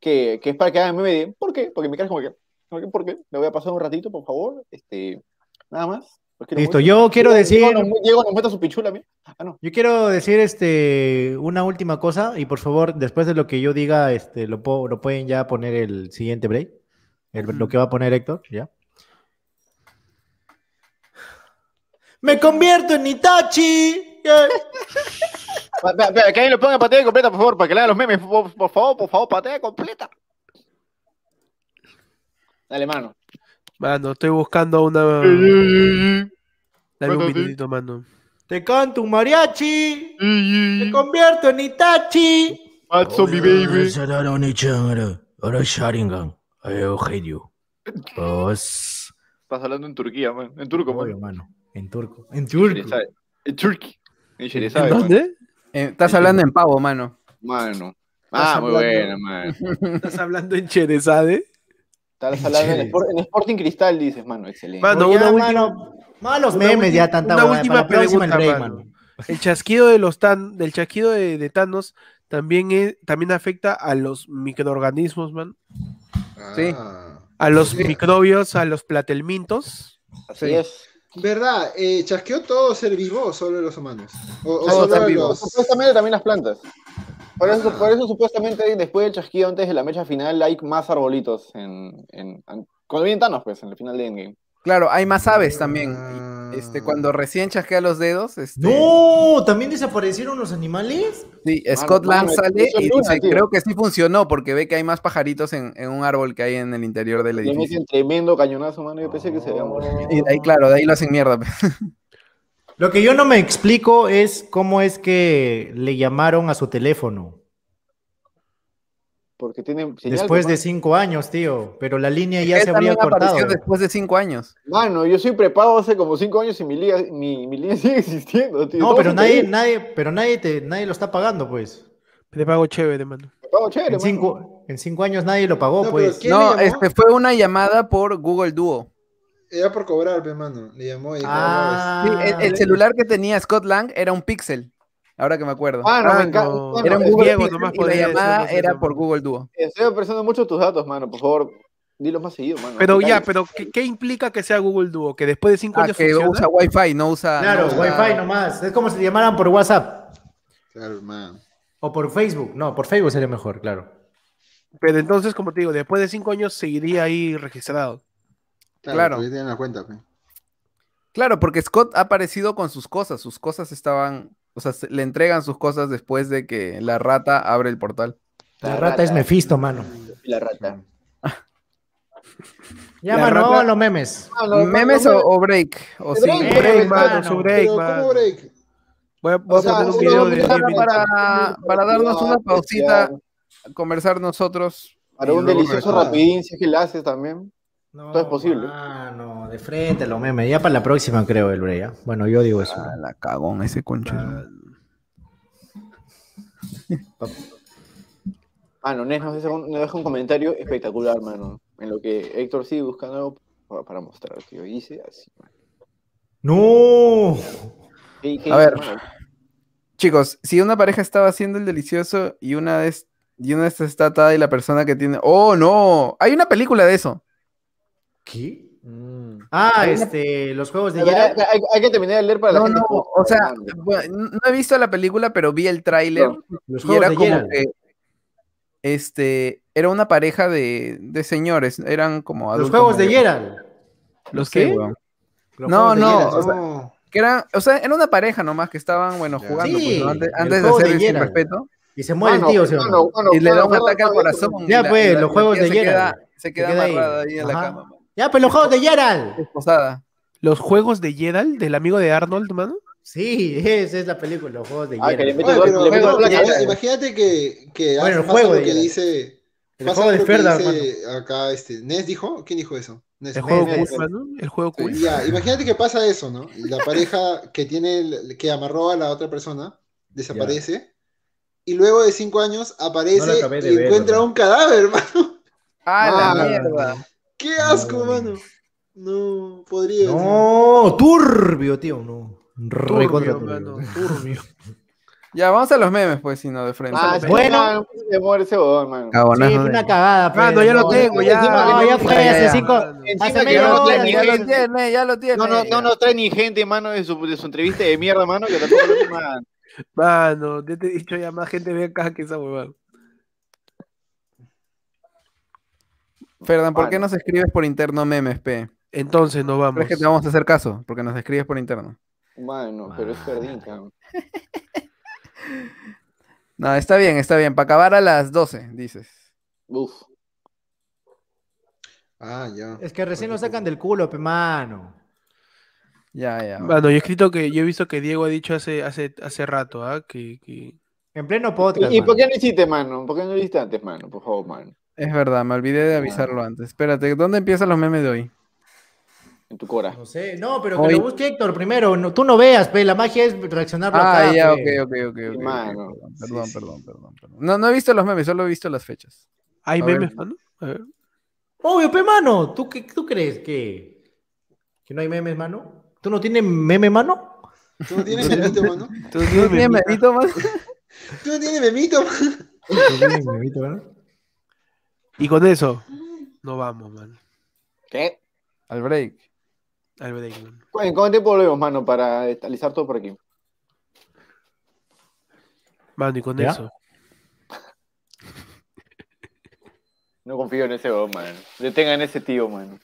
A: que, que es para que hagan meme de ¿por qué? Porque mi cara es como que como que, ¿por qué? Me voy a pasar un ratito, por favor. Este, nada más. Los quiero
B: Listo,
A: mucho.
B: yo quiero decir,
A: Diego nos, mu- Diego nos muestra su pichula, mira. Ah, no.
B: yo quiero decir, este, una última cosa y por favor, después de lo que yo diga, este, lo, po- lo pueden ya poner el siguiente break, el- lo que va a poner Héctor, ya. Me convierto en Itachi. Yeah.
A: Pa- pa- pa- que alguien lo ponga patea completa, por favor, para que le hagan los memes. Por, por favor, por favor, patea completa. Dale, mano.
F: Mano, estoy buscando una. Dame un minutito, mano.
B: Te canto un mariachi.
A: Mm-hmm.
B: Me convierto en Itachi.
A: Matzo, mi baby. Estás hablando en Turquía, man. En turco,
B: Obvio,
A: man.
B: mano. En turco. En turco.
A: Sherezabe. En Turquía. En Sherezabe,
F: ¿En
A: man.
F: dónde?
D: Eh, estás hablando en pavo, mano.
A: Mano.
F: Estás
A: Ah, muy
F: hablando-
A: buena, man.
F: ¿Estás hablando en Cherezade?
A: Estás hablando en, Sport- en Sporting Cristal, dices, mano. Excelente.
F: Mano.
B: Oye,
F: Ah, una
B: ya,
F: última-
B: mano, Malos
F: una
B: memes,
F: ulti-
B: ya tanta
F: una
B: huevada.
F: última
B: Para la próxima el
F: pregunta,
B: break,
F: mano.
B: mano.
F: El chasquido de los tan, del chasquido de, de Thanos también, es- también afecta a los microorganismos, man.
D: Sí.
C: Ah.
F: A los
C: Sí.
F: microbios, a los platelmintos.
A: Así
D: Sí.
A: es.
C: ¿Verdad? Eh, ¿Chasqueó todo ser vivo o solo los humanos? O, o
A: Todos
C: solo
D: están
C: los...
D: vivos.
A: Supuestamente también las plantas. Por eso,
C: Ah.
A: por eso supuestamente después del chasquido, antes de la mecha final, hay más arbolitos en, en, en- cuando viene Thanos, pues, en el final de Endgame.
D: Claro, hay más aves también.
C: Ah.
D: Este, cuando recién chasquea los dedos, este,
B: No, ¿también desaparecieron los animales?
D: sí,
A: Mano,
D: Scott Lang
A: mano,
D: sale
A: eso es
D: y
A: luna,
D: dice,
A: tío.
D: creo que sí funcionó porque ve que hay más pajaritos en, en un árbol que hay en el interior del
A: Le
D: edificio.
A: meten tremendo cañonazo, mano. Yo pensé que se
B: Oh.
A: había muerto.
D: Y de ahí, claro, de ahí lo hacen mierda. pe.
B: Lo que yo no me explico es cómo es que le llamaron a su teléfono
A: Porque tienen señal.
B: después de
A: pues,
B: cinco años, tío. Pero la línea ya
D: Él
B: se habría
D: también
B: cortado.
D: apareció después de cinco años.
A: mano. Mano, yo soy prepago hace como cinco años y mi liga, mi, mi liga sigue existiendo, tío.
B: No,
A: Todo
B: pero
A: es
B: nadie,
A: increíble.
B: nadie, pero nadie te, nadie lo está pagando, pues.
F: Te pago chévere, mano.
C: Ah,
A: Prepago chévere,
B: En
A: mano.
B: cinco, en cinco años nadie lo pagó,
C: No,
B: pues.
C: pero ¿quién
D: No,
C: le llamó?
D: este fue una llamada por Google Duo.
C: Era por cobrar, pe, mano. Le llamó y... dijo,
B: Ah.
D: Sí, el, el
B: Ah.
D: celular que tenía Scott Lang era un Pixel, ahora que me acuerdo.
A: Mano,
F: Ah,
A: me encanta.
F: no.
A: Mano,
E: eh,
D: era un
A: es-
D: Google
F: Diego
D: Pixel
F: nomás
D: y la
F: podía
D: llamada
F: decirnos eso,
D: era por
F: mano.
D: Google Duo.
A: Estoy apreciando mucho tus datos, mano. Por favor,
E: Dilo más seguido, mano.
F: Pero
E: ¿Qué
F: ya,
E: tal?
F: pero ¿qué, qué implica que sea Google Duo? Que después de cinco
D: Ah,
F: años
D: que
F: funciona?
D: usa Wi-Fi, no usa.
B: Claro,
D: no usa-
B: Wi-Fi nomás. Es como si te llamaran por WhatsApp
C: Claro, hermano.
B: o por Facebook. No, por Facebook sería mejor, claro.
F: Pero entonces, como te digo, después de cinco años seguiría ahí registrado.
C: Claro.
D: Claro.
C: porque tienen la cuenta, pe.
D: Claro, porque Scott ha aparecido con sus cosas. Sus cosas estaban. O sea, se- le entregan sus cosas después de que la rata abre el portal.
B: La, rata, es Mephisto, mano.
E: La rata.
B: Ya,
D: La
B: mano,
D: rata-
B: vamos a los memes.
D: ¿Memes o, o break? O sí.
C: break,
B: Break,
F: Break,
B: mano.
F: mano, su break,
C: Pero,
F: mano.
C: ¿cómo break?
F: Voy a, voy a
C: sea,
F: poner un
C: uno va
F: video de
C: a
F: 10
C: buscar
F: minutos.
D: para, para darnos una pausita, conversar nosotros.
E: Para
D: y
E: un
D: luego
E: delicioso
D: regresar.
E: rapidín, si es que la haces también.
B: No,
E: Todo es posible.
B: Mano, de frente a los memes. Ya para la próxima, creo, el Brea. Bueno, yo digo eso.
D: Ah, la cagón ese concha.
E: Mano, Ah, Nes nos deja un, nos deja un comentario espectacular, mano. En lo que Héctor sigue buscando algo pa- para mostrar que yo hice así. mano.
B: No.
E: ¿Qué- qué
D: A
E: hice,
D: ver.
E: mano?
D: Chicos, si una pareja estaba haciendo el delicioso y una de, es- y una de estas está atada y la persona que tiene. ¡Oh, no! Hay una película de eso.
B: ¿Qué? Ah, este, los juegos de
E: A ver, hay,
B: Gerard.
E: hay- hay que terminar de leer para la
D: No,
E: gente.
D: no, o sea, bueno, no he visto la película, pero vi el tráiler
B: Los
D: y
B: juegos
D: era
B: de
D: como
B: Gerard.
D: que este era una pareja de, de señores, eran como
B: Los
D: adultos
B: juegos de
D: mayores.
B: Gerald.
F: ¿Los
D: Sí,
F: qué?
D: weón.
B: Los
D: No,
B: juegos de
D: no,
B: Gerald.
D: o sea, Que eran, o sea, era una pareja nomás que estaban, bueno,
C: Ya.
D: jugando
B: Sí,
D: pues, ¿no? antes,
B: el
D: antes de
B: juego
D: hacer
B: de
D: el sin
B: Gerald.
D: respeto
B: y se muere el tío, ¿sí o no?
D: y le da un ataque al corazón. y
B: Ya,
D: la-
B: pues,
D: y la-
B: los
D: la
B: juegos
D: tía
B: de
D: se queda-
B: Gerald.
D: Se queda
B: queda ahí.
D: amarrada ahí en la
B: Ajá.
D: cama, pues, man.
B: Ya, pues los juegos de Gerald.
D: esposada.
F: ¿Los juegos de Gerald, del amigo de Arnold, mano?
B: Sí, esa es la película, los juegos de
E: Ah, que le
B: Gerald.
E: mete
C: Oye,
E: gol-
C: pero,
E: le mete
C: pero,
E: gol a la
C: ahora,
E: cabeza.
C: imagínate que, que
B: Bueno, el
C: pasa
B: juego
C: lo
B: de
C: que
B: ella.
C: dice.
B: El
C: pasa
B: juego de
C: lo que
B: Ferda,
C: dice acá este. Nes dijo. ¿Quién dijo eso? Nes.
F: El juego
B: Ness.
F: cool, mano. El juego cool.
C: Ya, imagínate que pasa eso, ¿no? La pareja que tiene el- que amarró a la otra persona desaparece y luego de cinco años
B: No la
C: aparece
B: acabé de
C: y
B: ver,
C: encuentra
B: hermano.
C: un cadáver, hermano.
D: Ah,
C: Ah,
D: la mierda.
C: ¡Qué asco,
B: No.
C: mano! No, podría.
B: No, turbio, tío, no. Recontra
F: Turbio, mano.
B: turbio.
F: Turbio.
D: Ya, vamos a los memes, pues, si no, de frente.
E: Ah,
D: Los
B: Bueno.
E: bueno, no, no se muere ese bodón, mano.
D: cagonazo
B: Sí,
D: de-
B: fue una cagada.
F: Ah,
B: pero
F: no, ya lo
B: no,
F: tengo, ya.
B: No, ya
D: Ya,
B: fue
D: ya,
B: hace
D: ya.
B: cinco.
A: Encima
B: Hace
A: que ya
B: media
A: no
B: hora.
A: tiene
D: Ya lo
A: gente.
D: tiene, ya lo tiene.
A: No, no, no nos trae ni gente, mano, de su, de su entrevista de mierda, mano, que tampoco lo toman.
F: Mano, ya te he dicho ya más gente ve acá que esa huevada.
D: Fernán, ¿por qué
E: Bueno.
D: nos escribes por interno memes, P?
F: Entonces nos vamos.
D: ¿Crees que te vamos a hacer caso? Porque nos escribes por interno.
E: Mano, pero es jardín, cabrón.
D: No, está bien, está bien. Para acabar a las 12, dices.
E: Uf.
C: Ah, ya.
B: Es que recién lo sacan del culo, pe mano.
D: Ya, ya. bueno.
F: Mano, yo he escrito que yo he visto que Diego ha dicho hace hace hace rato, ¿ah? Que, que-
B: En pleno podcast.
E: ¿Y, y
B: mano.
E: por qué no hiciste, mano? ¿Por qué no lo hiciste antes, mano? Por favor, mano.
D: Es verdad, me olvidé de avisarlo antes. Espérate, ¿dónde empiezan los memes de hoy?
E: En tu cora.
B: No sé, no, pero que
D: Hoy-
B: lo busque Héctor primero. No, tú no veas, pe. La magia es reaccionarlo
D: Ah,
B: acá,
D: ya, ok,
B: pe.
D: ok, ok. ok, ok,
E: Mano,
D: perdón,
C: sí,
D: Perdón,
C: sí.
D: perdón, perdón, perdón. No, no he visto los memes, solo he visto las fechas.
F: hay
D: A
F: memes,
D: ver.
F: mano. A ver.
B: Obvio, pe, mano. ¿Tú, qué, ¿Tú crees que, que no hay memes, mano? ¿Tú no tienes meme, mano?
C: ¿Tú no tienes memito, mano?
F: Tú
D: ¿No
F: dime,
D: tiene
F: mano.
D: memito más?
C: ¿Tú no tienes memito, mano?
B: ¿No tienes memito, mano?
F: Y con eso nos vamos, mano.
E: ¿Qué?
D: Al break.
F: Al break, mano.
E: ¿En cuánto tiempo volvemos, mano, para estabilizar todo por aquí?
F: Mano, y con
B: ¿Ya?
F: eso.
E: No confío en ese bodón, mano. Detengan ese tío, mano.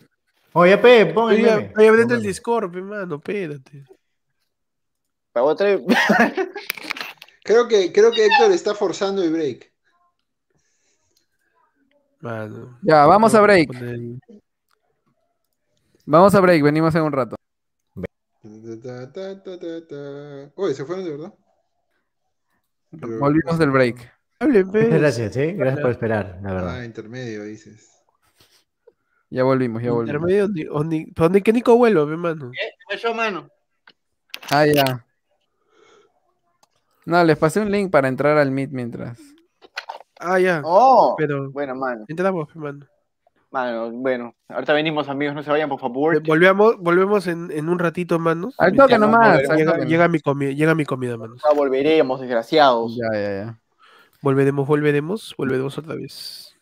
B: Oye, pe, pon el
F: Estoy,
B: meme.
F: estoy abriendo el
B: Pon
F: Discord, pe, mano, espérate.
E: Para otra vez.
C: Creo que, creo que Héctor está forzando el break.
F: Mano.
D: Ya, Ah, vamos a break.
F: Con el-
D: Vamos a break, venimos en un rato.
C: Ta, ta, ta, ta, ta. Oye, se fueron de verdad. Pero-
D: Volvimos del break.
F: Hablen, pe.
B: Muchas gracias, ¿eh? Gracias por esperar, la
C: Ah,
B: verdad.
C: intermedio, dices.
D: Ya volvimos, ya volvimos.
F: Intermedio, ni- o ni- pero ni que Nico vuelva, pe, mano.
A: Yo, mano.
D: Ah, ya. No, les pasé un link para entrar al Meet mientras.
F: Ah, ya.
E: ¡Oh!
F: Pero
E: Bueno, mano.
F: entramos, pe, mano.
E: Mano, bueno. Ahorita venimos, amigos. No se vayan, por
F: Eh,
E: favor.
F: Volvemos, volvemos en, en un ratito, mano.
D: Al toque
E: Mientras
D: nomás.
E: nos
D: al
F: Llega,
D: toque.
F: llega mi comi- llega mi comida, mano.
E: Ya volveremos, desgraciados.
D: Ya, ya, ya.
F: Volveremos, volveremos, volveremos otra vez.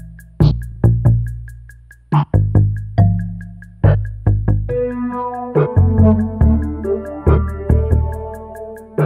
G: Thank you.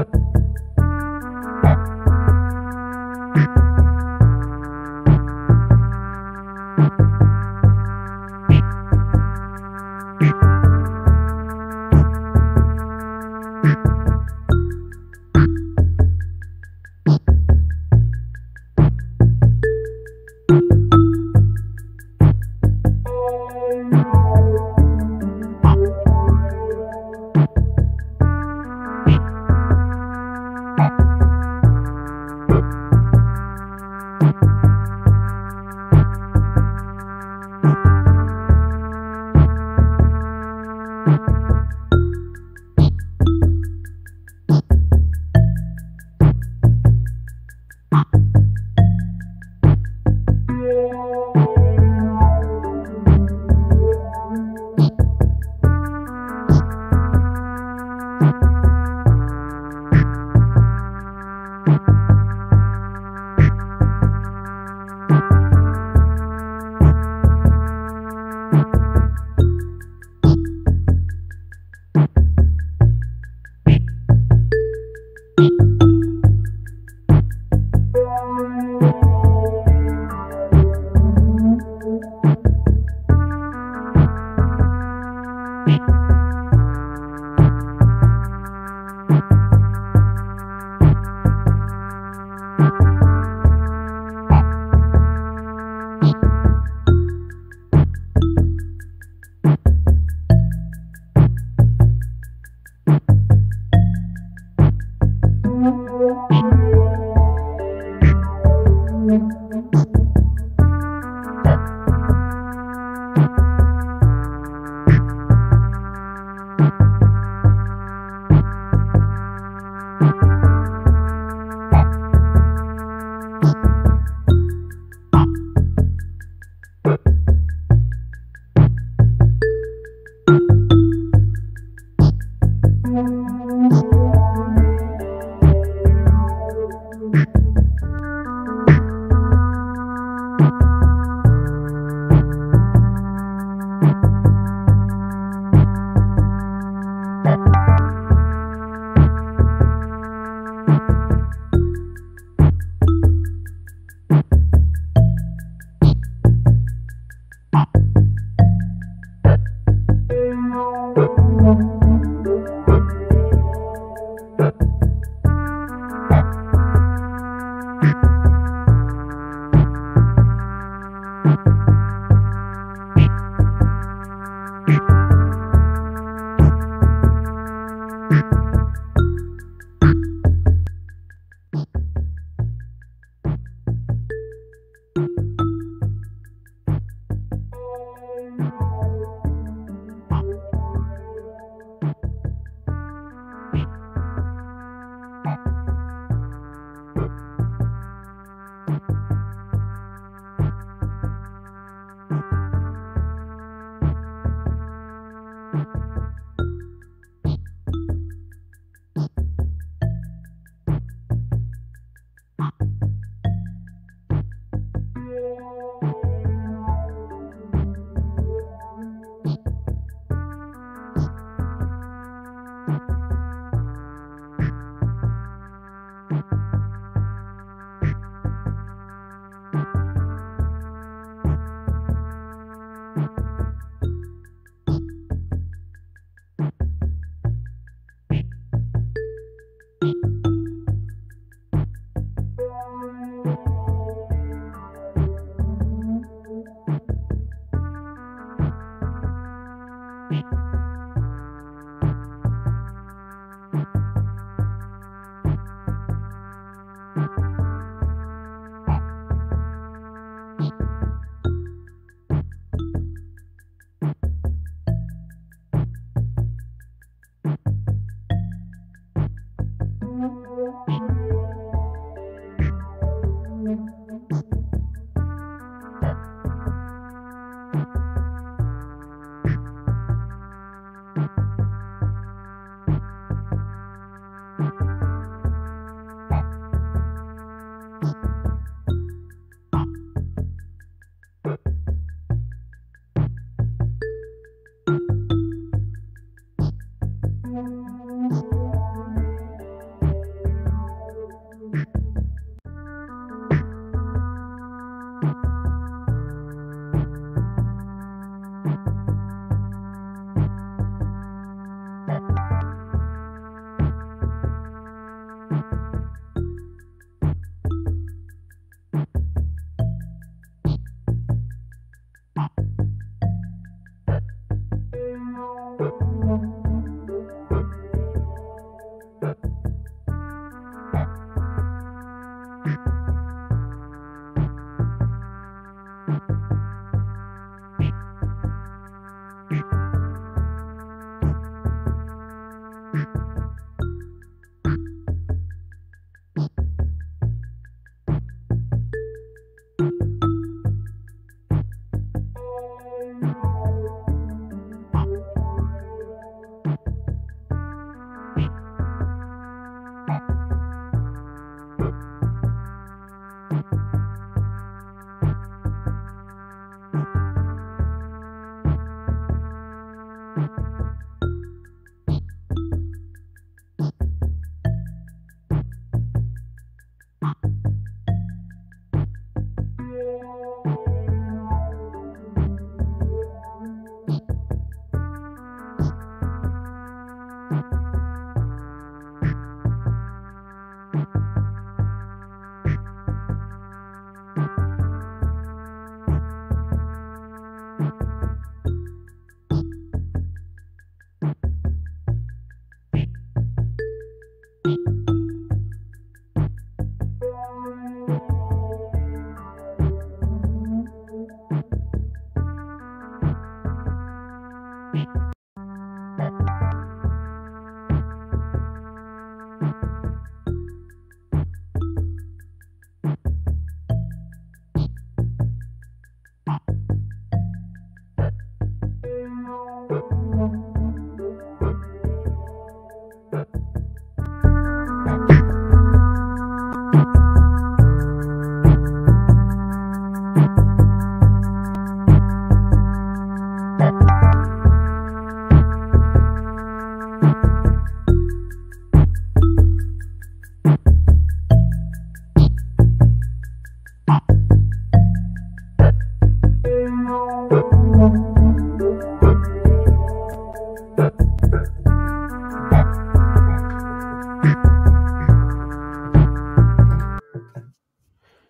B: Hola,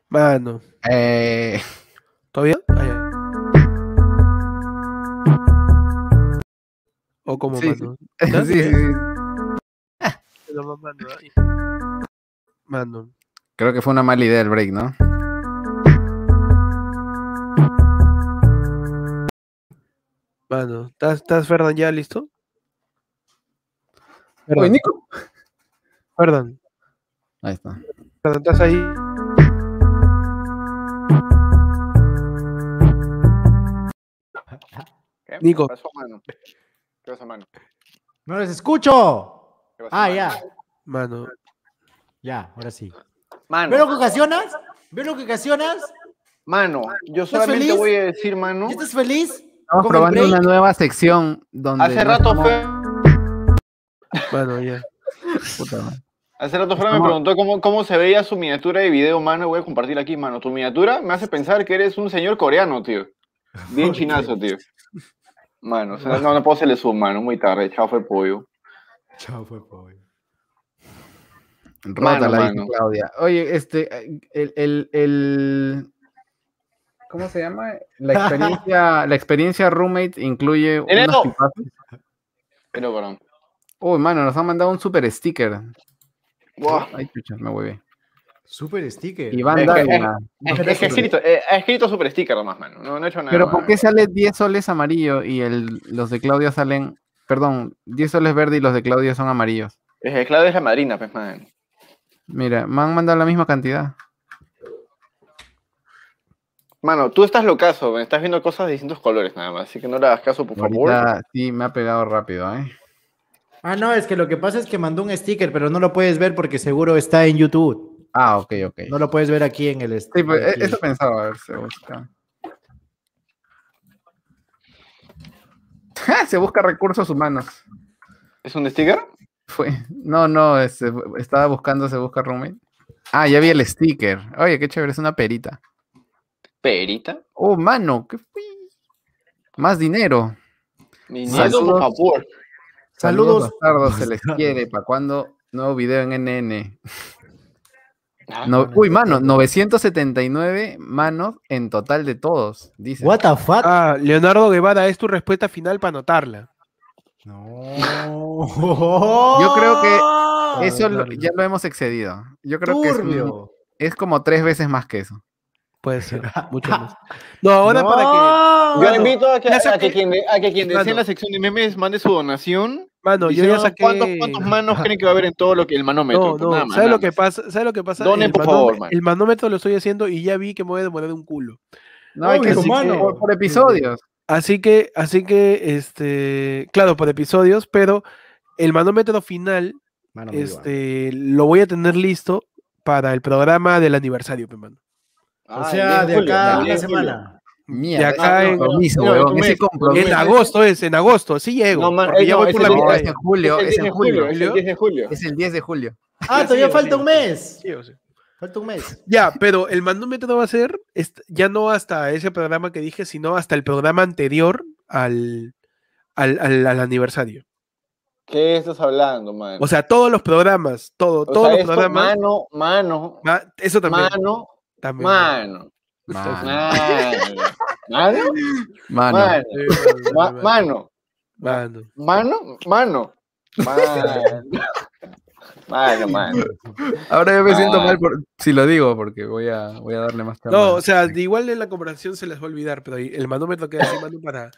F: Mano,
D: Eh,
F: ¿todavía? Ah, ya. O como
D: Sí,
F: mano.
D: sí,
F: ¿Ya?
D: sí, sí.
F: Pero más mano, ahí. Mano.
D: Creo que fue una mala idea el break, ¿no?
F: Mano, ¿estás, estás Ferdan ya listo?
E: Oye,
F: Ferdan,
E: Nico.
F: Ferdan,
D: Ahí está.
F: Ferdan, ¿estás ahí?
A: ¿Qué
F: Nico.
A: pasó, mano? ¿Qué pasó, mano?
B: ¡No les escucho!
A: ¿Qué pasó,
B: Ah,
A: mano?
B: ya,
F: Mano,
B: ya, ahora sí.
A: Mano,
B: ¿Ves lo que ocasionas? ¿Ves lo que ocasionas?
A: mano, yo
B: ¿Estás
A: solamente
B: feliz?
A: voy a decir, mano.
B: ¿Ya estás feliz?
D: Estamos
B: Con el
D: probando
B: break.
D: una nueva sección donde.
A: Hace
D: no
A: rato
D: estamos-
A: fue.
F: mano, ya.
D: Puta madre.
A: Hace rato Fran me
D: Estamos-
A: preguntó cómo, cómo se veía su miniatura de video, mano. Voy a compartir aquí, mano. Tu miniatura me hace pensar que eres un señor coreano, tío. Bien chinazo, tío. Mano, o sea, no, no puedo hacerle su mano. Muy tarde, chao fue pollo.
B: Chao, fue pobre.
D: Rota la dice
A: mano.
D: Claudia. Oye, este, eh, el, el, el- ¿cómo se llama? La experiencia, la experiencia roommate incluye unos
A: ¡Dinero!
D: tipazos.
A: Pero, perdón.
D: Uy, mano, nos han mandado un super sticker.
A: Buah.
D: Ay, chucha, me huevé.
B: Super sticker.
D: Iván
A: Es que-
D: Dávila.
A: Es que- es que ha escrito, eh, ha escrito super sticker nomás, mano. No, no he hecho nada.
D: Pero
A: mano.
D: ¿por qué sale 10 soles amarillo y el, los de Claudia salen, perdón, 10 soles verde y los de Claudia son amarillos?
A: Es que Claudia es la madrina, pues, man.
D: Mira, me han mandado la misma cantidad.
A: Mano, tú estás locazo, man. estás viendo cosas de distintos colores nada más. Así que no le hagas caso, por favor.
D: Ahorita sí, me ha pegado rápido, ¿eh?
B: Ah, no, es que lo que pasa es que mandó un sticker, pero no lo puedes ver porque seguro está en YouTube.
D: Ah, ok, ok.
B: No lo puedes ver aquí en el
D: Sí, pues,
B: aquí.
D: e- eso pensaba, a ver, se busca. se busca recursos humanos.
A: ¿Es un sticker?
D: Fue. No, no, este, estaba buscando, se busca roommate. Ah, ya vi el sticker. Oye, qué chévere, es una perita.
A: Perita.
D: Oh, mano, qué fui. Más dinero.
A: Mi
D: Saludos.
A: nieto, por favor.
B: Saludos.
D: bastardos, se les quiere. ¿Para cuándo? Nuevo video en NN.
A: Ah,
D: No- uy, mano, 979 manos en total de todos. Dice.
B: What the fuck?
F: Ah, Leonardo Guevara, es tu respuesta final para anotarla.
B: No.
D: Yo creo que
B: Ah,
D: Eso lo-
B: claro.
D: ya lo hemos excedido. Yo creo que es un-
B: turbio.
D: Es como tres veces más que eso.
F: Puede ser, mucho más. No, ahora
B: Ah. No.
F: para que.
A: Yo
F: Mano,
A: invito a que,
F: ya saqué-
A: a que quien, de- a que quien desee
F: Mano.
A: la sección de memes mande su donación.
F: Mano, yo
A: diciendo
F: ya saqué.
A: ¿cuántos, cuántos manos creen que va a haber en todo lo que el manómetro?
F: No,
A: Pues
F: no,
A: nada más,
F: ¿sabes
A: nada
F: lo que
A: más.
F: pasa? ¿Sabes lo que pasa?
A: Donen,
F: el,
A: por
F: manóme-
A: favor, man.
F: el manómetro lo estoy haciendo y ya vi que me voy a demorar un culo.
D: No, hay que
B: Obvio,
D: hacer
B: mano.
D: por, por episodios.
F: Así que, así que, este, claro, por episodios, pero el manómetro final,
B: Mano, me iba.
F: este, lo voy a tener listo para el programa del aniversario, pe, mano.
B: o
A: Ah,
B: sea,
A: el
B: de
A: diez julio,
B: acá
A: el
B: a una
A: diez julio.
B: semana.
D: Mierda, ese
F: acá en-
D: compromiso,
A: no,
D: weón,
A: en un
D: ese
A: mes,
D: compromiso.
F: En agosto es, en agosto, sí llego.
A: No, man,
F: porque
A: eh,
F: ya
A: no,
F: voy por
A: ese
F: la
A: no,
D: No,
F: mitad.
D: es
F: ya.
D: en julio,
A: Es el
D: es
A: 10
D: en
A: de julio,
D: julio.
A: es el 10 de julio.
D: Es el 10 de julio.
B: Ah,
F: Ya
B: todavía
F: sí,
B: falta
F: sí,
B: un
F: sí.
B: mes.
F: Sí, o sea.
B: Falta un mes.
F: Ya, pero el manómetro va a ser est- ya no hasta ese programa que dije, sino hasta el programa anterior al, al, al- al aniversario.
A: ¿Qué estás hablando, mano?
F: O sea, todos los programas, todo,
A: O
F: todos
A: sea,
F: los
A: esto,
F: programas.
A: Mano, mano,
F: ma- eso también.
A: mano,
F: también.
A: mano,
D: Mano,
A: mano, mano,
D: mano.
A: mano,
F: Sí,
A: ma-
F: mano,
A: mano,
F: mano.
A: mano, mano, mano, mano, mano.
D: Ahora yo me siento
A: Ah.
D: mal por- si lo digo, porque voy a, voy a darle más chamba.
F: No, o sea, de igual en la comparación se les va a olvidar, pero ahí el manómetro queda así, mano, para,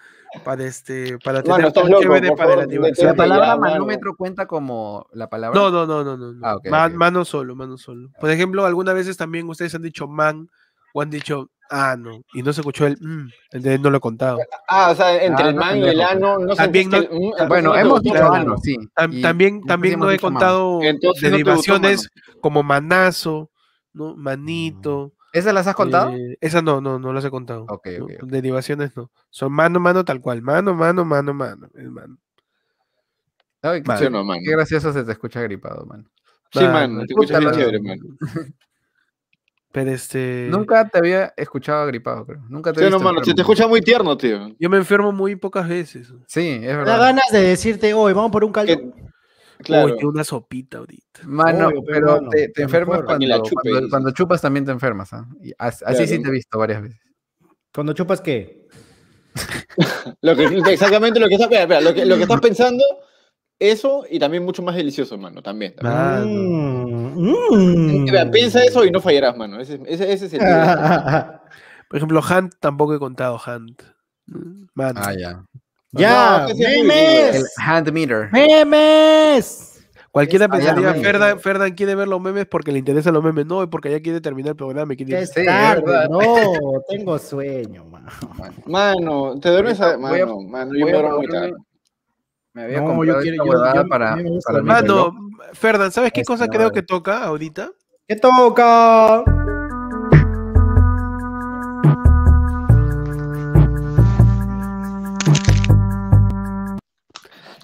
F: para este, para
A: Mano,
F: tener
A: estás
F: todo
A: loco,
F: chévere
A: por
F: para el
A: favor,
F: aniversario.
D: la
A: creo que
D: palabra
A: ya, mano.
D: manómetro cuenta como la palabra.
F: No, no, no, no, no. no.
D: Ah, ok,
F: Man-
D: ok.
F: Mano solo, mano solo. Por ejemplo, algunas veces también ustedes han dicho man o han dicho ah, no, y no se escuchó el mm, entonces no lo he contado.
A: Ah, o sea, entre
D: Ah,
A: el
D: no,
A: man y el
D: pendejo.
A: ano, no
F: También
A: sentiste el- mm, entonces
D: Bueno,
A: no te
D: hemos
A: gustó,
D: dicho
A: mano.
D: mano, sí.
F: Tam-
D: y
F: también
D: nosotros
F: también
D: hemos
F: no he
D: dicho mano.
F: contado
A: Entonces no te gustó,
F: derivaciones como manazo, ¿no? manito.
D: ¿Esas las Mm. has contado?
F: eh, esa no, no, no las he contado.
D: Ok,
F: ¿no?
D: ok, ok.
F: Derivaciones no. Son mano, mano, tal cual. Mano, mano, mano, mano. es mano.
D: Ay, qué,
F: Mano.
A: Sí,
D: chévere,
A: no, mano.
D: qué gracioso se te escucha gripado, mano.
A: Sí,
F: Mano,
A: mano, te escuchas
D: puta
A: bien
D: la-
A: chévere, mano.
F: Pero este.
D: Nunca te había escuchado gripado, creo. Nunca te
A: Sí,
D: había
A: no, mano, se te escucha muy tierno, tío.
F: Yo me enfermo muy pocas veces.
D: Sí, es
B: Me da
D: verdad.
B: ganas de decirte hoy, vamos por un caldo.
A: Que-
E: Claro.
F: Oye, una sopita ahorita.
D: Mano,
B: Obvio, pero
D: pero
B: mano,
D: te, te
B: lo
D: enfermas
B: mejor.
D: cuando,
E: Ni la chupe,
D: cuando-
E: dice.
D: cuando chupas también te enfermas. ¿ah? Y as- así
E: Claro.
D: sí te he visto varias veces.
B: ¿Cuando chupas qué?
E: Lo que, exactamente lo que, está- espera, espera, lo, que, lo que estás pensando, eso y también mucho más delicioso, mano. También. también.
B: Ah,
F: Mano.
B: Mm, mm.
E: Espera, Piensa eso y no fallarás, mano. Ese, ese, ese es
D: Ah.
E: el.
F: Por ejemplo, Hunt tampoco he contado Hunt. Mano.
D: Ah, ya.
B: ya,
E: No, ese es muy
B: memes,
D: El hand meter.
B: memes.
F: Cualquiera
B: Es- ah,
F: pensaría,
B: ya, meme.
F: Ferdan, Ferdan quiere ver los memes porque le interesan los memes. No, y porque ya quiere terminar el programa. y
B: Ya
F: Quiere...
B: es
D: Sí, es
B: tarde,
D: verdad.
B: no, tengo sueño, man.
E: Mano, te duermes a.
D: Voy a-
E: Mano, mano, yo
D: Voy
E: me
D: a
E: duermo muy
D: ponerme-
E: tarde.
D: Me había
B: No, yo
D: comprado
B: quiero-
D: esta
B: yo-
D: huevada
B: yo-
D: para,
B: a mí me gusta
D: para
B: el
D: mi reloj.
F: Mano, Ferdan, ¿sabes qué
D: Esta
F: cosa creo
D: madre.
F: que toca ahorita?
B: ¿Qué toca?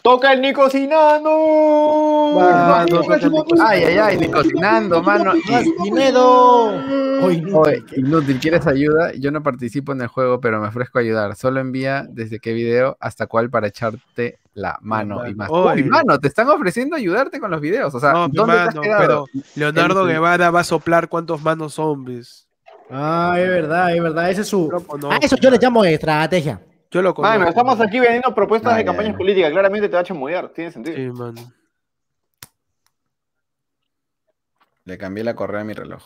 A: ¡Toca el Nicocinano!
D: Mano,
B: Mano,
D: toca el micro- Ay, ay, ay, ni cocinando, mano.
B: Más dinero. Hoy no.
D: Oye, inútil, ¿quieres ayuda? Yo no participo en el juego, pero me ofrezco a ayudar. Solo envía desde qué video hasta cuál para echarte la mano y más.
F: Oye.
D: Uy, mano, te están ofreciendo ayudarte con los videos. O sea,
F: no, mi
D: ¿dónde te has
F: mano, pero
D: quedado?
F: Leonardo
D: Él-
F: Guevara va a soplar cuántos manos zombies.
B: Ah, es verdad, es verdad. Ese es su.
F: Yo lo conozco,
B: Ah, eso yo le llamo estrategia.
F: Yo lo conozco.
A: Mano, estamos aquí vendiendo propuestas
D: Ay,
A: de campañas
D: ay.
A: políticas. Claramente te va a chamullar, tiene sentido.
F: Sí, mano.
D: Le cambié la correa a mi reloj.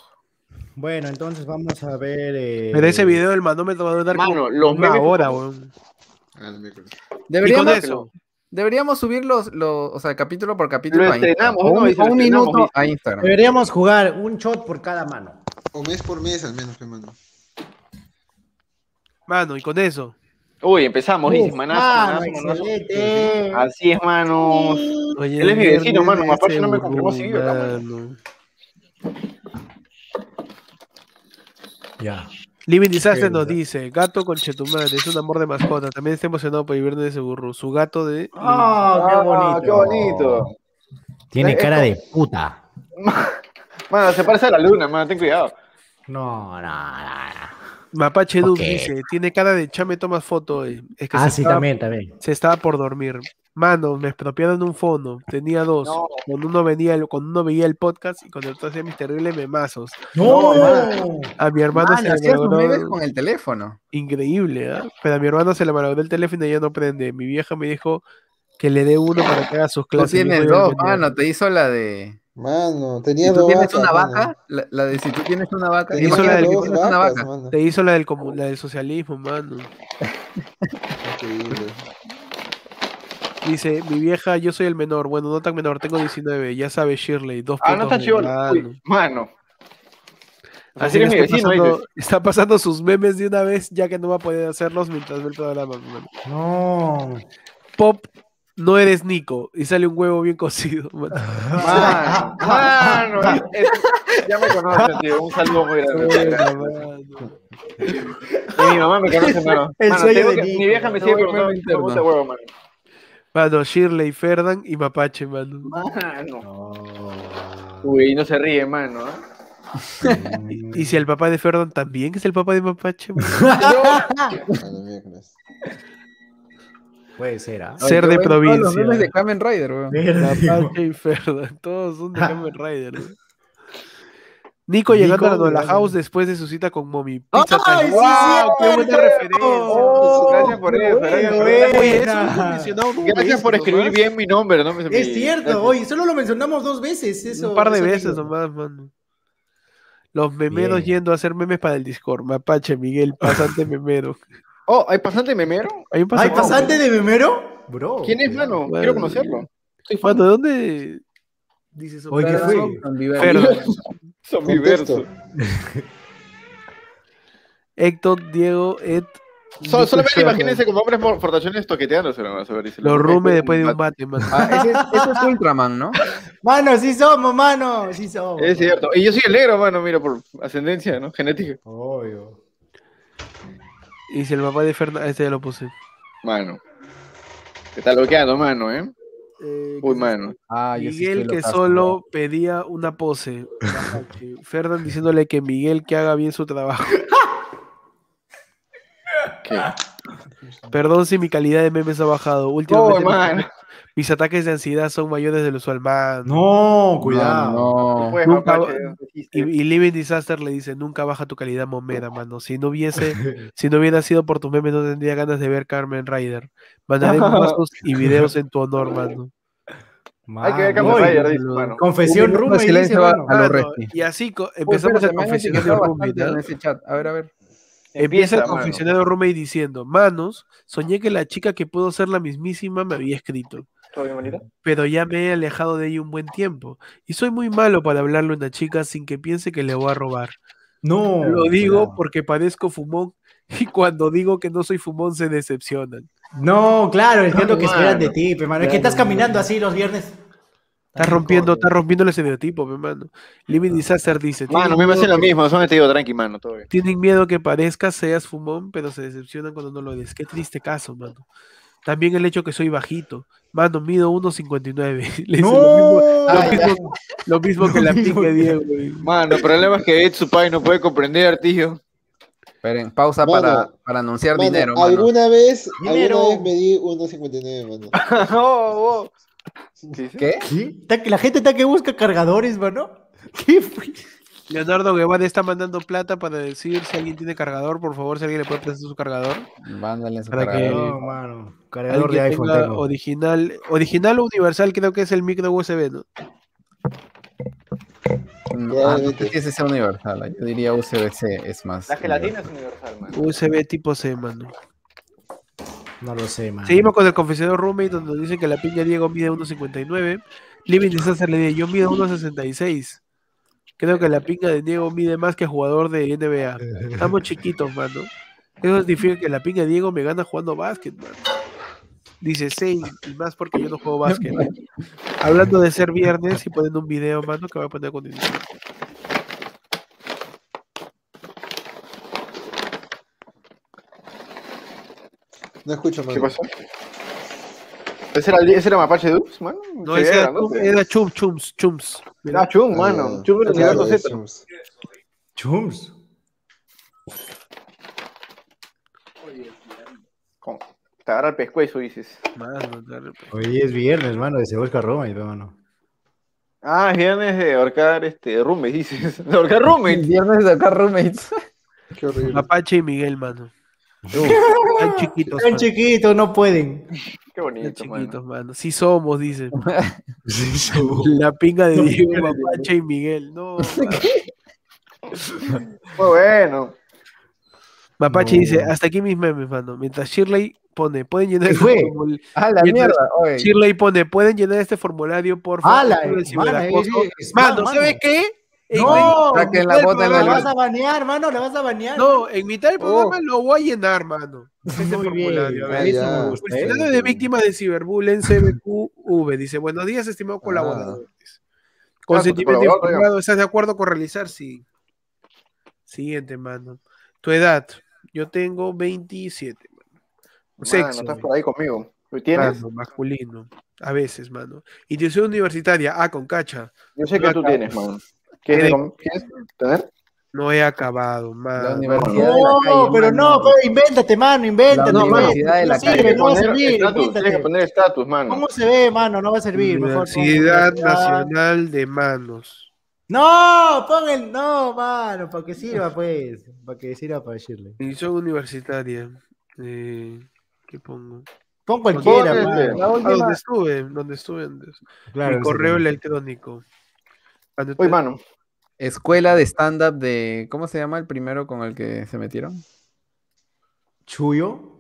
B: Bueno, entonces vamos a ver. eh,
F: Pero ese video del manómetro va a durar como
A: Mano, los
F: una
A: memes.
F: hora, weón.
C: Ah, no me acuerdo.
F: Y con
D: Deberíamos,
F: eso,
D: deberíamos subir los, los- o sea, capítulo por capítulo.
A: Lo
D: a Instagram.
A: estrenamos,
D: O
A: ¿no?
D: un,
A: Dice, lo
D: o un
A: estrenamos,
D: minuto a Instagram.
B: Deberíamos jugar un shot por cada mano.
C: O mes por mes al menos, hermano.
F: mano, y con eso.
A: Uy, empezamos, dices,
B: Uf,
A: manazo,
B: mano,
A: manazo, manazo.
B: excelente.
A: Así es, manos.
F: Oye,
A: Él es mi
F: mierda,
A: vecino, mano,
F: ese
A: Mapache no me confirmó si vive acá,
F: mano.
B: Ya.
F: Living Disaster
B: Sí,
F: nos
B: verdad.
F: dice, gato con chetumán, es un amor de mascota. También está emocionado por vivir de ese burro. Su gato de...
B: Ah, qué bonito.
A: qué bonito.
B: Tiene cara de puta.
A: Mano, se parece a la luna, mano, ten cuidado.
B: No, no, no. no.
F: Mapache Doom
B: Ok.
F: dice, tiene cara de chame, tomas foto. eh. Es que
B: Ah,
F: se,
B: sí,
F: estaba,
B: también, también.
F: se estaba por dormir. Mano, me expropiaron un fono. Tenía dos.
A: No.
F: Con uno venía el- con uno veía el podcast y con el otro hacía mis terribles memazos.
B: No,
F: A mi hermano
D: Mano,
F: se le
D: hacías tus
F: malogró-
D: memes con el teléfono.
F: Increíble, ¿ah? Pero a mi hermano se le malogró el teléfono y ya no prende. Mi vieja me dijo que le dé uno para que haga sus
D: Tú
F: clases.
D: tienes
F: Yo digo,
D: dos,
F: "Bueno".
D: mano. Te hizo la de.
C: Mano, tenía
D: Si tú
C: dos
D: tienes
C: vacas,
D: una
C: mano.
D: vaca, la, la de si tú tienes una vaca.
C: Tenía
F: Eso la
D: imagínate
F: del-
D: que
C: dos
D: tienes una
C: vacas,
D: vaca.
C: mano.
F: Te hizo la del, comu- la del socialismo, mano.
C: Increíble.
F: Dice, mi vieja, yo soy el menor. Bueno, no tan menor, tengo 19. Ya sabes, Shirley. Dos
A: Ah, no
F: puntos
A: está
F: de
A: chido.
F: mano.
A: Mano. Así
F: Así
A: eres mi
F: que está,
A: vecino,
F: pasando,
A: dices.
F: está pasando sus memes de una vez, ya que no va a poder hacerlos mientras ve el programa. mano.
B: no.
F: Pop, no eres Nico. Y sale un huevo bien cocido. mano.
A: Mano, mano. es- es- ya me conoces, tío. Un saludo muy grande.
F: Buena, mano.
A: Y mi mamá me conoce, mano.
B: El
A: Mano,
B: sueño
A: tengo
B: de
A: que-
B: Nico.
A: Mi vieja me sigue
D: No,
A: preguntando
D: no,
A: si me gusta
D: no.
A: huevo, mano.
F: Mano, Shirley, Ferdan y Mapache, mano.
A: Mano. Uy, no se ríe, mano. ¿ah?
F: Y si el papá de Ferdan también es el papá de Mapache, mano.
C: A la miércoles.
B: Puede ser, ¿ah?
D: Oye,
F: Ser
D: qué
F: de
D: bueno, todos Los
F: provincia.
D: memes de Kamen Rider, weón.
F: Mapache y Ferdan, todos son de Kamen Rider. ¿no? Nico llegando
B: Nico,
F: a la
B: mano.
F: house después de su cita con Mommy. Pizza Time.
B: sí,
A: ¡Ah,
F: ¡Guau! ¡Qué buena
B: cierto!
F: referencia!
B: Oh,
A: Gracias por eso. gracias por eso.
B: bueno.
F: Oye, eso
B: Buena.
F: lo he mencionado dos
A: Gracias
F: veces
A: por escribir
F: nomás.
A: bien mi nombre. ¿no? Mi-
B: Es cierto, oye, solo lo mencionamos dos veces. Eso,
F: Un par de
B: eso
F: veces
B: digo.
F: nomás, mano. Los memeros
B: Bien.
F: yendo a hacer memes para el Discord. Mapache, Miguel, pasante memero.
A: Oh, ¿hay pasante memero?
F: Hay
B: ¿Hay
F: un pasante.
B: pasante de memero? Bro.
A: ¿Quién es,
B: Oh, cuidado.
A: mano?
F: Bueno.
A: Quiero conocerlo. Soy fan
F: Mano, ¿de dónde? Dices,
B: Oye, ¿qué fue?
F: Ferdan.
A: Zombiverso.
F: Héctor, Diego, Ed.
A: So-
F: Nico
A: solamente
F: Ferdan.
A: imagínense como hombres por- fortachones toqueteándose nomás. a ver, y se
F: Los
A: lo-
F: rumes después de un bate, mano.
D: Ah, ese es, ese es Ultraman, ¿no?
B: Mano, sí somos, mano. Sí somos.
A: Es cierto. Y yo soy el negro, mano, mira, por ascendencia, ¿no? Genética.
B: Obvio.
F: Y si el papá de Fernández, este ya lo puse.
A: Mano. Te está bloqueando, mano, ¿eh? Uy, mano.
D: Ah, yo sí
F: Miguel
D: estoy
F: que
D: locazo,
F: solo pedía una pose. Ferdan diciéndole que Miguel que haga bien su trabajo.
A: ¿Qué?
F: Perdón si mi calidad de memes ha bajado.
A: Oh,
F: Últimamente,
A: mano.
F: mis ataques de ansiedad son mayores de lo usual, man.
B: No, cuidado.
D: No,
A: Pues,
F: Nunca-
A: Apache,
F: Y, y Living Disaster le dice, nunca baja tu calidad momera, mano. Si no hubiese, si no hubiera sido por tus memes, no tendría ganas de ver Carmen Rider. Mandaré pasos y videos en tu honor, mano.
A: Hay que ver
B: Mano,
A: Kamen
F: Ay,
A: Rider, dice,
F: boludo.
A: mano.
B: Confesión
D: Un minuto
B: Rumba
D: de
B: y
D: silencio
B: dice,
D: a-
B: bueno,
D: a- lo
F: Mano,
D: resti.
F: y así co- empezamos el confesionario Rumbi,
D: en
F: ¿no?
D: ese chat. A ver, a ver.
F: Empieza el
A: Empieza, mano.
F: confesionario Rumbi diciendo, manos, soñé que la chica que pudo ser la mismísima me había escrito.
E: ¿Todo bien, bonita?
F: pero ya me he alejado de ella un buen tiempo. Y soy muy malo para hablarle a una chica sin que piense que le voy a robar.
B: No.
F: Lo digo
B: Oh, cuidado.
F: porque parezco fumón y cuando digo que no soy fumón se decepcionan.
B: No, claro, es que es lo que
A: Mano.
B: esperan de ti, hermano. Es que estás caminando así los viernes.
F: Estás rompiendo, estás rompiendo el estereotipo, mi hermano. Living Disaster dice,
A: Mano, a
F: "Tienen
A: mí me
F: miedo
A: hacen lo
F: que-
A: mismo, son este digo tranqui, mano, todo bien.
F: Tienen miedo que parezca seas fumón, pero se decepcionan cuando no lo eres. Qué triste caso, mano. También el hecho que soy bajito. Mano, mido 1.59. Le hice
B: No.
F: lo mismo, lo
B: Ay,
F: mismo- lo mismo que
B: Lo
F: la
B: mismo
F: pique
B: que-
F: Diego. güey.
A: Mano, el problema es que Etsupai no puede comprender, tío.
D: Esperen, pausa
C: Mano,
D: para, para anunciar
C: Mano,
D: dinero. mano.
C: alguna vez,
B: Dinero.
C: alguna vez me di 1.59, mano.
A: Oh, oh.
D: ¿Qué?
B: ¿Sí? Está que- La gente está que busca cargadores, mano. ¿Qué fue?
F: Leonardo Guevara está mandando plata para decir si alguien tiene cargador, por favor, si alguien le puede prestar su cargador.
D: Mándale su
F: Para
D: cargador.
F: que-
B: No, mano.
F: Alguien
B: Cargador
F: que
B: de iPhone
F: tenga
B: tengo.
F: original, original o universal creo que es el micro USB, ¿no?
D: Ah, no
C: Probablemente.
D: sé si ese sea universal. ah, Yo diría USB-C es más.
A: La gelatina es universal, mano.
F: USB tipo C, mano.
B: No lo sé, mano.
F: Seguimos con el confesionero Roommate, donde nos dice que la piña Diego mide 1.59. Living Disaster le dice, yo mido 1.66. Creo que la piña de Diego mide más que jugador de NBA. Estamos chiquitos, mano. Eso significa que la piña de Diego me gana jugando básquet, mano. Dice 6 y más porque yo no juego básquet. Hablando de ser viernes y poniendo un video, mano, que voy a poner con
C: No escucho, mano.
A: ¿Qué pasó? ¿Ese era, el- ese era Mapache Dux, mano?
F: No,
A: Se
F: ese
A: veía
F: era,
A: grandote.
F: era Chum, Chums, Chums.
A: Ah, Chum,
C: Ah,
A: mano. Chum era el
C: claro,
A: universo
C: es
A: Z.
C: Chums.
B: Chums.
A: Con- Te agarra el pescuezo, dices.
F: Mano, claro, pues.
B: Hoy es viernes, mano, y se busca Roma y todo, mano.
A: Ah, es viernes de ahorcar este, rumes, dices. De ahorcar rumes.
D: viernes de acá, roommates.
C: Qué horrible.
F: Mapache y Miguel, mano. Tan chiquitos.
B: Tan
F: mano.
B: chiquitos, no pueden.
A: Qué
F: Tan
A: bonito, mano.
F: chiquitos, mano. Sí somos, dice. La pinga de Diego, Mapache y Miguel. No. mano.
A: Muy bueno.
F: Mapache
B: No.
F: dice, hasta aquí mis memes, mano. Mientras Shirley pone, pueden llenar
B: ¿Qué
F: este
B: fue?
F: formul-
D: Ah, la
F: Mientras-
D: mierda. oye.
F: Shirley pone, pueden llenar este formulario, por favor.
B: ¡Hala!
F: sobre el
B: mano,
F: ciberacoso".
B: Eh. eh, eh,
F: Mano, ¿sabes
B: mano.
F: qué? En
B: ¡No!
D: Saquen la
F: Del
D: bota de
B: ¡La Oh.
D: la
F: programa.
B: vas a banear, mano! ¡La vas a banear!
F: No, en mitad del programa lo voy a llenar, mano. Ese
B: Muy bien,
F: formulario. a ver.
C: ahí
B: eso me
C: ya.
B: gusta,
F: Cuestionario
B: eh.
F: Pues, de víctimas de ciberbullying CBQV. Dice, buenos días, estimados colaboradores. Consentimiento
A: colaborador, oiga.
F: informado, ¿estás de acuerdo con realizar? Sí. Siguiente, mano. Tu edad. Yo tengo 27. mano. Sexo.
A: Mano, estás por ahí conmigo. ¿Lo tienes?
F: mano, masculino. A veces, mano. Institución universitaria. Ah, con cacha.
A: Yo sé que tú
F: Acá.
A: tienes, mano. ¿Quieres,
F: Tiene-
A: ¿Quieres tener?
F: No he acabado,
D: La
F: mano.
D: universidad de la
B: No,
D: calle,
B: pero
D: mano.
B: no, pues. pero invéntate, mano, invéntate.
D: La
B: mano.
D: universidad de la
B: No sirve,
D: calle.
B: no va a
A: poner
B: servir,
A: estatus, tienes que
B: invéntate.
A: poner estatus, mano.
B: ¿Cómo se ve, mano? No va a servir. Mejor pon
F: Universidad
B: universidad.
F: Nacional de Manos.
B: No, pon el no, mano, para que sirva, pues. Para que sirva para decirle.
F: Institución universitaria. Eh, ¿Qué pongo?
B: Pon cualquiera,
A: Pon
B: mano.
A: este.
D: La
F: Ah, donde
D: última.
F: estuve, donde estuve antes.
B: Claro,
F: Mi
B: sí,
F: correo
B: claro.
F: electrónico. Cuando
A: Uy,
F: te-
A: mano.
D: Escuela de stand-up de. ¿Cómo se llama el primero con el que se metieron?
B: Chuyo.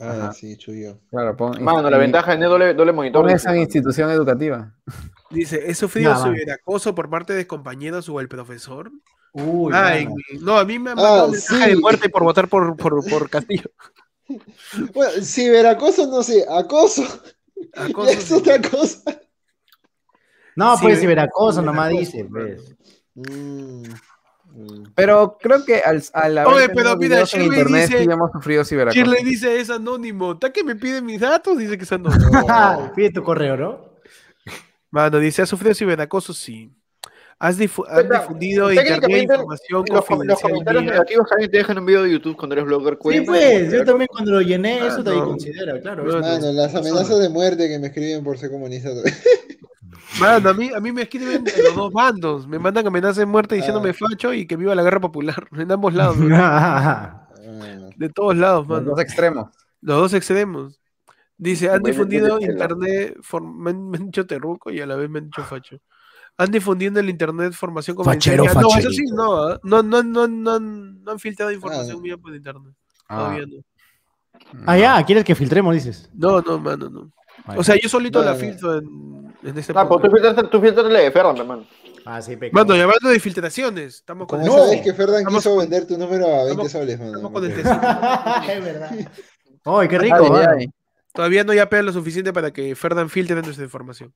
C: Ah,
D: Ajá.
C: sí, chuyo.
D: Claro, pon.
A: Mano, la ventaja es tener doble, doble monitor.
D: Pon esa institución educativa.
F: Dice, ¿he sufrido
B: Nada.
F: ciberacoso por parte de compañeros o el profesor?
B: Uy,
F: Ah,
B: mano.
F: en mi- No, a mí me han mandado
C: Ah,
F: mensaje
C: sí.
F: de muerte por votar por, por, por Castillo.
C: Bueno, ciberacoso, no sé, acoso.
F: Acoso,
C: es
F: sí.
C: otra cosa.
B: No,
F: Sí,
B: pues
F: ve-
B: ciberacoso nomás
F: ciberacoso,
B: dice.
F: mano.
B: pues.
C: Mm, mm.
D: Pero creo que al, al haber
F: Oye,
D: tenido
F: pero mira,
D: videos en
F: Shirley
D: internet
F: dice-
D: sí hemos sufrido ciberacoso.
F: Shirley dice, es anónimo. ¿Está que me pide mis datos? Dice que es
C: pues.
F: anónimo.
B: Pide tu Ah, correo, ¿no?
F: Mano, dice, ¿ha sufrido ciberacoso? Sí. Has difu- han
A: Pero,
F: difundido
A: técnicamente,
F: internet información
A: Los, com- los
F: confidencial
A: comentarios
F: mía.
A: negativos también te dejan un video de YouTube cuando eres blogger.
B: Sí,
A: cuenta,
B: pues, yo
A: cuenta.
B: también cuando lo llené, eso
F: Ah,
B: también
F: no.
B: considera, claro.
F: No,
B: eso
F: no,
B: es-
C: Mano, las
B: eso no.
C: amenazas de muerte que me escriben por ser comunista.
F: Mano, a mí, a mí me escriben de los dos bandos. Me mandan amenazas de muerte diciéndome
C: Ah.
F: facho y que viva la guerra popular. En ambos lados, bro.
C: Ah,
F: de todos
D: Los
F: lados, mano.
D: dos extremos.
F: Los dos excedemos. Dice, han
A: Bueno,
F: difundido
A: tiene tela.
F: internet, form- me, han, me han dicho terruco y a la vez me han dicho facho. Han difundido en el internet formación como
B: Fachero,
F: No, eso sí,
B: facherito.
F: no, ah. no, no, no, no, han- no han filtrado información
C: Ah.
F: mía por internet.
D: Ah,
F: Todavía no.
B: Ah, ya, ¿quieres que filtremos, dices?
F: No, no, mano, no. O
B: Vale.
F: sea, yo solito la
C: Vale.
F: filtro en, en este
A: Ah, pues tú
F: podcast.
A: filtraste, tú filtraste la de Ferran, hermano.
B: Ah, sí, pe-
F: Mano, y hablando de filtraciones, estamos con
A: Pues
C: Como
F: el-
C: esa vez que Ferdan
F: Estamos-
C: quiso vender tu número a 20
F: estamos-
C: soles, mano.
F: estamos con el
C: Porque-
F: tecito.
B: es verdad. Ay, qué rico, ¿eh?
D: Ay,
B: mano.
D: ay.
F: Todavía no ya pegan lo suficiente para que Ferdan filtre nuestra información.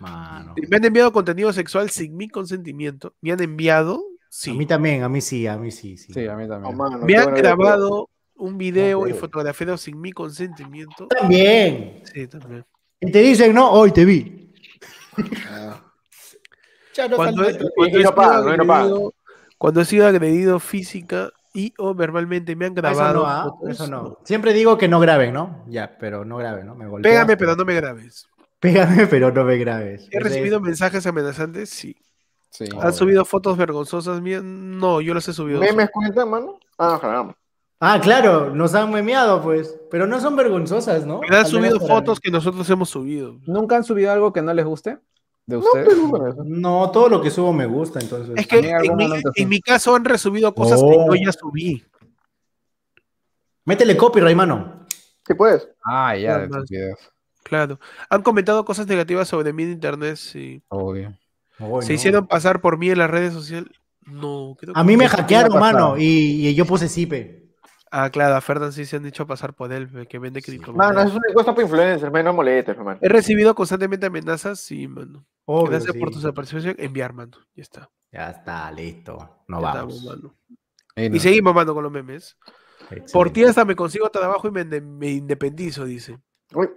B: Mano.
F: Me han enviado contenido sexual sin mi consentimiento. Me han enviado,
B: A
F: sí.
B: mí también, a mí sí, a mí sí. sí.
D: Sí, a mí
A: No,
D: también.
A: Oh, mano,
F: Me
A: qué
F: han
A: bueno que-
F: grabado un video y
C: pero-
F: fotografiado sin mi consentimiento.
B: También.
F: Sí, también.
B: Y te dicen, no, hoy te vi.
C: Ah,
F: Cuando he,
A: Y-
F: cuando,
A: y
F: he
A: no
F: sido
A: pagan, no, y no pagan.
F: agredido, cuando he sido agredido física y o verbalmente me han
B: Eso
F: grabado.
B: no, ah,
F: fotos.
B: eso no. Siempre digo que no graben, ¿no? Ya, pero no graben, ¿no? Me golpeas.
F: Pégame, pero no me grabes.
B: Pégame, pero no me grabes.
F: ¿He recibido mensajes amenazantes? Sí.
D: Sí.
F: ¿Han subido fotos vergonzosas mías? No, yo las he subido.
A: ¿Memes cuentan, mano? Ah, caramba.
B: Ah, claro, nos han memeado, pues. Pero no son vergonzosas, ¿no?
F: Me han
B: Al
F: subido
B: menos para
F: fotos que nosotros hemos subido.
D: ¿Nunca han subido algo que no les guste? ¿De ustedes?
B: mí. No, todo lo que subo me gusta,
A: Pues,
B: entonces.
F: Es que
D: mí en algún
F: en mi,
D: momento
F: en
D: sí.
F: mi caso han resubido cosas que
B: Oh.
F: yo ya subí.
B: Métele copyright, mano.
A: Sí, pues. puedes.
D: Ah, ya,
F: Ah,
D: de
F: vale.
D: tus videos.
F: Claro. Han comentado cosas negativas sobre mí en internet. Sí.
D: Obvio.
B: Ay,
F: ¿Se
B: no.
F: hicieron pasar por mí en las redes sociales? No, creo
B: A
F: que
B: mí me
F: no.
B: hackearon,
D: me ha pasado.
B: mano, y, y yo puse Zipe.
F: Ah, claro, a Ferdan sí se han dicho pasar por él, el que vende criptomonedas.
A: Mano, es una encuesta para influencers, men, no molestes, hermano.
F: He recibido constantemente amenazas, sí, mano.
B: Obvio,
F: Gracias por
B: sí.
F: tu participación. Enviar, mano. Ya está.
B: Ya está, listo. No
F: Ya
B: vamos.
F: estamos, mano.
D: Eh, no.
F: Y seguimos, mano, con los memes. Por
B: Excelente.
F: ti hasta me consigo trabajo y me, inde- me independizo, dice.
A: Uy,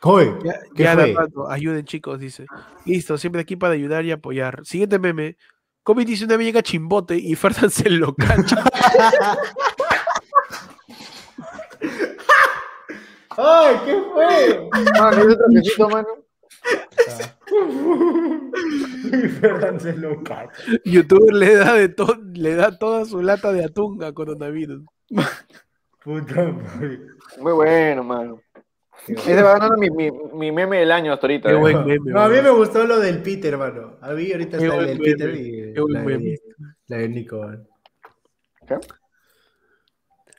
B: Joder,
F: Ya,
B: ¿Qué
F: ya,
B: fue?
F: Bernardo, ayuden, chicos, dice. Listo, siempre aquí para ayudar y apoyar. Siguiente meme. COVID-19 llega a chimbote y Ferdan se lo cancha.
B: ¡Ay, qué fue!
A: Mano, hay otro quesito, mano.
C: ah.
B: Fernández se lo caga.
F: YouTuber le da, de to- le da toda su lata de atún a coronavirus.
B: Puta madre.
A: Muy bueno, mano. Ese va ganando mi, mi, mi meme del año hasta ahorita.
F: Qué
A: eh.
F: buen meme.
B: No, a mí
F: weón.
B: me gustó lo del Peter, mano. A mí ahorita
F: Qué
B: está el
F: buen
B: del
F: meme,
B: Peter y
F: qué buen
B: la, de,
F: meme.
B: la de Nico. man.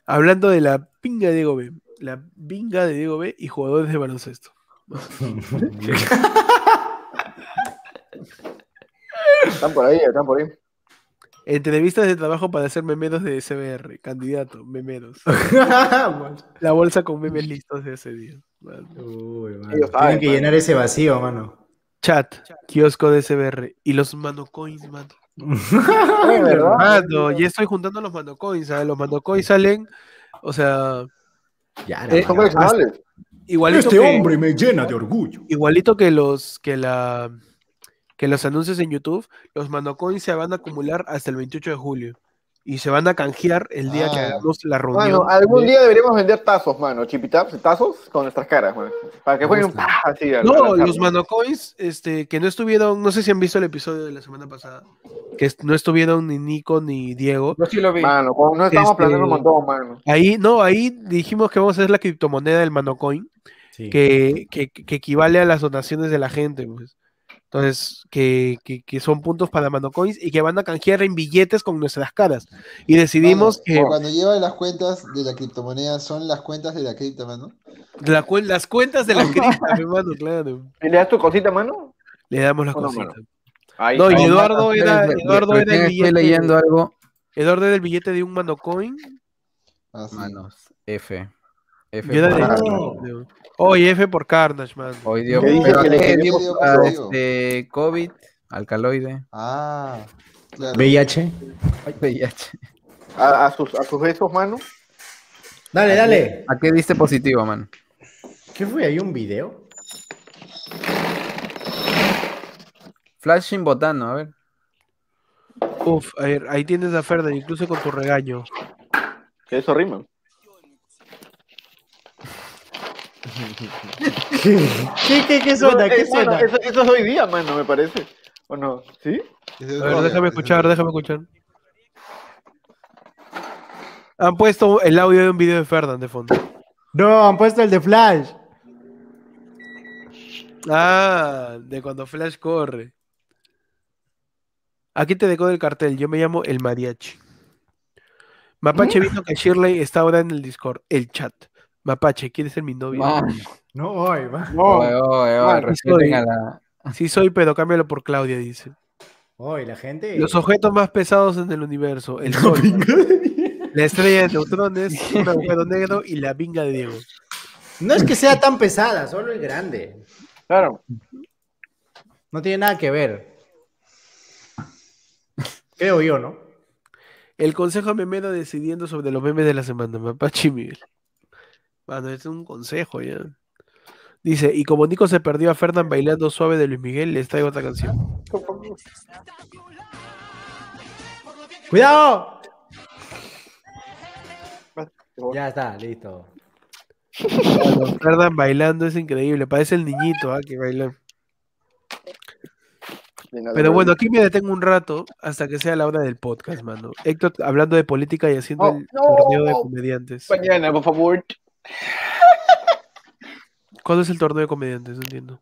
F: Hablando de la pinga de Diego B. La pinga de Diego B y jugadores de baloncesto.
A: Están por ahí, eh, están por ahí.
F: Entrevistas de trabajo para hacer memeros de SBR. Candidato, memeros. La bolsa con memes listos de ese día. Vale.
B: Uy, mano.
A: Ellos saben, pues.
B: Tienen que
A: mano.
B: llenar ese vacío, mano.
F: Chat, kiosco de SBR. Y los manocoins, mano.
A: Oye, ¿verdad?
F: Mano, ya estoy juntando los manocoins, ¿sabes? Los manocoins salen, o sea,
B: Ya,
F: Eh,
A: Son
B: mano.
A: coleccionables.
F: igualito que,
B: me llena de orgullo.
F: igualito que los que la que los anuncios en YouTube, los manocoins se van a acumular hasta el 28 de julio y se van a canjear el día que
C: Ah.
F: hagamos la Eh, reunión.
A: Mano, algún día deberíamos vender tazos, mano. Chipitaps, tazos con nuestras caras, mano. Para que jueguen un
B: gusta.
A: ¡pah! así. al- al
F: no,
A: azar.
F: los manocoins este, que no estuvieron, no sé si han visto el episodio de la semana pasada, que est- no estuvieron ni Nico ni Diego.
D: Yo sí lo vi.
A: Mano, como no estamos
F: Este-
A: planeando un montón, mano.
F: Ahí, no, ahí dijimos que vamos a hacer la criptomoneda del manocoin. que, que- que equivale a las donaciones de la gente, pues. Entonces, que, que- que son puntos para Manocoins y que van a canjear en billetes con nuestras caras. Y decidimos
C: Mano,
F: que
C: Cuando lleva las cuentas de la criptomoneda, son las cuentas de la cripta, mano.
F: la cuen- las cuentas de la cripta, mi hermano, claro.
A: ¿Y le das tu cosita, mano?
F: Le damos las
A: Bueno,
F: cositas.
A: Ahí.
F: No,
A: ahí.
F: y Eduardo era,
D: Espérense,
F: Eduardo era
D: recién
F: el
D: estoy
F: billete.
D: leyendo algo.
F: Eduardo era el billete de un Manocoin.
C: Ah, sí.
D: Manos, F. F.
F: Yo era
D: por
F: de-
D: Carnage.
B: Carnage.
F: Oye, F por Carnage, man.
D: Hoy dio
C: ¿Qué dice
D: pero
A: que le
D: ayer
A: quería
D: dio
C: por
D: a
C: positivo?
D: este COVID, alcaloide,
C: Ah, claro.
B: VIH.
D: VIH.
A: A, a sus, a sus besos, mano.
B: Dale, dale.
D: ¿A qué diste positivo, man?
B: ¿Qué fue? ¿Hay un video?
D: Flashing botano, a ver.
F: Uf, a ver, ahí tienes a Fernan, incluso con tu regaño.
A: Que eso rima.
B: ¿Qué, qué, qué suena?
A: No,
B: ¿Qué
A: eh, mano,
B: suena?
A: eso, eso es hoy día, mano, me parece. ¿O no? ¿Sí?
F: A ver, déjame escuchar, déjame escuchar. Han puesto el audio de un video de Fernan de fondo.
B: No, han puesto el de Flash.
F: Ah, de cuando Flash corre. Aquí te dejo del cartel. Yo me llamo El Mariachi. Mapache vino que Shirley está ahora en el Discord, el chat. Mapache, ¿quieres ser mi novia?
D: Man,
B: No, hoy, va.
D: oye, oye, oye,
F: Man,
D: respeten
F: estoy-
D: a la-
F: Sí soy, pero cámbialo por Claudia, dice.
B: Hoy, la gente.
F: Los objetos más pesados en el universo, el sol, la estrella de neutrones, un agujero negro y la binga de Diego.
B: No es que sea tan pesada, solo el grande.
A: Claro.
B: No tiene nada que ver. Creo yo, ¿no?
F: El consejo memero decidiendo sobre los memes de la semana, Mapache y Miguel. Bueno, es un consejo ya. Dice, y como Nico se perdió a Fernán bailando suave de Luis Miguel, les traigo otra canción.
B: ¡Cuidado! Ya está, listo.
F: Fernán bailando es increíble, parece el niñito ah, que baila. Pero bueno, aquí me detengo un rato hasta que sea la hora del podcast, mano. Héctor hablando de política y haciendo
A: Oh,
F: el
A: no.
F: torneo de comediantes.
A: Mañana, por favor.
F: ¿Cuándo es el torneo de comediantes? No entiendo.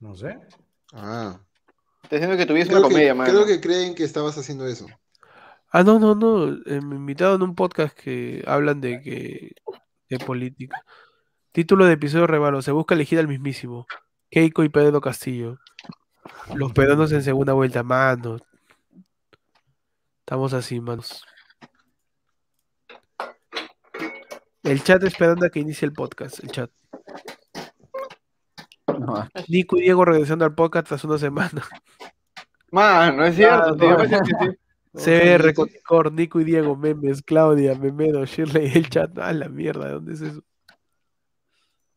B: No sé.
C: Ah.
A: Te diciendo que tuviese
C: Creo,
A: una comedia,
C: que,
A: mano.
C: creo que creen que estabas haciendo eso.
F: Ah, no, no, no. eh, me invitaron a un podcast que hablan de que de política. Título de episodio Revalo. Se busca elegir al mismísimo. Keiko y Pedro Castillo. Los peruanos en segunda vuelta, mano. Estamos así, manos. El chat esperando a que inicie el podcast. El chat.
D: no,
F: Nico y Diego regresando al podcast tras una semana. Ah,
A: Mano, es cierto,
F: Claro,
A: tío.
F: mano.
A: parece que sí.
C: Oh,
F: CR, Coticor, Nico y Diego, Memes, Claudia, Memero, Shirley, el chat. Ah, la mierda, ¿dónde es eso?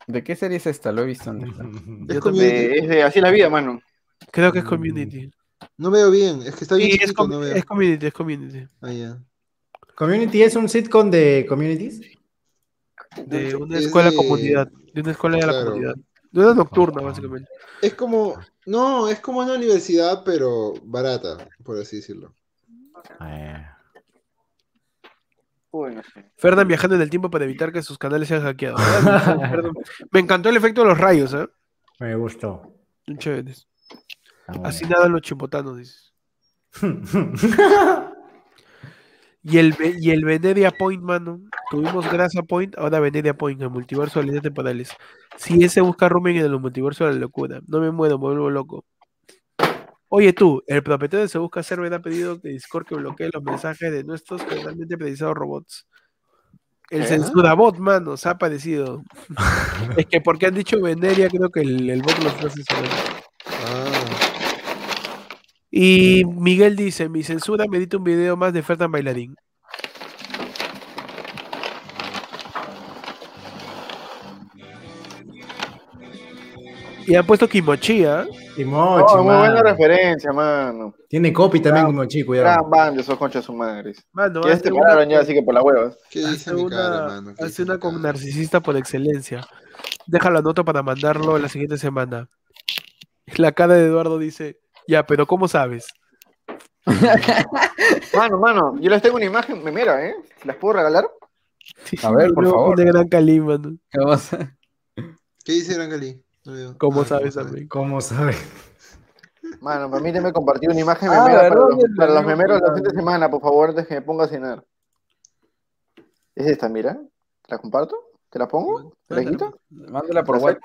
D: ¿De qué serie es esta? Lo he visto. antes.
C: Es
F: Yo
C: como-
A: De- es de así es la vida, mano.
F: Creo que es
C: Mm.
F: community.
C: No veo bien, es que está bien
F: Sí, es,
C: chiquito,
F: com-
C: no veo.
F: es community, es community.
C: Ah, ya.
B: ¿Community es un sitcom de communities?
F: De una
C: Es
F: escuela
C: de-
F: comunidad. De una escuela de la
C: Claro.
F: comunidad. De una nocturna, básicamente.
C: Es como, no, es como una universidad, pero barata, por así decirlo.
A: Uy, no sé.
F: Fernan viajando en el tiempo para evitar que sus canales sean hackeados. Fernan- Me encantó el efecto de los rayos, ¿eh?
B: Me gustó.
F: Son chéveres.
B: Ah, bueno.
F: Así nadan los chimbotanos, dices. Y el, Ve- y el Venedia Point, mano. Tuvimos Grasa Point, ahora Venedia Point, el multiverso de líneas temporales. Si ese busca rumen en el multiverso de la locura. No me muero, me vuelvo loco. Oye tú, el propietario de Se Busca Server ha pedido que Discord que bloquee los mensajes de nuestros generalmente precisados robots. El
A: ¿Eh?
F: censura bot, mano, se ha aparecido. es que porque han dicho Venedia, creo que el, el bot los está censurando.
C: Ah,
F: Y Miguel dice, mi censura medita un video más de Fernán Bailarín. Y han puesto ¿ah? Kimochía.
B: Timochi,
A: Oh, muy buena
B: mano.
A: referencia, mano.
B: Tiene copy también
A: Gran-
B: como chico,
A: Gran band de esos conchas su madres.
F: Mano,
A: ya se
F: hace
A: separaron
F: una-
A: ya, así que por las huevas.
C: ¿qué dice
F: hace
C: mi
F: una-
C: cara, mano? ¿Qué
F: hace
C: dice
F: una
C: mi
F: con
C: cara?
F: narcisista por excelencia. Deja la nota para mandarlo la siguiente semana. La cara de Eduardo dice, ya, pero ¿cómo sabes?
A: Mano, mano, yo les tengo una imagen, me mira, ¿eh? ¿Las puedo regalar?
D: A ver, por
F: Luego
D: favor.
F: pone Gran Cali, mano.
D: ¿Qué vas a-
C: ¿Qué dice Rangali? No veo.
F: ¿Cómo
C: Ah,
F: sabes
C: ¿cómo
F: también?
B: ¿Cómo sabe?
A: Mano, permíteme compartir una imagen
D: Ah,
A: memera para
D: ¿verdad?
A: los, para los
D: Yo-
A: memeros de la siguiente semana, por favor, antes que me ponga a cenar. Es esta, mira. ¿Te la comparto? ¿Te la pongo? ¿Te la quito?
D: Mándala por WhatsApp.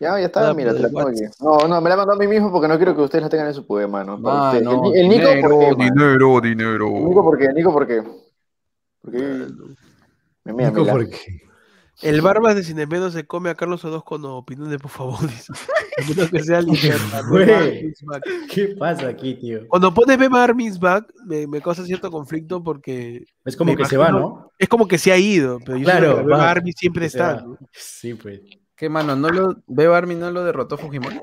A: Ya, ya
F: Ah,
A: está, mira, te la
F: pues,
A: pongo aquí. No, no, me la mandó a mí mismo porque no quiero que ustedes la tengan en su poder, mano. para
D: Ah,
A: ustedes.
D: no,
A: el, el Nico,
D: dinero,
A: porque,
D: mano.
G: Dinero, dinero.
A: el Nico, porque, el Nico, porque, porque me mira,
B: Nico,
A: mira.
B: ¿por qué?
F: El Barbas de Cinemeno se come a Carlos Orozco, no, opiniones, por favor. dice. A menos que sea libertad, no
B: Güey.
F: Bar Means Back.
B: ¿Qué pasa aquí, tío?
F: Cuando pones Bemar Means Back, me, me causa cierto conflicto porque
B: Es como
F: Me
B: que se va,
F: imagino-
B: ¿no?
F: es como que se ha ido, pero yo
B: Claro,
F: siento que Beba
B: va.
F: Army siempre
B: Se
F: está.
B: va.
F: ¿no?
B: Sí, pues.
D: ¿Qué mano? ¿No lo... Beba Army no lo derrotó Fujimori?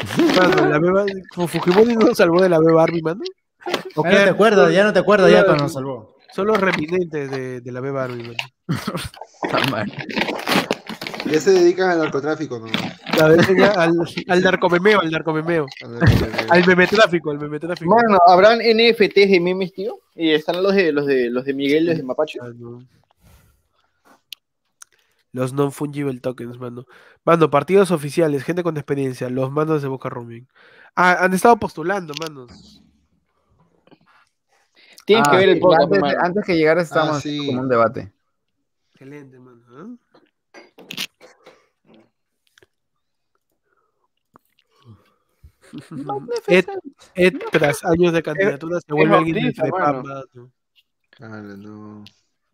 F: Mano, la Beba- Fu- Fujimori no lo salvó de la Beba Army, mano.
B: ¿O qué te acuerdas? Ya no te acuerdas, ya cuando nos salvó.
F: Son los reminentes de, de la B Barbie, man.
D: Está mal.
C: Ya se dedican al narcotráfico, ¿no?
F: La venden ya al, al narcomemeo, al narcomemeo.
C: Al narcotráfico.
F: Al memetráfico, al memetráfico.
E: Bueno, ¿habrán NFTs de memes, tío? Y están los de los de los de Miguel, los de Mapache.
F: Ah, no. Los non-fungible tokens, mano. Mando, partidos oficiales, gente con experiencia, los mandos de Boca Rubin. Ah, han estado postulando, manos.
E: Tienen
D: Ah,
E: que ver el
D: sí,
E: podcast,
D: antes,
E: hermano.
D: antes que llegara estábamos
C: sí.
D: haciendo como un debate.
F: Excelente, mano. ¿eh? Ed, Ed, tras años de candidatura, se vuelve alguien
E: bautista,
F: discrepante,
E: mano.
F: mano.
C: Ala, no.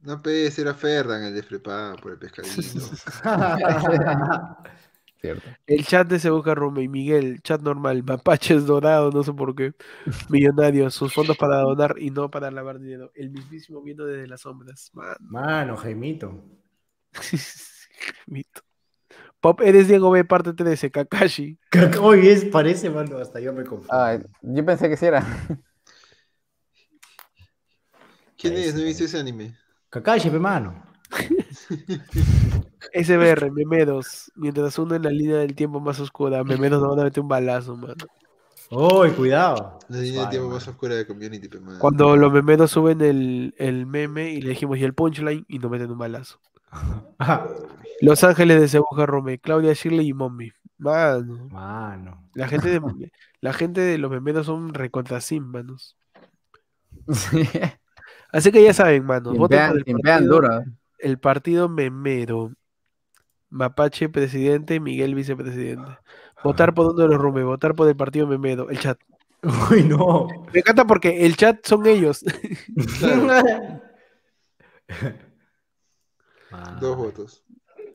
C: No puedes era Ferran, el desprepada por el pescadito.
D: Cierto.
F: El chat de Sebuca Rume y Miguel, chat normal, mapaches dorado, no sé por qué. Millonarios, sus fondos para donar y no para lavar dinero. El mismísimo viendo desde las sombras. Man.
B: Mano, Jaimito.
F: Mito. Pop, eres Diego B, parte 13, Kakashi.
B: Hoy bien parece, mano, hasta yo me confío.
A: Ah.
D: Ay, Ah, yo pensé que sí era.
C: ¿Quién
B: Ahí
C: es?
B: sí,
C: No he visto
B: ahí.
C: ese anime.
B: Kakashi, pe, mano.
F: SBR, Memeros. Mientras uno en la línea del tiempo más oscura, Memeros no van a meter un balazo, mano.
B: Uy, cuidado.
C: La línea de
B: Suave,
C: tiempo
B: mano.
C: más oscura de community, pe, madre.
F: Cuando los memeros suben el, el meme y le dijimos y el punchline y no meten un balazo.
B: Ajá.
F: Los Ángeles de Sebuca Rume, Claudia Shirley y Mommy. Mano.
B: Mano.
F: La gente de, la gente de los memeros son recontra sin, manos.
D: Sí.
F: Así que ya saben, manos. Voten por
D: Pimpean,
F: el
D: pimpean
F: partido,
D: duro. ¿eh?
F: el partido memero. Mapache presidente, Miguel vicepresidente. Votar por uno de los rumes, votar por el partido memero, el chat.
B: Uy, no.
F: Me encanta porque el chat son ellos.
B: Mano.
C: Dos votos.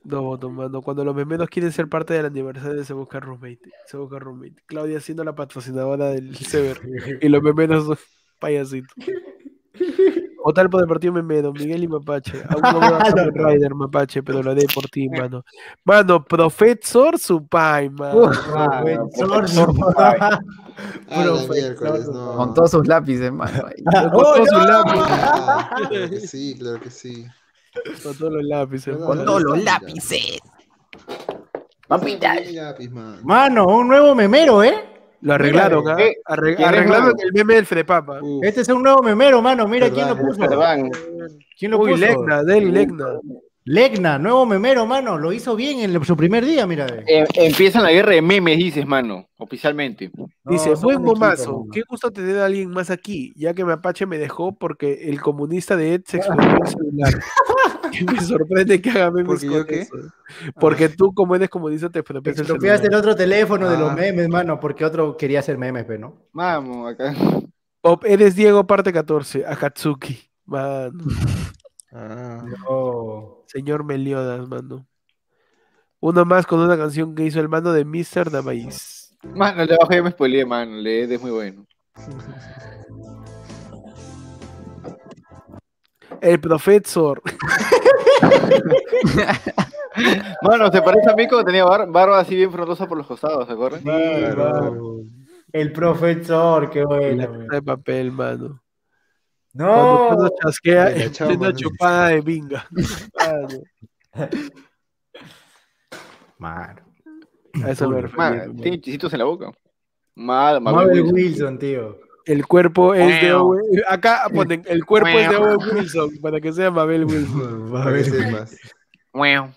F: No votos, mano. Cuando los memeros quieren ser parte del aniversario de Se Busca Roommate. Se Busca Roommate. Claudia siendo la patrocinadora del Sever. Y los memeros son payasitos. O tal por el partido memero, Miguel y Mapache. Aún no veo a Kamen Rider, Mapache, pero lo haré por ti, mano. Mano, Profesor Supai, mano.
A: Ah,
B: Mano,
A: pues, profesor.
C: Ah, la
B: Profesor.
C: miércoles, no.
D: Con todos sus lápices, mano. ahí.
F: Con
D: Oh,
F: todos sus lápices.
C: Ah, claro que sí, claro que sí.
F: Con todos los lápices.
C: Con
F: mano.
D: Con todos los lápices.
C: Papita. Lápiz, man.
B: Mano, un nuevo memero, ¿eh?
F: Lo arreglaron, ¿ah?
A: Mira, ¿qué?
F: Arre-
A: ¿Quién es,
F: Arreglaron
A: mano?
F: el meme del Frepapa.
C: Uf,
B: Este es un nuevo memero, mano. Mira quién lo
C: Verdad,
B: puso.
A: Pues Perdón.
B: ¿Quién lo
F: Uy,
B: puso?
F: Legna, Deli Legna.
B: Legna, nuevo memero, mano. Lo hizo bien en el- su primer día, mira. ve.
A: Eh,
E: Em- empiezan la guerra de memes, dices, mano, oficialmente.
B: No,
F: Dice,
B: son
F: buen
B: un equipo,
F: gomazo,
B: mano.
F: qué gusto tener a alguien más aquí, ya que Mapache me dejó porque el comunista de Ed se explotó el celular. Y me sorprende que haga memes
C: ¿Porque yo
F: con
C: qué?
F: eso. Porque tú, como eres comunista, te expropias el
B: Estropeaste Ah. el
F: celular.
B: otro teléfono de los
C: Ah.
B: memes, mano, porque otro quería hacer memes, pero no.
E: Vamos, acá.
F: Pop, eres Diego, parte 14, Akatsuki. Mano,
C: Ah,
B: No.
F: señor Meliodas, mano. Uno más con una canción que hizo el mando de Mr. Navais.
E: Mano, el de abajo ya me spoileé, mano. El de Ed es muy bueno.
F: El profesor.
E: Mano, ¿te parece a mí cuando tenía bar- barba así bien frondosa por los costados, ¿se acuerdan?
C: claro.
B: El profesor, qué
F: La
B: bueno.
F: casa de papel, mano. Cuando
B: No.
F: uno chasquea,
C: Mira,
F: es
C: chao,
F: una
C: mano.
F: chupada de binga. Mano.
B: Mano.
F: A eso me refería,
E: Mano,
F: mano.
E: tiene chisitos en la boca. Mano, Mabel
B: Mabel
E: Wilson.
B: Wilson, tío.
F: El cuerpo es de
E: Miau.
F: Owen. Acá ponen el cuerpo es de Owen Wilson para que sea Mabel Wilson.
C: para
D: este
C: que sepas.
E: Miau.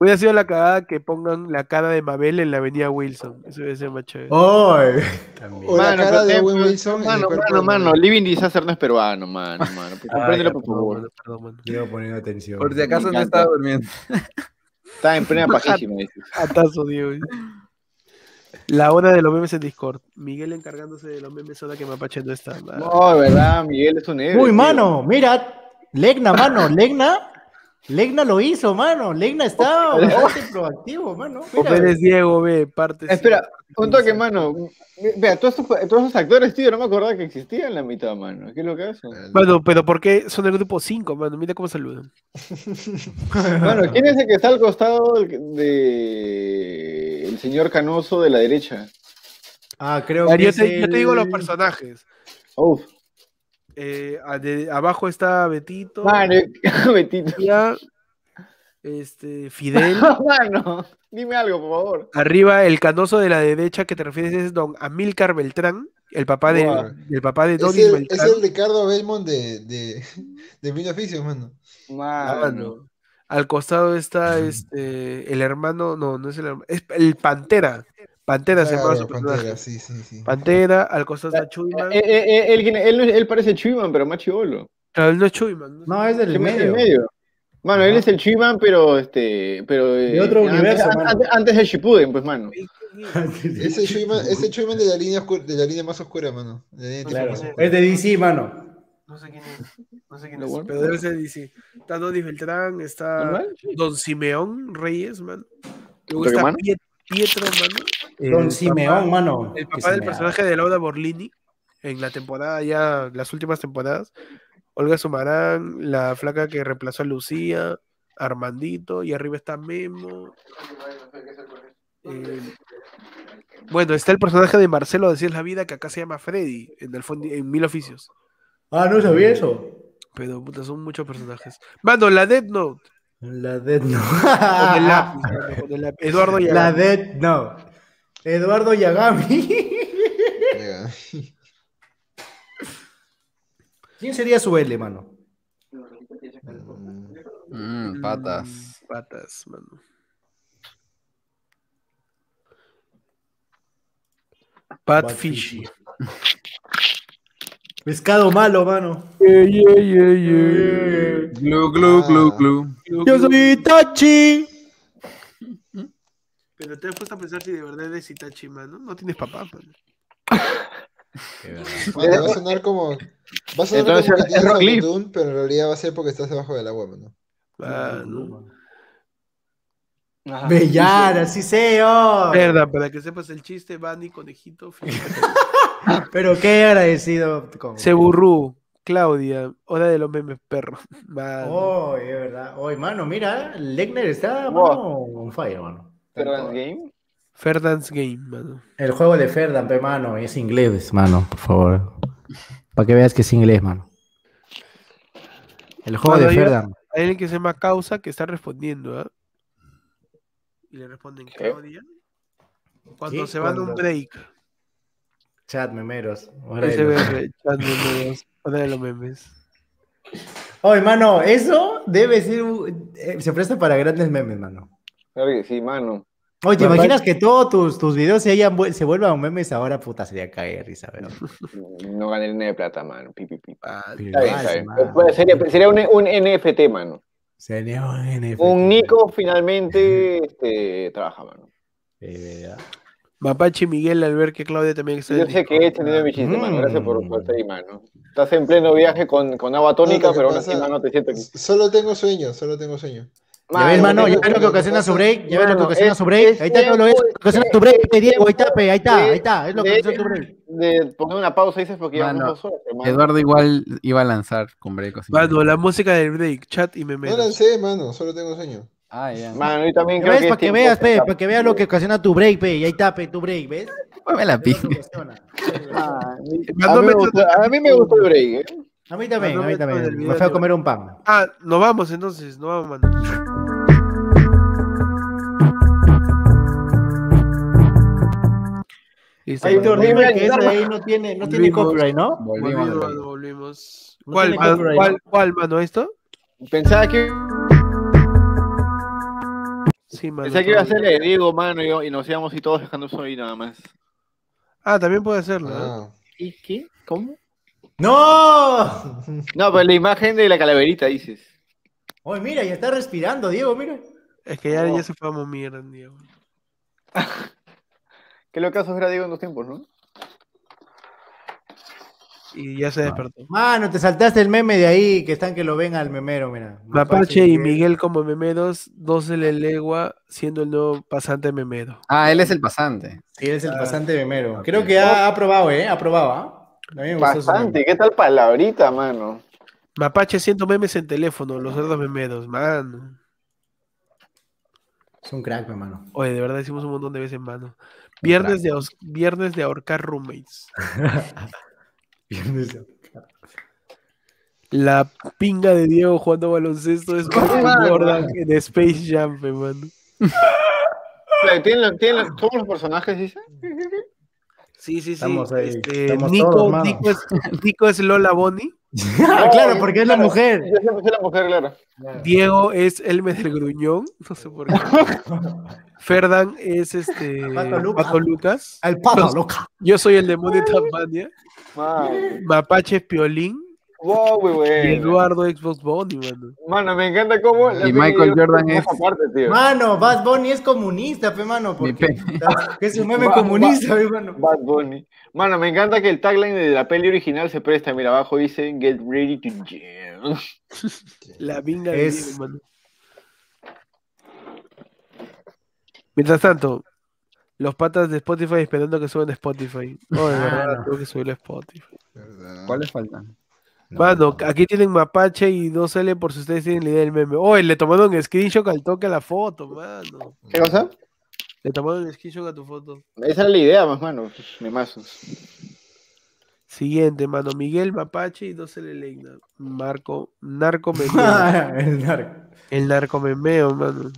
F: Hubiera sido la cagada que pongan la cara de Mabel en la avenida Wilson. Eso hubiera sido más chévere.
E: Oh,
B: Oy.
C: O la
E: Mano,
C: cara
E: pero-
C: de
E: eh,
C: Owen
E: pero-
C: Wilson. en el
E: Mano,
C: cuerpo
E: mano,
C: de-
E: mano. Living Disaster no es peruano, mano, mano. Pues,
B: Ay,
E: Compréndelo,
B: ya,
E: por
F: Perdón,
E: favor.
F: mano, perdón, mano.
B: Sigo poniendo atención.
D: Por si acaso no
E: encanta.
D: estaba durmiendo.
E: Está en plena pajísima, dices.
F: Atazo, Diego. La hora de los memes en Discord. Miguel encargándose de los memes ahora que Mapache no está. mano.
E: No, de verdad, Miguel es un héroe.
A: eh,
B: Uy,
E: tío.
B: mano, mira. Legna, mano, Legna. Legna lo hizo, mano. Legna está bastante proactivo, mano. Mira.
F: Pérez Diego, ve, parte.
E: Espera, un toque,
F: más.
E: mano. Vea, todos estos, todos esos actores, tío, no me acordaba que existían la mitad, mano. ¿Qué es lo que hacen?
F: Mano, pero ¿por qué son el grupo 5, mano? Mira cómo saludan.
E: Mano, ¿quién es el que está al costado del de... el señor Canoso de la derecha?
B: Ah, creo
F: Ah,
B: que
F: yo,
B: es
F: te, yo te digo los
B: el-
F: personajes.
E: Uf.
F: Eh, a- de- abajo está Betito.
E: Mano, Betito.
F: Ya. Este, Fidel.
E: Mano, dime algo, por favor.
F: Arriba, el canoso de la derecha que te refieres es don Amílcar Beltrán, el papá de,
E: Buah.
F: el papá de
C: Es
F: Doris
C: el, es
F: Beltrán.
C: el Ricardo Belmont de, de, de Mil Oficios, mano.
A: Ah,
E: Mano.
F: Ah, Mano. Al costado está este el hermano, no, no es el hermano, es el Pantera. Pantera se llama
C: Claro,
F: su
C: Ah, Pantera,
F: personaje.
C: sí, sí, sí.
F: Pantera, al costado está
A: Eh,
F: Chuyman.
A: eh, eh, él, él- él parece Chuyman, pero más chivolo.
F: No, él no es Chuyman.
B: No, es del
A: Chuyman es
B: medio.
A: el medio. Mano, él
B: Ajá.
A: es el Chuyman, pero este. Pero, eh,
B: De otro
A: antes-
B: universo,
A: an-
B: mano.
A: Antes, antes de Shippuden, pues, mano.
C: Ese Chuyman, ese Chuyman de la línea oscura, de la línea más oscura, mano. De la línea de
B: Claro.
C: tiempo más
B: Es
C: oscura.
B: de DC, mano.
F: No sé quién es. No sé quién
A: Lo
F: es.
A: bueno.
F: Pero debe ser DC. Está Doris Beltrán,
B: Ah,
F: está
A: ¿Normal?
F: Don Simeón Reyes, man. Luego
A: ¿Toque
F: está
A: mano?
F: Piet- Pietro, mano. El
B: Don
F: papá-
B: Simeón, mano.
F: El
B: Que
F: papá del
B: Simeón.
F: personaje de Laura Borlini en la temporada ya, las últimas temporadas. Olga Sumarán, la flaca que reemplazó a Lucía, Armandito, y arriba está Memo. Eh, bueno, está el personaje de Marcelo, decías la vida, que acá se llama Freddy, en, el fondi- en Mil Oficios.
B: Ah, no sabía eso.
F: Pero puta, son muchos personajes. Mano, la Dead Note.
B: La Dead No.
F: Con el lápiz, mano, con el lápiz. Eduardo Yagami.
B: Ah, La Dead No. Eduardo Yagami.
C: Ya.
B: ¿Quién sería su L, mano?
C: Mm.
D: Mm, patas.
F: Mm, Patas, mano. Pat Fishy.
B: Pescado malo, mano.
D: Glu,
C: Ah,
D: glu, glu, glu.
B: Yo soy Itachi.
F: Pero te has puesto a pensar si de verdad eres Itachi, mano. No tienes papá, mano.
C: Mano, va a sonar como. Va a sonar
A: Entonces,
C: como que
A: es
C: tienes
A: Rock Lee.
C: autotune, pero en realidad va a ser porque estás debajo del agua, mano.
F: Mano.
B: Bellar, así oh. seo.
F: Verdad, para que sepas el chiste, Bani, conejito, Felipe.
B: Pero qué agradecido. Con...
F: Seburú, Claudia, hora de los memes perro. Mano.
B: Oh, es verdad. Hoy, mano, mira, Legner está
A: Wow.
B: mano, on fire, mano.
A: Pero en Game.
F: Ferdance Game, mano.
B: El juego de Ferdan, pe, mano, es inglés, mano, por favor. Para que veas que es inglés, mano. El juego
F: Mano,
B: de
F: yo-
B: Ferdan.
F: Hay alguien que se llama Causa que está respondiendo, ¿ah? Y le responden Claudia. Cuando
B: Sí,
F: se van a un
B: cuando-
F: break.
B: Chat, memeros.
F: SBR, chat memes, hora de los memes.
B: Oye, mano, eso debe ser. un- eh, se presta para grandes memes, mano.
A: Claro que sí, mano.
B: Oye, ¿te
A: Papá-
B: imaginas que todos tus, tus videos se, hayan, vuel- se vuelvan memes ahora? Puta, sería caer, risa, pero.
A: No gané el N de plata, mano. Pi, pi, pi. Está bien, está
B: Pero,
A: bien.
B: mano,
A: Puede- sería, sería un, un NFT, mano.
B: Sería un NFT.
A: Un Nico finalmente este, trabaja, mano.
B: De verdad.
F: Mapache Miguel al ver que Claudia también está
A: Yo
F: en
A: sé que he entendido mi chiste,
B: Mm.
A: mano. Gracias por, por ser, mano. Estás en pleno viaje con, con agua tónica,
C: No, lo que
A: pero aún
C: pasa-
A: así, mano, te siento que.
C: Solo tengo sueño, solo tengo sueño.
B: Ya ves, mano, ya
C: mano,
B: ves lo que ocasiona su break, ya ves lo que
A: mano,
B: ocasiona
A: es-
B: su break.
A: es
B: Ahí está todo lo
A: tiempo,
B: que ocasiona
A: es-
B: tu break,
A: es
B: Diego, ahí está,
A: tiempo
B: pe, ahí está,
A: de-
B: ahí está, es lo que
A: de-
B: ocasiona tu break.
A: De poner una pausa, dices, porque llevamos
D: Mano,
A: dos horas, hermano.
D: Eduardo igual iba a lanzar con Breco. sin-
F: Mano, la música del break, chat y memes.
C: No lancé, mano, solo tengo sueño.
D: Ah, ya.
A: Mano, yo también
B: Ya
A: creo
B: ves,
A: que. este
B: para que veas, pe, para que veas lo que ocasiona tu break, pe, y ahí está, pe, tu break, ¿ves?
D: Mueve la
B: Es lo
D: pinga.
B: que ocasiona.
A: a, mí me gustó, a mí me gustó el break, ¿eh?
B: A mí también, a mí
F: Mano, del
B: también.
F: video
B: Me fui a
F: de-
B: comer un pan.
F: Ah, nos vamos entonces, nos vamos, mano. Listo,
B: Ahí
F: mano.
B: tú, dime
A: volvimos.
B: que ese de ahí no tiene, no tiene
D: Volvimos.
B: copyright, ¿no?
D: Volvimos.
F: Volvimos,
D: a
F: mano,
D: la-
F: volvimos.
B: No
F: ¿Cuál,
B: tiene
F: mano?
B: copyright,
F: ¿Cuál,
B: ¿no?
F: cuál, mano? ¿Esto?
A: Pensaba que,
F: Sí, mano.
A: pensaba que iba a ser
F: todavía.
A: la de Diego, mano, y, y nos íbamos y todos dejando eso ahí nada más.
F: Ah, también puede hacerlo. ¿eh?
C: Ah.
A: ¿Y qué? ¿Cómo?
B: ¡No!
A: No, pero la imagen de la calaverita, dices.
B: Oye, mira, ya está respirando, Diego, mira.
F: Es que ya,
A: No.
F: ya se fue a momir, Diego.
A: Que lo que caso era Diego en los tiempos, ¿no?
F: Y ya se despertó.
B: Mano, te saltaste el meme de ahí, que están que lo ven al memero, mira.
F: Mapache y Miguel como memeros, 12 le legua, siendo el nuevo pasante memero.
D: Ah, él es el pasante.
B: Sí, es el pasante memero.
D: Ah, ok.
B: Creo que ha, ha probado, ¿eh? Ha probado, ¿ah? A mí me gustó su
A: Bastante, ¿qué tal palabrita, mano?
F: Mapache haciendo memes en teléfono, los cerdos memeros, mano.
B: meme. Es un crack, hermano.
F: Oye, de verdad hicimos un montón de veces, mano. Viernes de, ahos- viernes de ahorcar roommates. La pinga de Diego jugando baloncesto es más gorda que en Space Jam, pe, mano.
A: ¿Tienen, lo- tienen lo- todos los personajes, dice?
F: Sí, sí, sí.
B: Estamos ahí,
F: Este,
B: estamos
F: Nico,
B: todos, mano.
F: Nico, es, Nico es Lola Bonnie.
B: Ah, claro, porque es la
A: Claro.
B: mujer.
A: Yo siempre soy la mujer, claro.
F: Diego es Elmer del Gruñón. No sé por qué. Ferdan es este.
B: Pato Lucas.
F: Pato Lucas.
B: Al pato, loca.
F: Yo soy el demonio de Tampania.
A: Man.
F: Mapache es Piolín.
A: Wow, muy
F: Y
A: bueno.
F: Eduardo Xbox Bonnie, mano.
A: Mano, me encanta cómo. la
D: Y
A: peli
D: Michael
A: yo-
D: Jordan es-
A: esa parte, tío.
B: Mano, Bad Bunny es comunista, pe, mano.
D: Mi
B: Porque,
D: pe-
B: que es un meme
A: Ba-
B: comunista, pe, mano.
A: Bad Bunny. Mano, me encanta que el tagline de la peli original se presta. Mira, abajo dice Get ready to jam.
F: La vinga de
B: Es-
F: Diego, mano. Mientras tanto, los patas de Spotify esperando que suban a Spotify. Oh, de
B: Ah,
F: verdad,
B: no.
F: tengo que subirlo a Spotify.
D: ¿Cuáles faltan?
F: Mano, aquí tienen Mapache y 2L por si ustedes tienen la idea del meme. Oh, le tomaron un screenshot al toque a la foto, mano.
A: ¿Qué cosa?
F: Le tomaron un screenshot a tu foto.
A: Esa era la idea, más mano. Me mazos.
F: Siguiente, mano. Miguel Mapache y 2L Leina. Marco, narco memeo.
B: Ah, el narco.
F: El narco memeo, mano.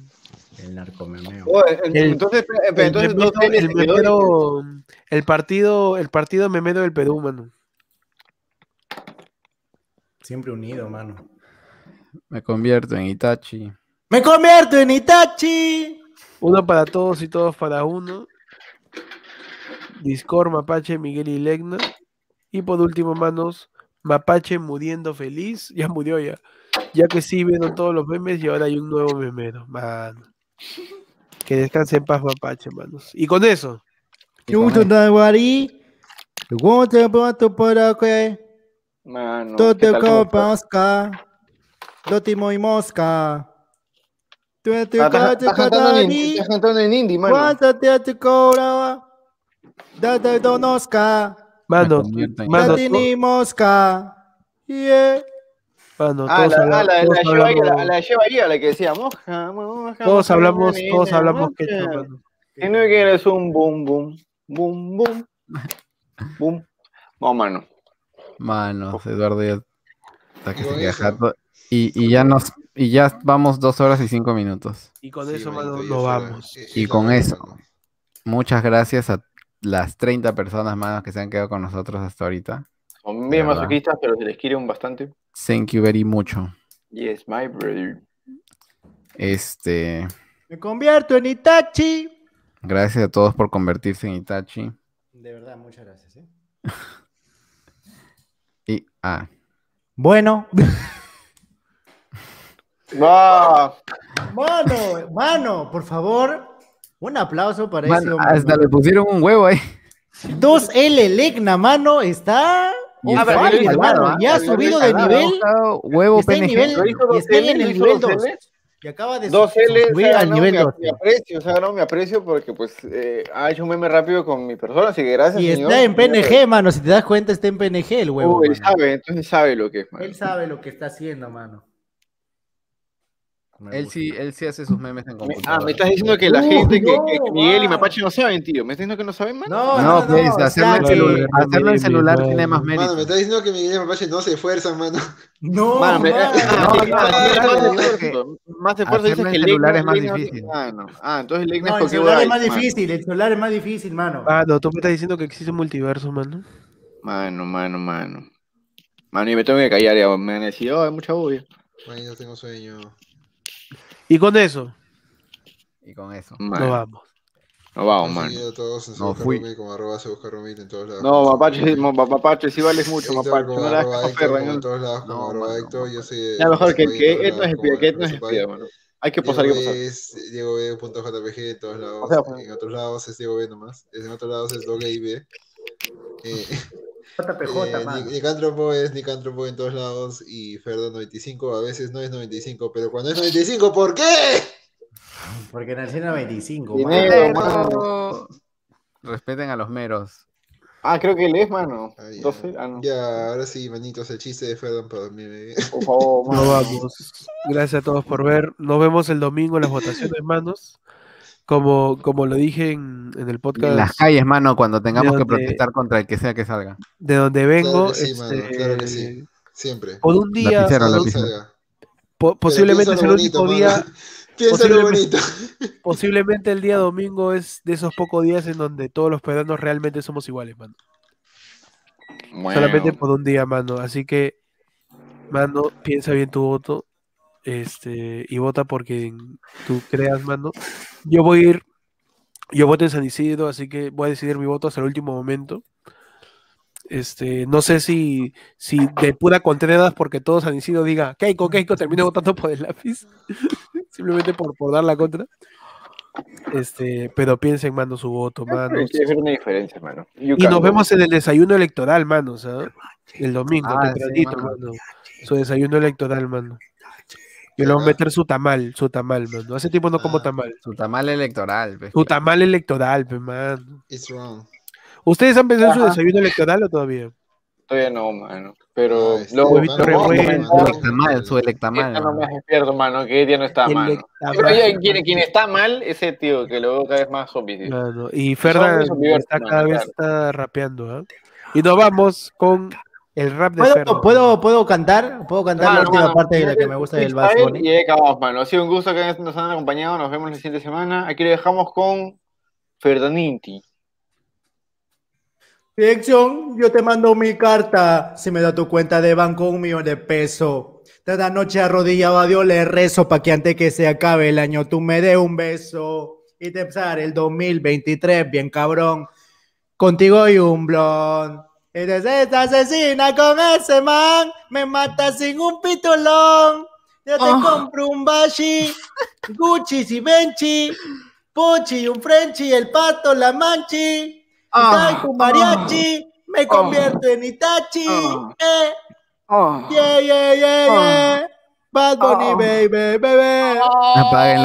B: El narco memeo.
F: El-
A: Oh, entonces, espera, espera,
F: El
A: entonces
F: memero-
A: dos Ls
F: el
A: se quedó-
F: memero- el partido, el partido memero del Perú, mano.
B: Siempre unido, mano.
D: Me convierto en Itachi.
B: ¡Me convierto en Itachi!
F: Uno para todos y todos para uno. Discord, Mapache, Miguel y Legna. Y por último, manos, Mapache muriendo feliz. Ya murió ya. Ya que sí vieron todos los memes y ahora hay un nuevo memero, mano. Que descanse en paz, Mapache, manos. Y con eso,
D: Y con él.
B: Nahuari. Junto con tu poroque.
A: Mano, ¿qué
B: Todo
A: tal cómo
B: copa Oscar. Totimo y mosca. Tu tu
A: está? Ah, Estás estás cantando en-
B: Cotocotari.
A: estás cantando en indie, mano.
B: Guásate a tu cobra. Date donosca.
F: mano,
D: convierto en-
F: mano, to-
B: Tatini mosca. Yeah.
F: mano,
A: Ah,
F: todos
A: la, ah, la,
F: habla-
A: la,
F: todos
A: lleva ahí, la,
F: hablamos-
A: la lleva ahí, a la que decía moja, moja.
F: todos
A: moja,
F: hablamos,
A: nena,
F: todos hablamos
A: moja".
F: quechua, mano.
A: Tiene que eres un boom, boom, boom, boom, boom. No, mano.
D: Manos, Eduardo ya está que
C: Y
D: se
C: con
D: queda
C: eso.
D: jato. Y, y ya nos, y ya vamos dos horas y cinco minutos.
F: Y con eso,
C: manito,
F: mano,
C: ya
F: nos
C: fuera.
F: vamos.
C: Eh,
D: Y
C: eh,
D: con
C: la-
D: eso.
C: mano.
D: Muchas gracias a las 30 personas más que se han quedado con nosotros hasta ahorita.
A: Son bien
D: verdad.
A: masoquistas, pero se les quiere un bastante.
D: Thank you very mucho.
A: Yes, my brother.
D: Este,
B: Me convierto en Itachi.
D: gracias a todos por convertirse en Itachi.
B: De verdad, muchas gracias. ¿eh?
D: Y ah,
B: Bueno.
A: Va.
B: Mano, mano, por favor. Un aplauso para
D: man,
B: ese hombre.
D: hasta le pusieron un huevo ahí.
B: 2L Legna, mano, está.
D: Y
B: on
A: Ah, pero
B: fire,
A: lo hizo,
B: mano,
A: mano,
B: ya
A: ah,
B: ha subido de
D: Alaba,
B: nivel.
D: ojalá, Huevo
B: Está en
D: PNG.
B: nivel-
A: ¿Lo hizo
B: Y
A: dos
B: está ahí
A: L?
B: en el
A: ¿Lo hizo
B: nivel
A: dos
B: dos.
A: L?
B: Y acaba de
A: Dos
B: sub-
A: L,
B: subir al nivel
A: me,
B: 2.
A: me aprecio, o sea, ganó mi aprecio porque pues eh, ha hecho un meme rápido con mi persona, así que gracias.
B: Y
A: señor.
B: está en PNG, mano. Si te das cuenta, está en PNG el huevo.
A: Uy, él
B: mano.
A: sabe, entonces sabe lo que es, mano.
B: Él sabe lo que está haciendo, mano. Me
D: Él
B: gusta.
D: sí, él sí hace sus memes en
A: Me-
D: computadora.
A: ah, me estás diciendo que la
B: Uy,
A: gente que,
B: no,
A: que- que Miguel y
B: mano.
A: Mapache no saben, tío. ¿Me estás diciendo que no saben, mano?
B: No,
D: No,
B: no, no.
D: pues,
B: o
D: hacerlo,
B: sea
D: en
B: que-
D: celular,
F: que-
D: hacerlo en celular
F: Mano,
D: tiene más mérito.
C: Mano, me estás diciendo que Miguel y Mapache no se esfuerzan, mano.
B: No,
A: Mano, me-
B: mano.
A: ah,
D: no,
A: sí,
D: no,
A: más- más
D: no, no,
A: esfuerzo,
D: que
A: Más esfuerzo
D: hacerlo
A: dices
D: en
A: que el
D: celular es más
A: Igna-
D: difícil.
A: Ah, no. Ah, entonces el Igna
B: No,
A: es
B: el
A: cualquier
B: celular es
A: huevada,
B: más
A: mano.
B: difícil, el celular es más difícil, mano.
F: Mano, tú me estás diciendo que existe un multiverso, mano.
A: Mano, mano, mano. Mano, y me tengo que callar ya. Me han decidido, oh, hay mucha bulla.
C: Ay, yo tengo sueño.
F: Y con eso,
D: Y con eso.
A: Mano,
F: nos vamos.
A: no vamos,
C: Han
A: mano.
C: seguido todos en
D: No
C: Soy Busca
D: fui.
C: Roommate, como arroba Soy Busca Roommate en todos lados.
A: No, Mapache, mo- pa- Mapache, sí vales mucho,
C: Héctor
A: Mapache.
C: como
A: No la
C: arroba
A: hagas
C: Héctor,
A: perra,
C: como en
A: no.
C: todos lados,
D: No,
C: como arroba
D: mano,
C: Héctor, yo soy...
A: Ya mejor que,
C: soy
A: que
C: en
A: Ed
C: todos
A: no es
C: lados, como
A: espía, que Ed no es
C: Rosa
A: espía,
C: Pai.
A: mano. Hay que pasar, hay que
C: Diego
A: pasar.
C: es Diego B. punto JPG en todos lados.
A: O sea, pues.
C: en otros lados es Diego B nomás. Es- en otros lados es Doge y B. Eh, eh,
B: JPJ,
C: Nic-
B: mano.
C: Nicántropo es Nicántropo en todos lados y Ferdo 95. A veces no es 95, pero cuando es 95, ¿por qué?
B: Porque nací en el 25,
A: Dinero,
B: mano.
A: Pero,
D: Pero- Respeten a los meros.
A: Ah, creo que él es, mano.
C: Ah, ya.
A: 12, ah, no.
C: Ya, ahora sí, manitos, el chiste de Ferdo para eh, dormirme.
A: Por favor,
F: Nos
A: mano.
F: vamos. Gracias a todos por ver. Nos vemos el domingo en las votaciones, manos. como, como lo dije en, en
D: En
F: el
D: las
F: podcast
D: calles, mano, cuando tengamos que
F: donde-
D: protestar contra el que sea que salga.
F: de donde vengo,
C: Claro que sí, mano,
F: este,
C: claro que sí. Siempre.
F: por un día,
D: Lapicero,
C: Salud
D: lapicero.
C: salga.
F: po- posiblemente es el
C: Pero piénsalo
F: único
C: bonito,
F: día,
C: mano. Piénsalo
F: posiblemente-
C: bonito.
F: posiblemente el día domingo es de esos pocos días en donde todos los peruanos realmente somos iguales, mano.
A: Bueno,
F: Solamente por un día, mano. Así que, mano, piensa bien tu voto. Este, y vota por quien tú creas, mano. Yo voy a ir. Yo voto en San Isidro, así que voy a decidir mi voto hasta el último momento. Este, no sé si, si de pura contreras, porque todo San Isidro diga Keiko, Keiko, termino votando por el lápiz. Simplemente por, por dar la contra. Este, pero piensen, mano, su voto, mano.
A: Pero quieres ver una diferencia, mano. You
F: Y
A: can do
F: nos vemos en el desayuno electoral, mano, ¿sabes? El domingo,
D: Ah,
F: tempranito,
D: sí, mano.
F: mano. Su desayuno electoral, mano. Yo le voy a meter su tamal, su tamal, mano. Hace tiempo no como
C: Ah.
F: tamal.
D: Su tamal electoral. pues.
F: Su tamal electoral, pe, mano.
C: It's wrong.
F: ¿Ustedes han pensado en su
A: Ajá.
F: desayuno electoral o todavía?
A: it. Todavía no, mano. Pero
C: Ah, este,
A: luego
F: huevito
A: luego vamos a comentar
F: revuelto.
D: Su electamal, su
A: que está
D: electamal.
A: nomás despierto, mano, que día no está, mano. Pero
F: Electamal,
A: ya quien, quien está mal es el tío, que lo veo cada vez más homicidio.
F: mano. Y
A: Pues
F: Ferdan
A: hombres olvidan,
F: está
A: mano,
F: cada vez
A: claro.
F: está rapeando, ¿ah? Y nos vamos con el rap de
B: ¿Puedo,
F: Ferdan.
B: puedo, puedo cantar? ¿Puedo cantar la última parte de la que me gusta del Bad
A: Freestyle
B: Bunny?
A: Y acabamos, mano. Ha sido un gusto que nos han acompañado. Nos vemos la siguiente semana. Aquí lo dejamos con Ferdaninti.
B: Dirección, yo te mando mi carta. Si me da tu cuenta de banco, un millón de pesos. Cada noche arrodillado a Dios le rezo pa' que antes que se acabe el año tú me dé un beso. Y te empezar el 2023, bien cabrón. Contigo y un blon. Eres esta asesina con ese man. Me mata sin un pitolón. Yo te compro un bashi, Gucci y Benchi. Puchi, un Frenchy, el pato, la manchi. Dai tu mariachi, me convierto en Itachi. Eh, yeah, yeah, yeah, yeah. Bad Bunny, baby, baby.
D: Apaguen